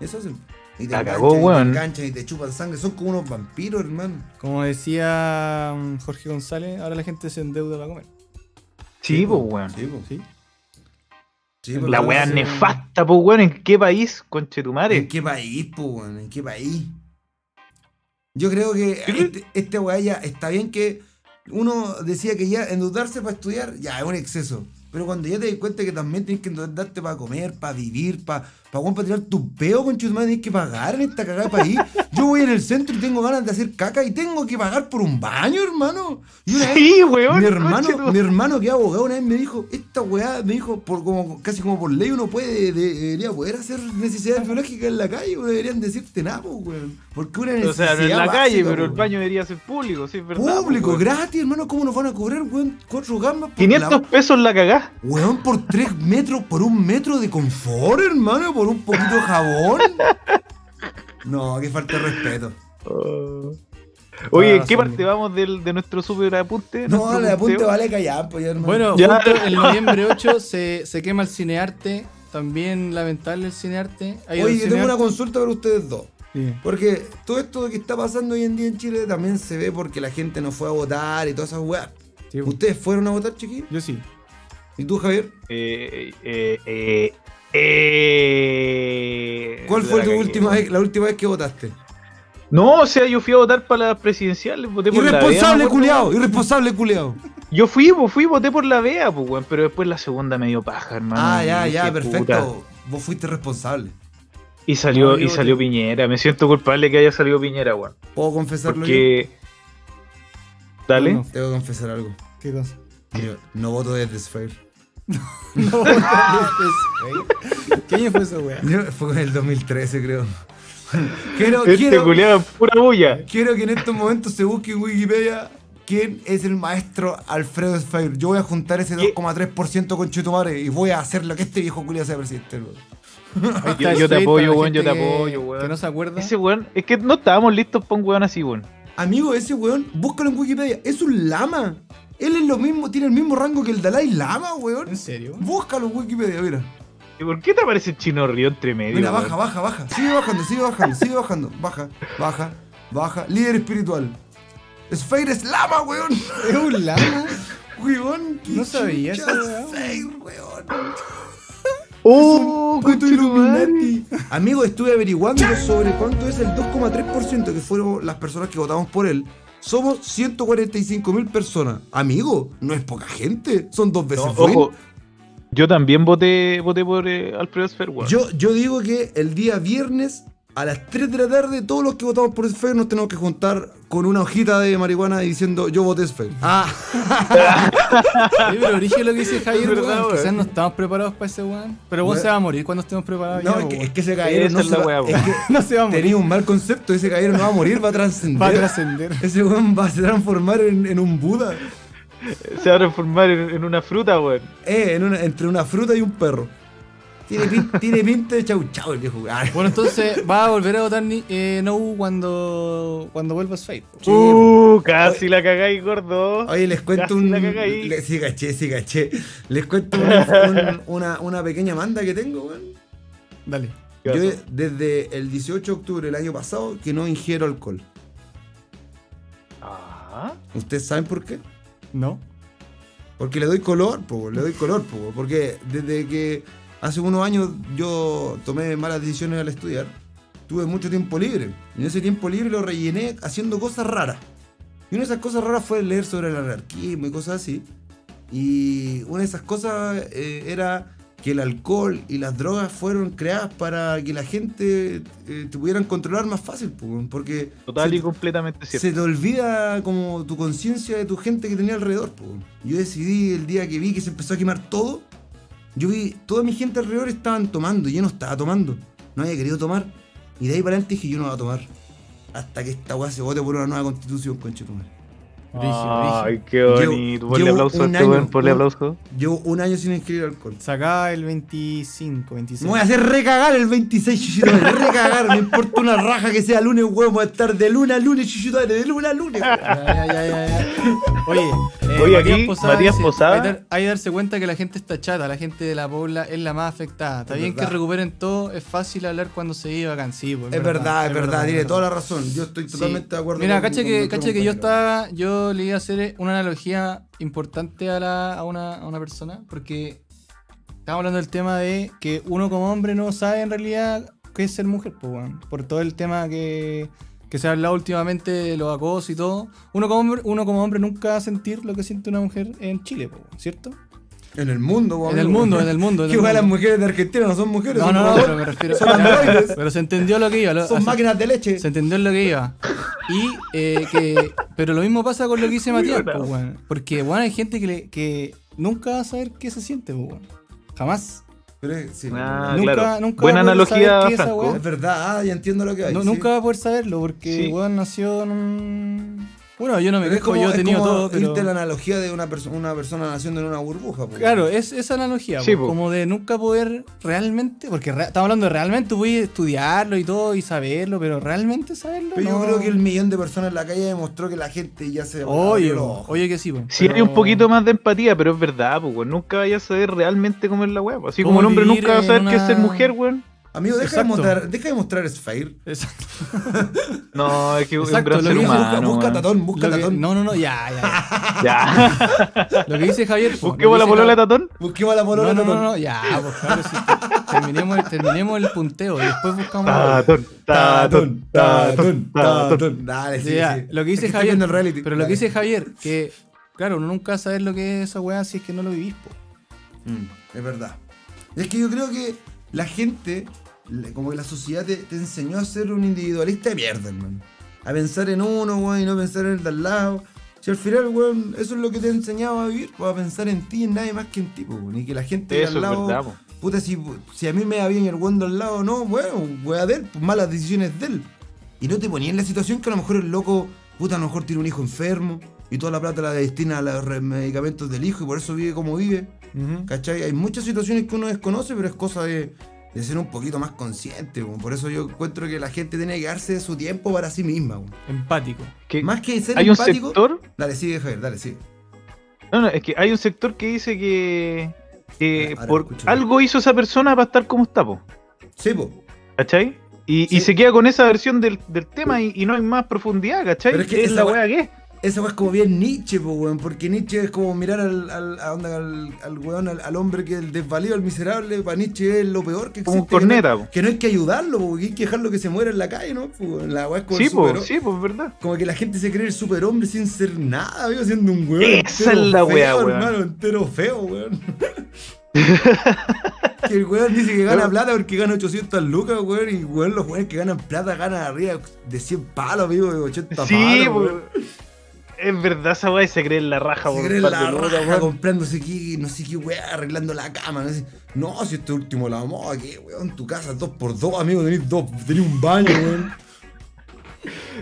D: Eso hacen. Y te
C: La
D: enganchan,
C: cagó,
D: y te
C: weón.
D: enganchan y te chupan sangre. Son como unos vampiros, hermano.
A: Como decía mm, Jorge González, ahora la gente se endeuda para comer.
C: Sí, pues, weón.
D: Sí, po.
A: ¿sí?
D: Sí, po,
C: La
D: entonces,
C: weá
A: sí,
C: nefasta, pues, weón. ¿En qué país, conchetumare?
D: ¿En qué país, po, weón? ¿En qué país? Yo creo que este, este weá ya está bien que uno decía que ya endeudarse para estudiar ya es un exceso. Pero cuando ya te das cuenta que también tienes que endeudarte para comer, para vivir, para pa, weón, pa tirar tu peo con chusma, tienes que pagar en esta cagada de país. Yo voy en el centro y tengo ganas de hacer caca y tengo que pagar por un baño, hermano. Y una vez-
C: Sí, weón.
D: mi hermano,
C: conchetum-
D: mi hermano que es abogado una vez me dijo, esta weá me dijo, por como, casi como por ley uno puede, de- debería poder hacer necesidades biológicas en la calle, no deberían decirte nada, po, weón. Porque una
C: O
D: necesidad
C: sea, no en la
D: básica,
C: calle,
D: po,
C: pero el
D: weón.
C: baño debería ser público, sí, es verdad. po,
D: Público,
C: weón.
D: gratis, hermano, ¿cómo nos van a cobrar, weón? Cuatro gambas por
C: 500
D: la-
C: pesos la cagá.
D: Weón, por tres metros, por un metro de confort, hermano, por un poquito de jabón. No, que falta de respeto.
C: Oye,
D: Oh.
A: Ah,
C: ¿en qué
A: sí,
C: parte
A: mira.
C: vamos del, de nuestro super apunte?
D: No,
C: Nuestro
D: la punta
C: punteo.
D: vale callar, pues ya, hermano.
A: Bueno,
C: Ya.
A: justo el noviembre 8 se, se quema el cinearte. También lamentable el cinearte. Ha ido
D: Oye,
A: el
D: yo tengo una
A: Cinearte.
D: consulta para ustedes dos.
A: Sí.
D: Porque todo esto que está pasando hoy en día en Chile también se ve porque la gente no fue a votar y todas esas weas.
A: Sí, bueno.
D: ¿Ustedes fueron a votar, chiquillos?
A: Yo sí.
D: ¿Y tú, Javier?
C: Eh, eh, eh, eh,
D: ¿Cuál
C: la
D: fue tu
C: cagué,
D: última
C: weón.
D: vez, la última vez que votaste?
C: No, o sea, yo fui a votar para las presidenciales, voté por la VEA.
D: Irresponsable,
C: me acuerdo.
D: culiao. Irresponsable, culiao.
C: Yo fui, pues, fui, voté por la VEA, pues, weón, pero después la segunda me dio paja, hermano.
D: Ah, ya,
C: Dije,
D: ya,
C: puta.
D: perfecto. Vos fuiste responsable.
C: Y salió,
D: No, yo
C: y salió Piñera, me siento culpable que haya salido Piñera, weón.
D: ¿Puedo confesarlo
C: Porque. Dale.
A: No, no.
D: yo? Tengo que confesar algo.
A: ¿Qué cosa?
D: Yo no voto desde Sphere.
A: No, ¿Qué año fue esa weá?
D: Yo- Fue en el 2013, creo. Quiero,
C: Este
D: quiero,
C: culiado es pura bulla.
D: quiero que en estos momentos se busque en Wikipedia quién es el maestro Alfredo Sphere. Yo voy a juntar ese
C: ¿Qué?
D: 2,3% con Chetumare y voy a hacer lo que este viejo culiao sea presidente. weón.
A: Ahí está
C: Yo-
A: el
C: yo te
A: tweet
C: apoyo,
A: para la
C: weón, yo te
A: gente que-
C: apoyo, weón.
A: Que no se acuerda.
C: Ese weón, es que no estábamos listos para un weón así, weón.
D: Amigo, ese weón, búscalo en Wikipedia. Es un lama. Él es lo mismo, tiene el mismo rango que el Dalai Lama, weón.
A: ¿En serio?
D: Búscalo en Wikipedia, mira.
C: ¿Y por qué te aparece el chino río entre medio?
D: Mira,
C: weón?
D: baja, baja, baja. Sigue bajando, sigue bajando, sigue bajando. Baja, baja, baja. Líder espiritual. Sphere es lama, weón.
A: ¿Es un lama?
D: Weón, qué
A: No sabía
D: chucha
A: esa weá,
D: Sphere, weón.
C: ¡Oh!
D: Puto
C: conchetumare.
D: Illuminati. Amigo, estuve averiguando sobre cuánto es el 2,3% que fueron las personas que votamos por él. Somos 145 mil personas. Amigo, no es poca gente. Son dos veces.
C: No,
D: Fuin.
C: ojo, yo también voté, voté por eh, Alfredo Sfer, weón.
D: Yo, yo digo que el día viernes a las 3 de la tarde todos los que votamos por Sfer nos tenemos que juntar con una hojita de marihuana diciendo yo voté Sfer.
A: Ah. Oye, pero origen lo que dice Javier,
C: Es verdad,
A: weón.
C: weón.
A: Quizás no estamos preparados para ese weón. Pero vos
D: Weón.
A: se va a morir cuando estemos preparados.
D: No,
A: Ah, ya, pues,
D: es que,
A: weón.
D: es que ese caballero
C: Esa
D: no
C: es la
D: se va-
C: wea, pues.
D: es que
A: no se va a morir.
D: tenía un mal concepto, ese caballero no va a morir, va a trascender.
A: Va a trascender.
D: Ese weón va a se transformar en, en un Buda.
C: Se va a transformar en, en una fruta, weón.
D: Eh, en una- entre una fruta y un perro. Tiene, pin- tiene pinta de chau chau el viejo. Ah,
A: Bueno, entonces va a volver a votar ni- eh, No cuando, cuando vuelva Fate.
D: sí.
C: ¡Uh! Casi la cagáis, gordo.
D: Oye, les cuento
C: Casi
D: un.
C: la cagáis.
D: le- sí, caché, sí, caché. Les cuento un- un- una, una pequeña manda que tengo, weón.
A: Dale.
C: ¿Qué
D: Yo
C: pasó?
D: desde el 18 de octubre del año pasado que no ingiero alcohol.
C: Ah,
D: ¿Ustedes saben por qué?
A: No.
D: Porque le doy color, po, le doy color, po, porque desde que hace unos años yo tomé malas decisiones al estudiar, tuve mucho tiempo libre. Y en ese tiempo libre lo rellené haciendo cosas raras. Y una de esas cosas raras fue leer sobre el anarquismo y cosas así. Y una de esas cosas eh, era que el alcohol y las drogas fueron creadas para que la gente eh, te pudieran controlar más fácil, po, porque
C: total
D: se-
C: y completamente cierto.
D: se te olvida como tu conciencia de tu gente que tenía alrededor. po. Yo decidí el día que vi que se empezó a quemar todo, yo vi toda mi gente alrededor estaban tomando y yo no estaba tomando. No había querido tomar. Y de ahí para adelante dije yo no voy a tomar. Hasta que esta weá se vote por una nueva constitución, conchetumare.
C: Ay, qué
D: Llevo-
C: bonito. Ponle
D: llevo
C: aplauso a
D: un
C: este weón,
D: año,
C: ponle
D: un-
C: aplauso.
D: Llevo un año sin inscribir alcohol.
A: Sacá el 25, 26.
D: Me voy a hacer recagar el 26, chichito. Recagar, me importa una raja que sea lunes, huevo. Voy a estar de luna a lunes, chichito. De luna a lunes.
A: Ya, ya, ya, ya, ya. Oye, eh,
C: Oye, aquí, Matías
A: dice,
C: Posada.
A: Hay, dar- hay que darse cuenta que la gente está chata, la gente de la Pobla es la más afectada. Está
D: Es
A: bien
D: verdad.
A: que recuperen todo, es fácil hablar cuando se iba a Sí, pues,
D: Es verdad, es verdad, tiene
A: es
D: toda
A: verdad.
D: la razón. Yo estoy totalmente
A: Sí.
D: de acuerdo.
A: Mira,
D: con-
A: caché
D: con
A: que,
D: nuestro
A: caché que yo
D: compañero.
A: estaba. Yo le iba a hacer eh, una analogía importante a, la- a una, a una persona, porque estábamos hablando del tema de que uno como hombre no sabe en realidad qué es ser mujer, pues, weón. por todo el tema que, que se ha hablado últimamente de los acosos y todo. Uno como hombre, uno como hombre nunca va a sentir lo que siente una mujer en Chile, pues, weón, ¿cierto?
D: En el mundo, weón.
A: En el mundo, en el mundo. en
D: Que
A: el
D: igual las
A: mundo.
D: mujeres de Argentina no son mujeres.
A: No,
D: son
A: no, no,
D: robots,
A: pero me refiero.
D: Son androides.
A: Pero se entendió lo que iba. lo-
D: Son
A: así-
D: máquinas de leche.
A: Se entendió en lo que iba. Y eh, que. Pero lo mismo pasa con lo que dice Matías,
C: Muy bravo.
A: pues, weón. Porque, bueno, hay gente que, le- que nunca va a saber qué se siente, pues, weón. Jamás.
D: Pero es- sí,
C: Ah,
A: Nunca-
C: claro.
A: nunca
C: Buena
A: voy a
C: analogía,
A: saber qué es esa
C: Franco.
A: weá.
D: Es verdad, ah, ya entiendo lo que hay.
A: No-
D: sí.
A: Nunca va a poder saberlo porque,
C: Sí.
A: weón, nació en un. Bueno, yo no me
D: Pero es
A: quejo,
D: como,
A: yo he
D: es
A: tenido
D: como
A: todo. pero-
D: irte a la analogía de una, perso- una persona naciendo en una burbuja. pues. po.
A: Claro, es esa analogía,
C: Sí,
A: pues,
C: po.
A: como de nunca poder realmente, porque re- estamos hablando de realmente, tú puedes estudiarlo y todo y saberlo, pero realmente saberlo.
D: Pero yo
A: no.
D: creo que el millón de personas en la calle demostró que la gente ya se.
A: Oye,
D: abrió los ojos.
A: oye que sí, pues.
C: Si hay
A: pero-
C: un poquito más de empatía, pero es verdad, pues, weón. Nunca vayas a saber realmente cómo es la weá. po. Así
A: ¿Cómo
C: como un hombre
A: vivir
C: nunca va a
A: en
C: saber qué es ser
A: una-
C: mujer, weón.
D: Amigo, deja de
A: Exacto.
D: mostrar, deja de mostrar Sphere.
A: Exacto.
C: No, es que es un
A: Exacto,
C: gran
A: lo
C: ser
A: que hizo-
C: humano.
D: busca, busca
C: weón.
D: tatón, busca
A: Lo que-
D: tatón.
A: no, no, no, ya, ya.
C: Ya.
A: ya. Lo que dice Javier. po, lo que
C: Busquemos la
A: dice
C: polola de
A: Javier-
C: tatón.
D: Busquemos la
A: No,
D: polola
A: no,
D: tatón.
A: no, no, ya, pues claro, sí. Terminemos, el- terminemos el punteo y después buscamos.
D: Ah,
A: la-
C: Tatón, tatón, tatón, tatón.
D: Dale, sí,
A: Ya,
D: sí.
A: Lo que dice
D: Es estoy
A: Javier.
D: viendo el reality.
A: Pero lo que
D: Dale.
A: dice Javier, que claro, uno nunca sabe lo que es esa weá si es que no lo vivís, po.
D: Mm, es verdad. Es que yo creo que la gente, la- como que la sociedad te, te enseñó a ser un individualista de mierda, hermano. A pensar en uno, weón, y no pensar en el de al lado. Si al final, weón, eso es lo que te enseñaba a vivir, pues a pensar en ti y en nadie más que en ti, po, weón. Y que la gente de
C: Eso
D: al
C: es
D: lado.
C: verdad, po.
D: puta, si, si a mí me va bien y el weón de al lado, no, bueno, weá de él, pues malas decisiones de él. Y no te ponía en la situación que a lo mejor el loco, puta, a lo mejor tiene un hijo enfermo y toda la plata la destina a los re- medicamentos del hijo y por eso vive como vive. ¿Cachai? Hay muchas situaciones que uno desconoce, pero es cosa de, de ser un poquito más consciente. weón. Por eso yo encuentro que la gente tiene que darse su tiempo para sí misma. weón.
A: Empático.
C: Que
D: Más que ser
C: hay un
D: empático.
C: sector.
D: Dale, sigue, Javier, dale, sigue.
C: No, no, es que hay un sector que dice que. que
D: Ahora, ahora
C: por
D: escucho.
C: algo hizo esa persona para estar como está, po.
D: Sí, po.
C: ¿Cachai? Y, y
D: Sí.
C: se queda con esa versión del, del tema y, y no hay más profundidad, ¿cachai?
D: Pero es que
C: es
D: esa
C: la
D: wea-
C: wea que es.
D: Esa weá es como bien Nietzsche, po, weón, porque Nietzsche es como mirar al, al, a onda, al, al weón, al, al hombre que el desvalido, al miserable, para Nietzsche es lo peor que existe.
C: Como un
D: que no-
C: corneta,
D: Que no,
C: po.
D: hay que ayudarlo, po, porque hay que dejarlo que se muera en la calle, ¿no? po, weón? la weá es como,
C: Sí,
D: el
C: po,
D: superhom-
C: sí, po, es verdad.
D: como que la gente se cree el superhombre sin ser nada, amigo, siendo un weón.
C: Esa
D: entero
C: es la weá,
D: feo,
C: weón.
D: hermano, entero feo, weón. que el weón dice que gana plata porque gana 800 lucas, weón, y weón, los weones que ganan plata ganan arriba de 100 palos, amigo, de 80
C: Sí,
D: palos,
C: po.
D: weón.
C: Es verdad, esa wea se cree en la raja,
D: Se
C: por
D: cree
C: un par
D: la
C: de
D: raja
C: lucas, weón.
D: comprándose aquí, no sé qué weá, arreglando la cama. No, sé. No, si este último la moda, qué weón, tu casa dos por dos, amigo, tenés dos, tenés un baño, weón.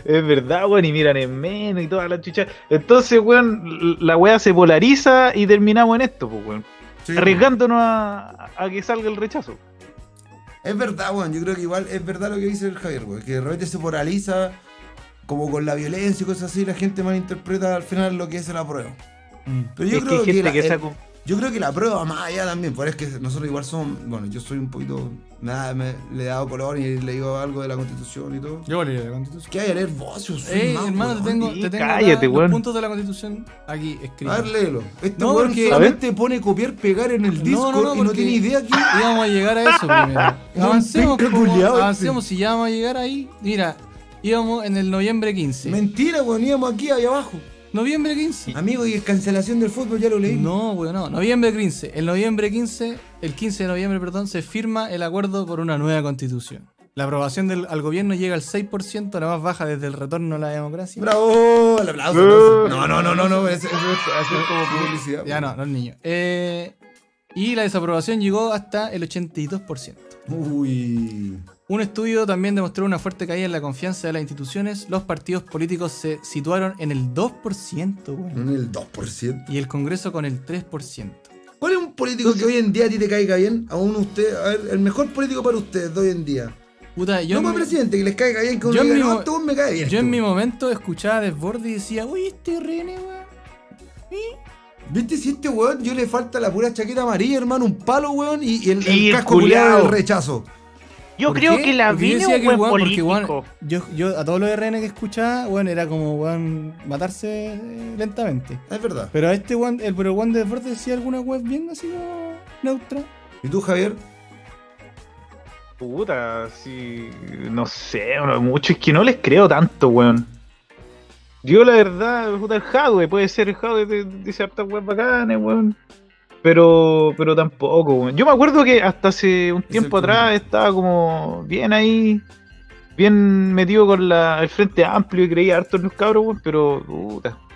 C: Es verdad, weón, y miran en menos y toda la chucha. Entonces, weón, l- la weá se polariza y terminamos en esto, pues, weón.
D: Sí,
C: Arriesgándonos a, a que salga el rechazo.
D: Es verdad, weón, yo creo que igual es verdad lo que dice el Javier, weón, que de repente se polariza como con la violencia y cosas así, la gente malinterpreta al final lo que es la prueba. Pero yo
C: Mm. es que
D: creo
C: hay
D: que,
C: gente
D: la,
C: que
D: el-
C: sacó.
D: yo creo que la prueba más allá también, por es que nosotros igual somos, bueno, yo soy un poquito, nada, me- le he dado color y le digo algo de la constitución y todo.
A: Yo leí la constitución.
D: ¿Qué hay a leer vos? Yo soy
A: Ey,
D: más,
A: hermano,
D: weón.
A: te tengo,
C: Sí,
A: te tengo
C: cállate,
A: acá los
C: weón.
A: puntos de la constitución aquí escritos.
D: A ver, léelo. Este
A: No,
D: weón
A: porque-
D: solamente pone copiar, pegar en el
A: No, no,
D: disco
A: no,
D: y no
A: porque- Ah,
D: tiene idea que.
A: Íbamos a llegar a eso primero. Avancemos,
D: Un
A: po,
D: culiao este.
A: avancemos y ya vamos a llegar ahí. Mira, íbamos en el noviembre 15.
D: Mentira, weón, íbamos aquí, ahí abajo.
A: Noviembre 15.
D: Amigo, y cancelación del fútbol ya lo leí.
A: No, weón, no. Noviembre 15. El noviembre 15, el 15 de noviembre, perdón, se firma el acuerdo por una nueva constitución. La aprobación del, al gobierno llega al 6%, la más baja desde el retorno a la democracia.
D: ¡Bravo! El aplauso.
C: Eh.
D: No, no, no, no, no. Eso es, eso es como publicidad.
A: Ya no, los niños. Eh, y la desaprobación llegó hasta el 82%.
D: Uy.
A: Un estudio también demostró una fuerte caída en la confianza de las instituciones. Los partidos políticos se situaron en el 2%, weón.
D: En el 2%.
A: Y el Congreso con el 3%.
D: ¿Cuál es un político que hoy en día a ti te caiga bien? Aún usted, a ver, el mejor político para ustedes de hoy en día.
A: Puta, yo,
D: no
A: en,
D: para
A: mi-
D: presidente, que les caiga bien, que uno
A: Yo en
D: diga,
A: mi
D: no,
A: mo-
D: este weón me cae bien.
A: yo en
D: este
A: mi
D: weón.
A: momento escuchaba a Desbordes y decía, uy, este René, weón.
D: ¿Viste si este weón yo le falta la pura chaqueta amarilla, hermano? Un palo, weón, y, y el,
C: Sí,
D: el
C: el
D: casco culiado
C: culiao.
D: del rechazo.
E: Yo
A: ¿Por
E: creo
A: qué?
E: que la
A: Porque yo
E: vine
A: decía
E: un buen
A: weón, porque,
E: político.
A: weón, yo, yo a todos los RN que escuchaba, weón, era como, weón, matarse eh, lentamente.
D: Es verdad.
A: Pero a este weón, el pero weón de Desbordes decía alguna weón bien así como neutra.
D: ¿Y tú, Javier?
C: Puta, sí. No sé, bueno, mucho. Es que no les creo tanto, weón. Yo, la verdad, puta, el hardware. Puede ser el hardware de, dice hartas weas bacanes, weón. Pero, pero tampoco, weón. Yo me acuerdo que hasta hace un tiempo
D: el
C: atrás estaba como bien ahí. Bien metido con la, el frente amplio y creía harto en los cabros, weón. Pero, puta.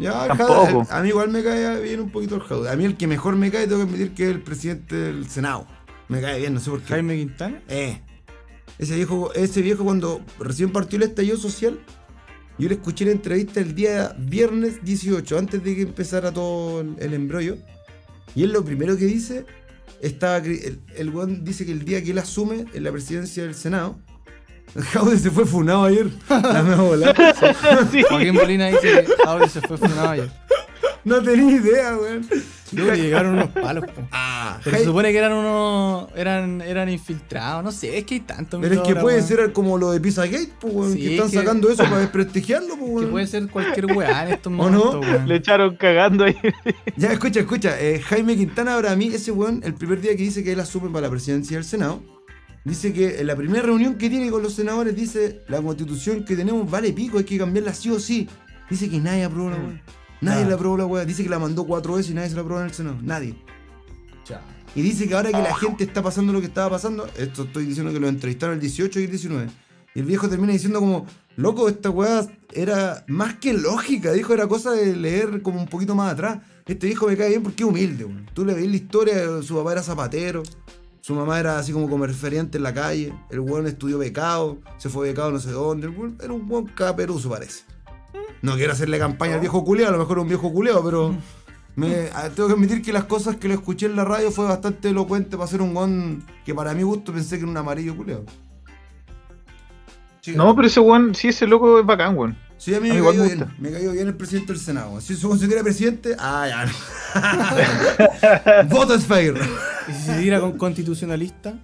D: Ya, el
C: Tampoco.
D: Jadwe- a mí igual me cae bien un poquito el Jadwe. A mí el que mejor me cae, tengo que admitir que es el presidente del Senado. Me cae bien, no sé por qué.
A: Jaime Quintana.
D: Eh. Ese viejo, ese viejo cuando recién partió el estallido social, yo le escuché la entrevista el día viernes 18, antes de que empezara todo el, el embrollo. Y él lo primero que dice, estaba, cri- el, el weón dice que el día que él asume en la presidencia del Senado, Jaude se fue funado ayer. La me volada.
C: sí.
A: Joaquín Molina dice que Audi se fue funado ayer.
D: No tenía idea, weón.
A: Creo que llegaron unos palos. po.
D: Ah,
A: Pero
D: Jai-
A: se supone que eran unos. eran, eran infiltrados, no sé, es que hay tanto.
D: pero es
A: mito
D: que
A: ahora,
D: puede
A: weón.
D: ser como lo de Pizza Gate, pues, weón,
A: Sí,
D: que están
A: que-
D: sacando eso para desprestigiarlo, pues,
A: Que
D: weón.
A: puede ser cualquier weá en estos
D: ¿O
A: momentos,
D: no?
A: weón.
C: Le echaron cagando ahí.
D: Ya, escucha, escucha. eh, Jaime Quintana, para mí, ese weón, el primer día que dice que él asume para la presidencia del Senado, dice que en la primera reunión que tiene con los senadores dice: La constitución que tenemos vale pico, hay que cambiarla sí o sí. Dice que nadie aprobó la weá. Nadie
A: Ah.
D: la aprobó la weá. Dice que la mandó cuatro veces y nadie se la aprobó en el Senado. Nadie.
A: Chao.
D: Y dice que ahora que la gente está pasando lo que estaba pasando, esto estoy diciendo que lo entrevistaron el 18 y el 19. Y el viejo termina diciendo como, loco, esta weá era más que lógica, dijo, era cosa de leer como un poquito más atrás. Este viejo me cae bien porque es humilde, weón. Tú le veis la historia, su papá era zapatero, su mamá era así como comerciante en la calle, el weón estudió becado, se fue becado no sé dónde, el weón era un weón caperuso parece. No quiero hacerle campaña al viejo culeado, a lo mejor era un viejo culeado, pero me, ah, tengo que admitir que las cosas que lo escuché en la radio fue bastante elocuente para ser un gon que para mi gusto pensé que era un amarillo culeado. Sí,
C: No, pero ese weón, sí, ese loco es bacán, weón.
D: sí, a mí
C: a
D: me,
C: mí igual
D: cayó
C: me
D: bien,
C: gusta.
D: me cayó bien el presidente del Senado. Si se considera presidente, ah, ya no. voto es fair.
A: ¿Y si se tira con constitucionalista?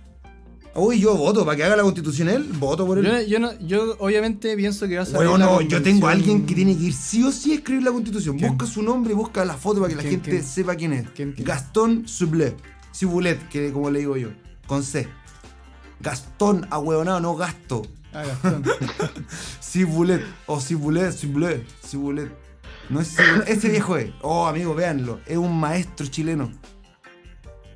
D: Uy, yo voto, para que haga la constitución él, voto por él.
A: Yo, yo, no, yo obviamente pienso que va a salir.
D: Bueno,
A: la
D: no, yo tengo a alguien que
A: convención-
D: tiene que ir sí o sí a escribir la constitución.
A: ¿Quién?
D: Busca su nombre y busca la foto para que la
A: ¿Quién,
D: gente
A: quién?
D: sepa quién es.
A: ¿Quién, quién?
D: Gastón Sublet. Sibulet, que como le digo yo. Con C. Gastón, ahueonado, no gasto.
A: Ah, Gastón.
D: Sibulet. O Sibulet, Sublet, Sibulet. No es Sibulet. Ese viejo es. Oh, amigo, véanlo. Es un maestro chileno.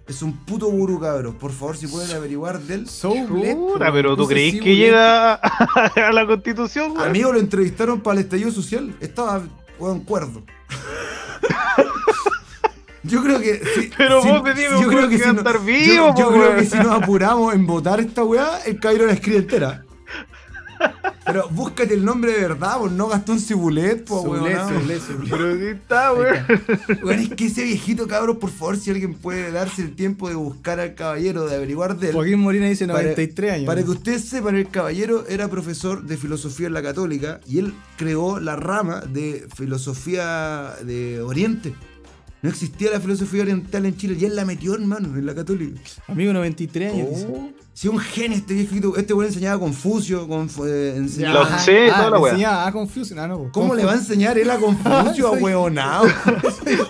D: Es un puto gurú, cabros. Por favor, si pueden averiguar de él.
A: Soulet,
C: Puta,
A: weón.
C: pero ¿tú
A: Puse
C: creís
A: Sibulet.
C: que llega a, a la constitución, weón?
D: Amigo, lo entrevistaron para el estallido social. Estaba, weón, cuerdo. Yo creo que. si-
C: Pero
D: si-
C: vos me digas, weón, que va a
D: no-
C: estar
D: yo-
C: vivo,
D: Yo,
C: po,
D: creo
C: weón.
D: que si nos apuramos en votar esta weá, el Cairo la escribe entera. Pero búscate el nombre de verdad, vos no Gastón Cibulet, po,
A: Soulet,
D: weón.
A: Soulet, Soulet.
C: Pero sí está, weón.
D: Weón, es que ese viejito, cabros, por favor, si alguien puede darse el tiempo de buscar al caballero, de averiguar de él.
A: Joaquín Morina dice
D: Para-
A: 93 años.
D: Para que ustedes sepan, el caballero era profesor de filosofía en la católica y él creó la rama de filosofía de Oriente. No existía la filosofía oriental en Chile y él la metió, hermano, en la católica. Oh.
A: Amigo, 93 años. dice.
D: Si un genio este viejito, este güey enseñaba a Confucio, conf- eh, enseñaba-
C: Lo
A: Ah,
C: sé, toda la
A: le
C: wea.
A: enseñaba a Confusion. Ah, no, po.
D: ¿Cómo
A: Confu-
D: le va a enseñar él a Confucio,
A: Soy-
D: huevonao?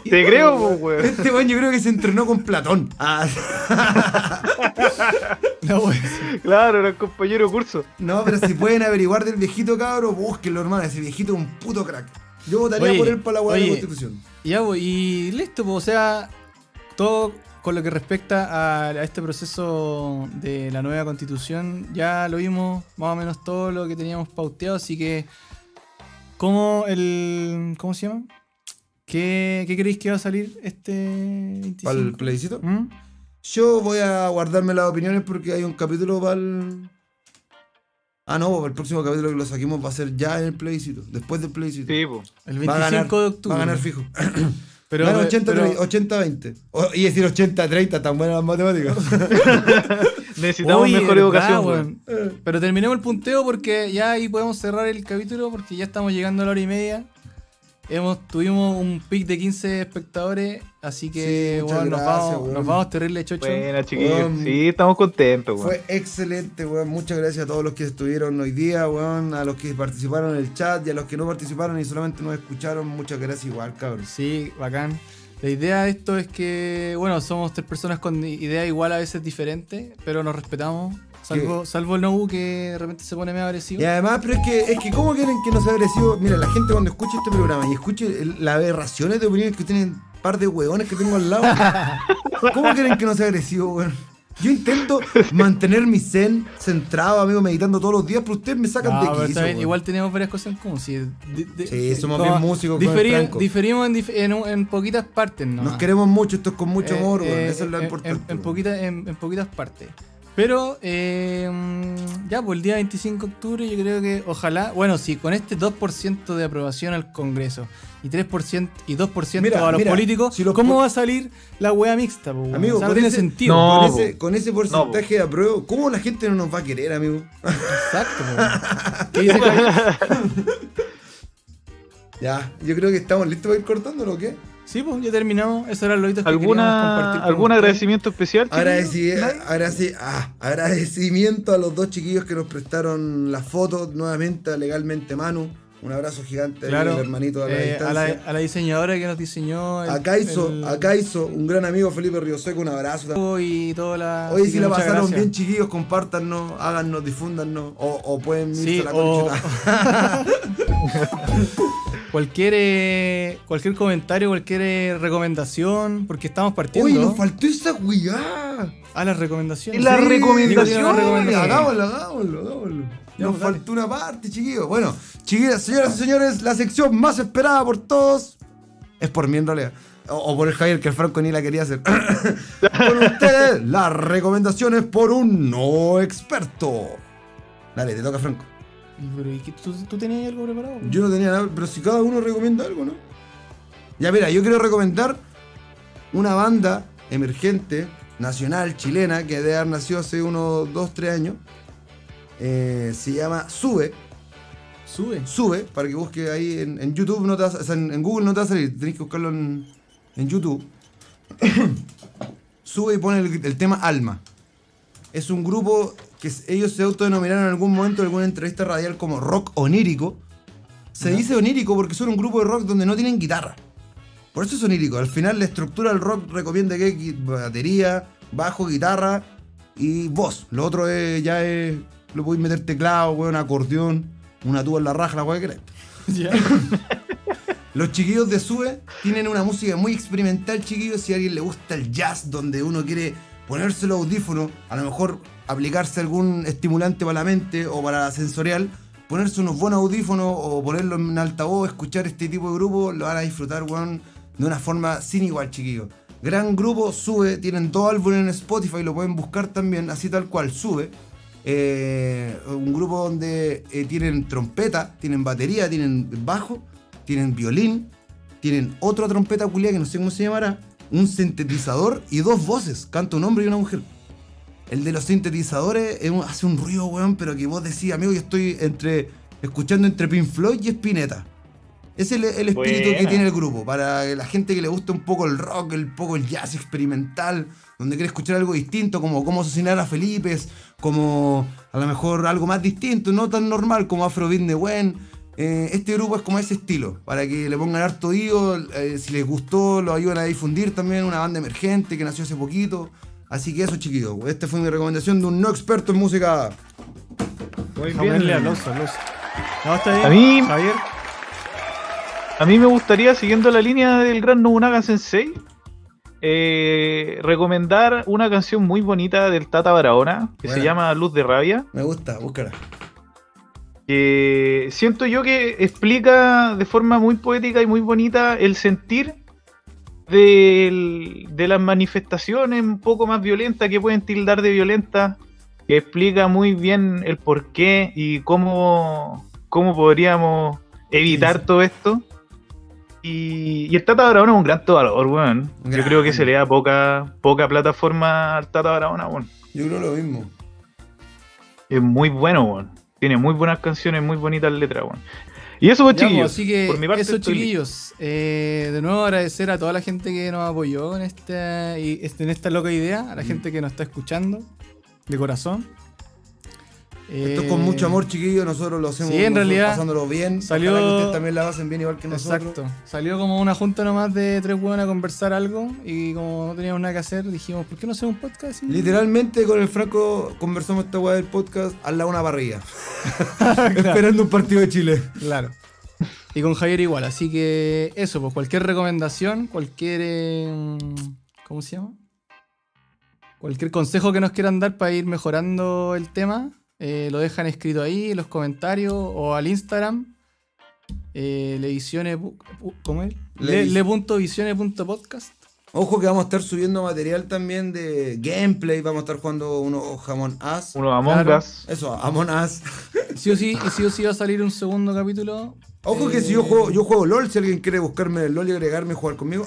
C: Te creo, po, weón.
D: Este güey yo creo que se entrenó con Platón. Ah,
A: La wea.
C: Claro, era el compañero de curso.
D: no, pero si pueden averiguar del viejito cabro, búsquenlo, hermano. Ese viejito es un puto crack. Yo votaría
A: Oye,
D: por él para la guardia de la
A: oye,
D: constitución.
A: Ya, pues, y listo, pues, o sea, todo con lo que respecta a, a este proceso de la nueva constitución, ya lo vimos más o menos todo lo que teníamos pauteado, así que, ¿cómo el... ¿cómo se llama? ¿Qué, qué creéis que va a salir este
D: ¿Para el
A: 25?
D: plebiscito?
A: ¿Mm?
D: Yo voy a guardarme las opiniones porque hay un capítulo para el. Ah, no, el próximo capítulo que lo saquemos va a ser ya en el plebiscito, después del plebiscito.
C: Sí, po.
A: El
D: Va
A: 25
D: a ganar,
A: de octubre.
D: Va a ganar fijo.
A: Pero, eh,
D: Gana
A: pero-
D: 80, 80-20. O- Y decir 80-30, tan buenas las matemáticas.
C: Necesitamos
A: Oye,
C: mejor
A: ¿verdad,
C: educación, weón.
A: weón? Pero terminemos el punteo porque ya ahí podemos cerrar el capítulo porque ya estamos llegando a la hora y media. Hemos, tuvimos un pic de 15 espectadores, así que
D: Sí, muchas
A: weón, nos,
D: gracias,
A: vamos,
D: weón.
A: nos vamos terrible chocho.
C: Buena, chiquillos.
D: Um,
C: sí, estamos contentos, weón.
D: Fue excelente, weón. Muchas gracias a todos los que estuvieron hoy día, weón. A los que participaron en el chat y a los que no participaron y solamente nos escucharon. Muchas gracias igual, cabrón.
A: Sí, bacán. La idea de esto es que, bueno, somos tres personas con ideas igual a veces diferentes, pero nos respetamos. Salvo, salvo el Nobu que de repente se pone medio agresivo.
D: Y además, pero es que, es que ¿cómo quieren que no sea agresivo? Mira, la gente cuando escuche este programa y escuche el- las aberraciones de opiniones que tienen un par de huevones que tengo al lado, ¿cómo quieren que no sea agresivo, weón? Yo intento mantener mi zen centrado, amigo, meditando todos los días, pero ustedes me sacan
A: Ah,
D: de
A: pero
D: quicio,
A: está bien,
D: weón.
A: igual tenemos varias cosas en común. Sí, de- de-
D: Sí, somos
A: como
D: bien músicos con el
A: diferi-
D: Franco.
A: Diferimos en, dif- en, un- en poquitas partes, ¿no?
D: Nos queremos mucho, esto es con mucho
A: Eh,
D: amor, weón.
A: eh,
D: Eso es lo
A: en-
D: importante.
A: En, en
D: weón.
A: poquita- en- en poquitas partes. Pero eh, mm, ya, pues el día 25 de octubre yo creo que ojalá, bueno, sí, con este 2% de aprobación al Congreso y 3% y 2%
D: Mira,
A: a los
D: mira,
A: políticos,
D: si los
A: ¿cómo
D: po-
A: va a salir la wea mixta? po, weón?
D: Amigo,
A: O sea, no
D: con
A: tiene
D: ese-
A: sentido.
C: No.
D: Con
C: po.
D: ese, con ese porcentaje de apruebo, ¿cómo la gente no nos va a querer, amigo?
A: Exacto. po, weón. ¿Qué dice Javier?
D: Ya, yo creo que estamos listos para ir cortándolo, ¿o qué?
A: Sí, pues ya terminamos. Esos eran los hitos que queríamos compartir
C: ¿Alguna,
A: con
C: ¿Algún
A: ustedes.
C: agradecimiento especial? chiquillos?
D: Agradeci-
C: ¿Nadie?
D: agradeci- ah, agradecimiento a los dos chiquillos que nos prestaron las fotos nuevamente, a legalmente Manu. Un abrazo gigante al
A: Claro,
D: este, hermanito a la
A: eh, a, la,
D: distancia.
A: a la diseñadora que nos diseñó. el-
D: A Caizo,
A: el-
D: a Caizo, un gran amigo Felipe Rioseco, un abrazo. también.
A: Y toda la.
D: Oye,
A: así
D: si
A: que
D: la
A: Ah, muchas
D: pasaron
A: gracias.
D: bien, chiquillos, compártanos, háganos, difúndanos. O, o pueden irse
A: Sí,
D: a la
A: o-
D: conchita.
A: Cualquier, eh, cualquier comentario, cualquier eh, recomendación, porque estamos
D: Oye,
A: partiendo
D: nos faltó esa weá.
A: a las recomendaciones.
C: Y la- Las recomendaciones.
A: Digo, las recomendaciones.
D: Hagámoslo, hagámoslo, hagámoslo.
A: Ya,
D: Nos
A: pues, dale.
D: faltó una parte, chiquillos. Bueno, chiquillas, señoras y señores, la sección más esperada por todos es por mí en realidad. O, o por el Javier, que el Franco ni la quería hacer. Con ustedes, las recomendaciones por un no experto. Dale, te toca, Franco.
A: Y, pero, ¿y qué- ¿Tú, tú tenías algo preparado?
D: Yo no tenía nada, pero si cada uno recomienda algo, ¿no? Ya, mira, yo quiero recomendar una banda emergente, nacional, chilena, que debe haber nacido hace unos 2, 3 años. Eh, se llama Sube,
A: Sube.
D: Sube, para que busque ahí en, en YouTube, no te vas- o sea, en, en Google no te va a salir, tenés que buscarlo en, en YouTube. Sube y pone el, el tema Alma. Es un grupo que s- ellos se autodenominaron en algún momento en alguna entrevista radial como rock onírico. Se dice onírico porque son un grupo de rock donde no tienen guitarra. Por eso es onírico. Al final la estructura del rock recomienda que hay gui- batería, bajo, guitarra y voz. Lo otro es, ya es, lo podéis meter teclado, weón, acordeón, una tuba en la raja, la weá que queráis.
A: Ya.
D: Los chiquillos de SUE tienen una música muy experimental, chiquillos. Si a alguien le gusta el jazz, donde uno quiere ponerse los audífonos, a lo mejor aplicarse algún estimulante para la mente o para la sensorial, ponerse unos buenos audífonos o ponerlo en altavoz, escuchar este tipo de grupo, lo van a disfrutar, weón, de una forma sin igual, chiquillos. Gran grupo, sube, tienen dos álbumes en Spotify, lo pueden buscar también, así tal cual, sube. Eh, un grupo donde eh, tienen trompeta, tienen batería, tienen bajo, tienen violín, tienen otra trompeta culia que no sé cómo se llamará, un sintetizador y dos voces, canta un hombre y una mujer. El de los sintetizadores es un- hace un ruido, weón, pero que vos decís, amigo, yo estoy entre escuchando entre Pink Floyd y Spinetta. Es el, el espíritu que
C: Buena.
D: tiene el grupo, para la gente que le gusta un poco el rock, el poco el jazz experimental, donde quiere escuchar algo distinto, como cómo asesinar a Felipe, como a lo mejor algo más distinto, no tan normal como Afrobeat de Wen. Eh, este grupo es como ese estilo, para que le pongan harto oído, eh, si les gustó lo ayudan a difundir también, una banda emergente que nació hace poquito. Así que eso chiquillos, esta fue mi recomendación de un no experto en música.
C: Muy
A: A ponerle
C: bien.
A: aplauso, aplauso. No, está bien.
C: A mí-
A: Javier.
C: A mí me gustaría, siguiendo la línea del gran Nobunaga Sensei, eh, recomendar una canción muy bonita del Tata Barahona, que
D: Buena.
C: se llama Luz de Rabia,
D: Me gusta, búscala.
C: que siento yo que explica de forma muy poética y muy bonita el sentir del- de las manifestaciones un poco más violentas que pueden tildar de violentas, que explica muy bien el por qué y cómo, cómo podríamos evitar todo esto. Y, y el Tata Barahona es un gran trovador, weón. Yo creo que se le da poca, poca plataforma al Tata Barahona, weón.
D: Yo creo lo mismo.
C: Es muy bueno, weón. Tiene muy buenas cancionnes, muy bonitas letras, weón. Y eso, pues,
A: Ya, pues,
C: chiquillos.
A: así que
C: por mi parte
A: eso,
C: estoy
A: chiquillos. Eh, de nuevo agradecer a toda la gente que nos apoyó en esta, y- este- en esta loca idea, a la gente que nos está escuchando, de corazón.
D: Esto es
A: Eh,
D: Pues con mucho amor, chiquillos. Nosotros lo hacemos
A: sí, en
D: nosotros
A: realidad,
D: pasándolo bien.
A: salió-
D: Ojalá que ustedes también la pasen bien igual que nosotros.
A: Exacto. Salió como una junta nomás de tres huevos a conversar algo y como no teníamos nada que hacer, dijimos, ¿por qué no hacemos un podcast? Y-
D: Literalmente con el Franco conversamos esta weá del podcast al lado de una parrilla. Esperando un partido de Chile.
A: Claro. Y con Javier igual, así que eso, pues cualquier recomendación, cualquier... eh, ¿Cómo se llama? Cualquier consejo que nos quieran dar para ir mejorando el tema, eh, lo dejan escrito ahí en los comentarios o al Instagram. Eh, levisiones pu- pu- ¿Cómo es? Le-
D: Levis-
A: Le.visione.podcast.
D: Ojo que vamos a estar subiendo material también de gameplay. Vamos a estar jugando unos jamón as.
C: Uno Among
A: Claro.
C: Us.
D: Eso, Among Us.
A: Sí o sí, y sí o sí va a salir un segundo capítulo.
D: Ojo que
A: Eh,
D: si yo juego, yo juego LOL, si alguien quiere buscarme el LOL y agregarme y jugar conmigo.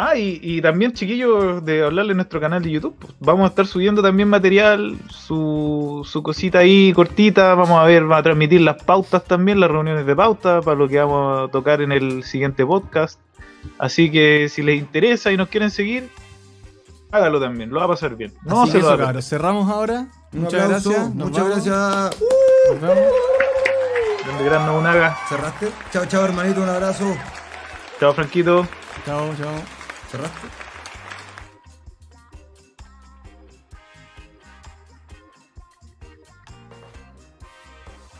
C: Ah, y, y también, chiquillos, de hablarle en nuestro canal de YouTube. pues, vamos a estar subiendo también material, su, su cosita ahí cortita. Vamos a ver, va a transmitir las pautas también, las reuniones de pauta, para lo que vamos a tocar en el siguiente podcast. Así que si les interesa y nos quieren seguir, hágalo también, lo va a pasar bien. No
A: Así
C: se
A: que
C: lo
A: eso,
C: va a perder.
A: cabros. Cerramos ahora.
D: Un
A: Muchas
D: aplauso,
A: gracias. nos
D: Muchas
A: vamos,
D: gracias.
A: nos vemos.
C: Grande gran Nobunaga.
D: ¿Cerraste? Chao, chao, hermanito. Un abrazo.
C: Chao, Franquito.
A: Chao, chao.
D: ¿Cerraste?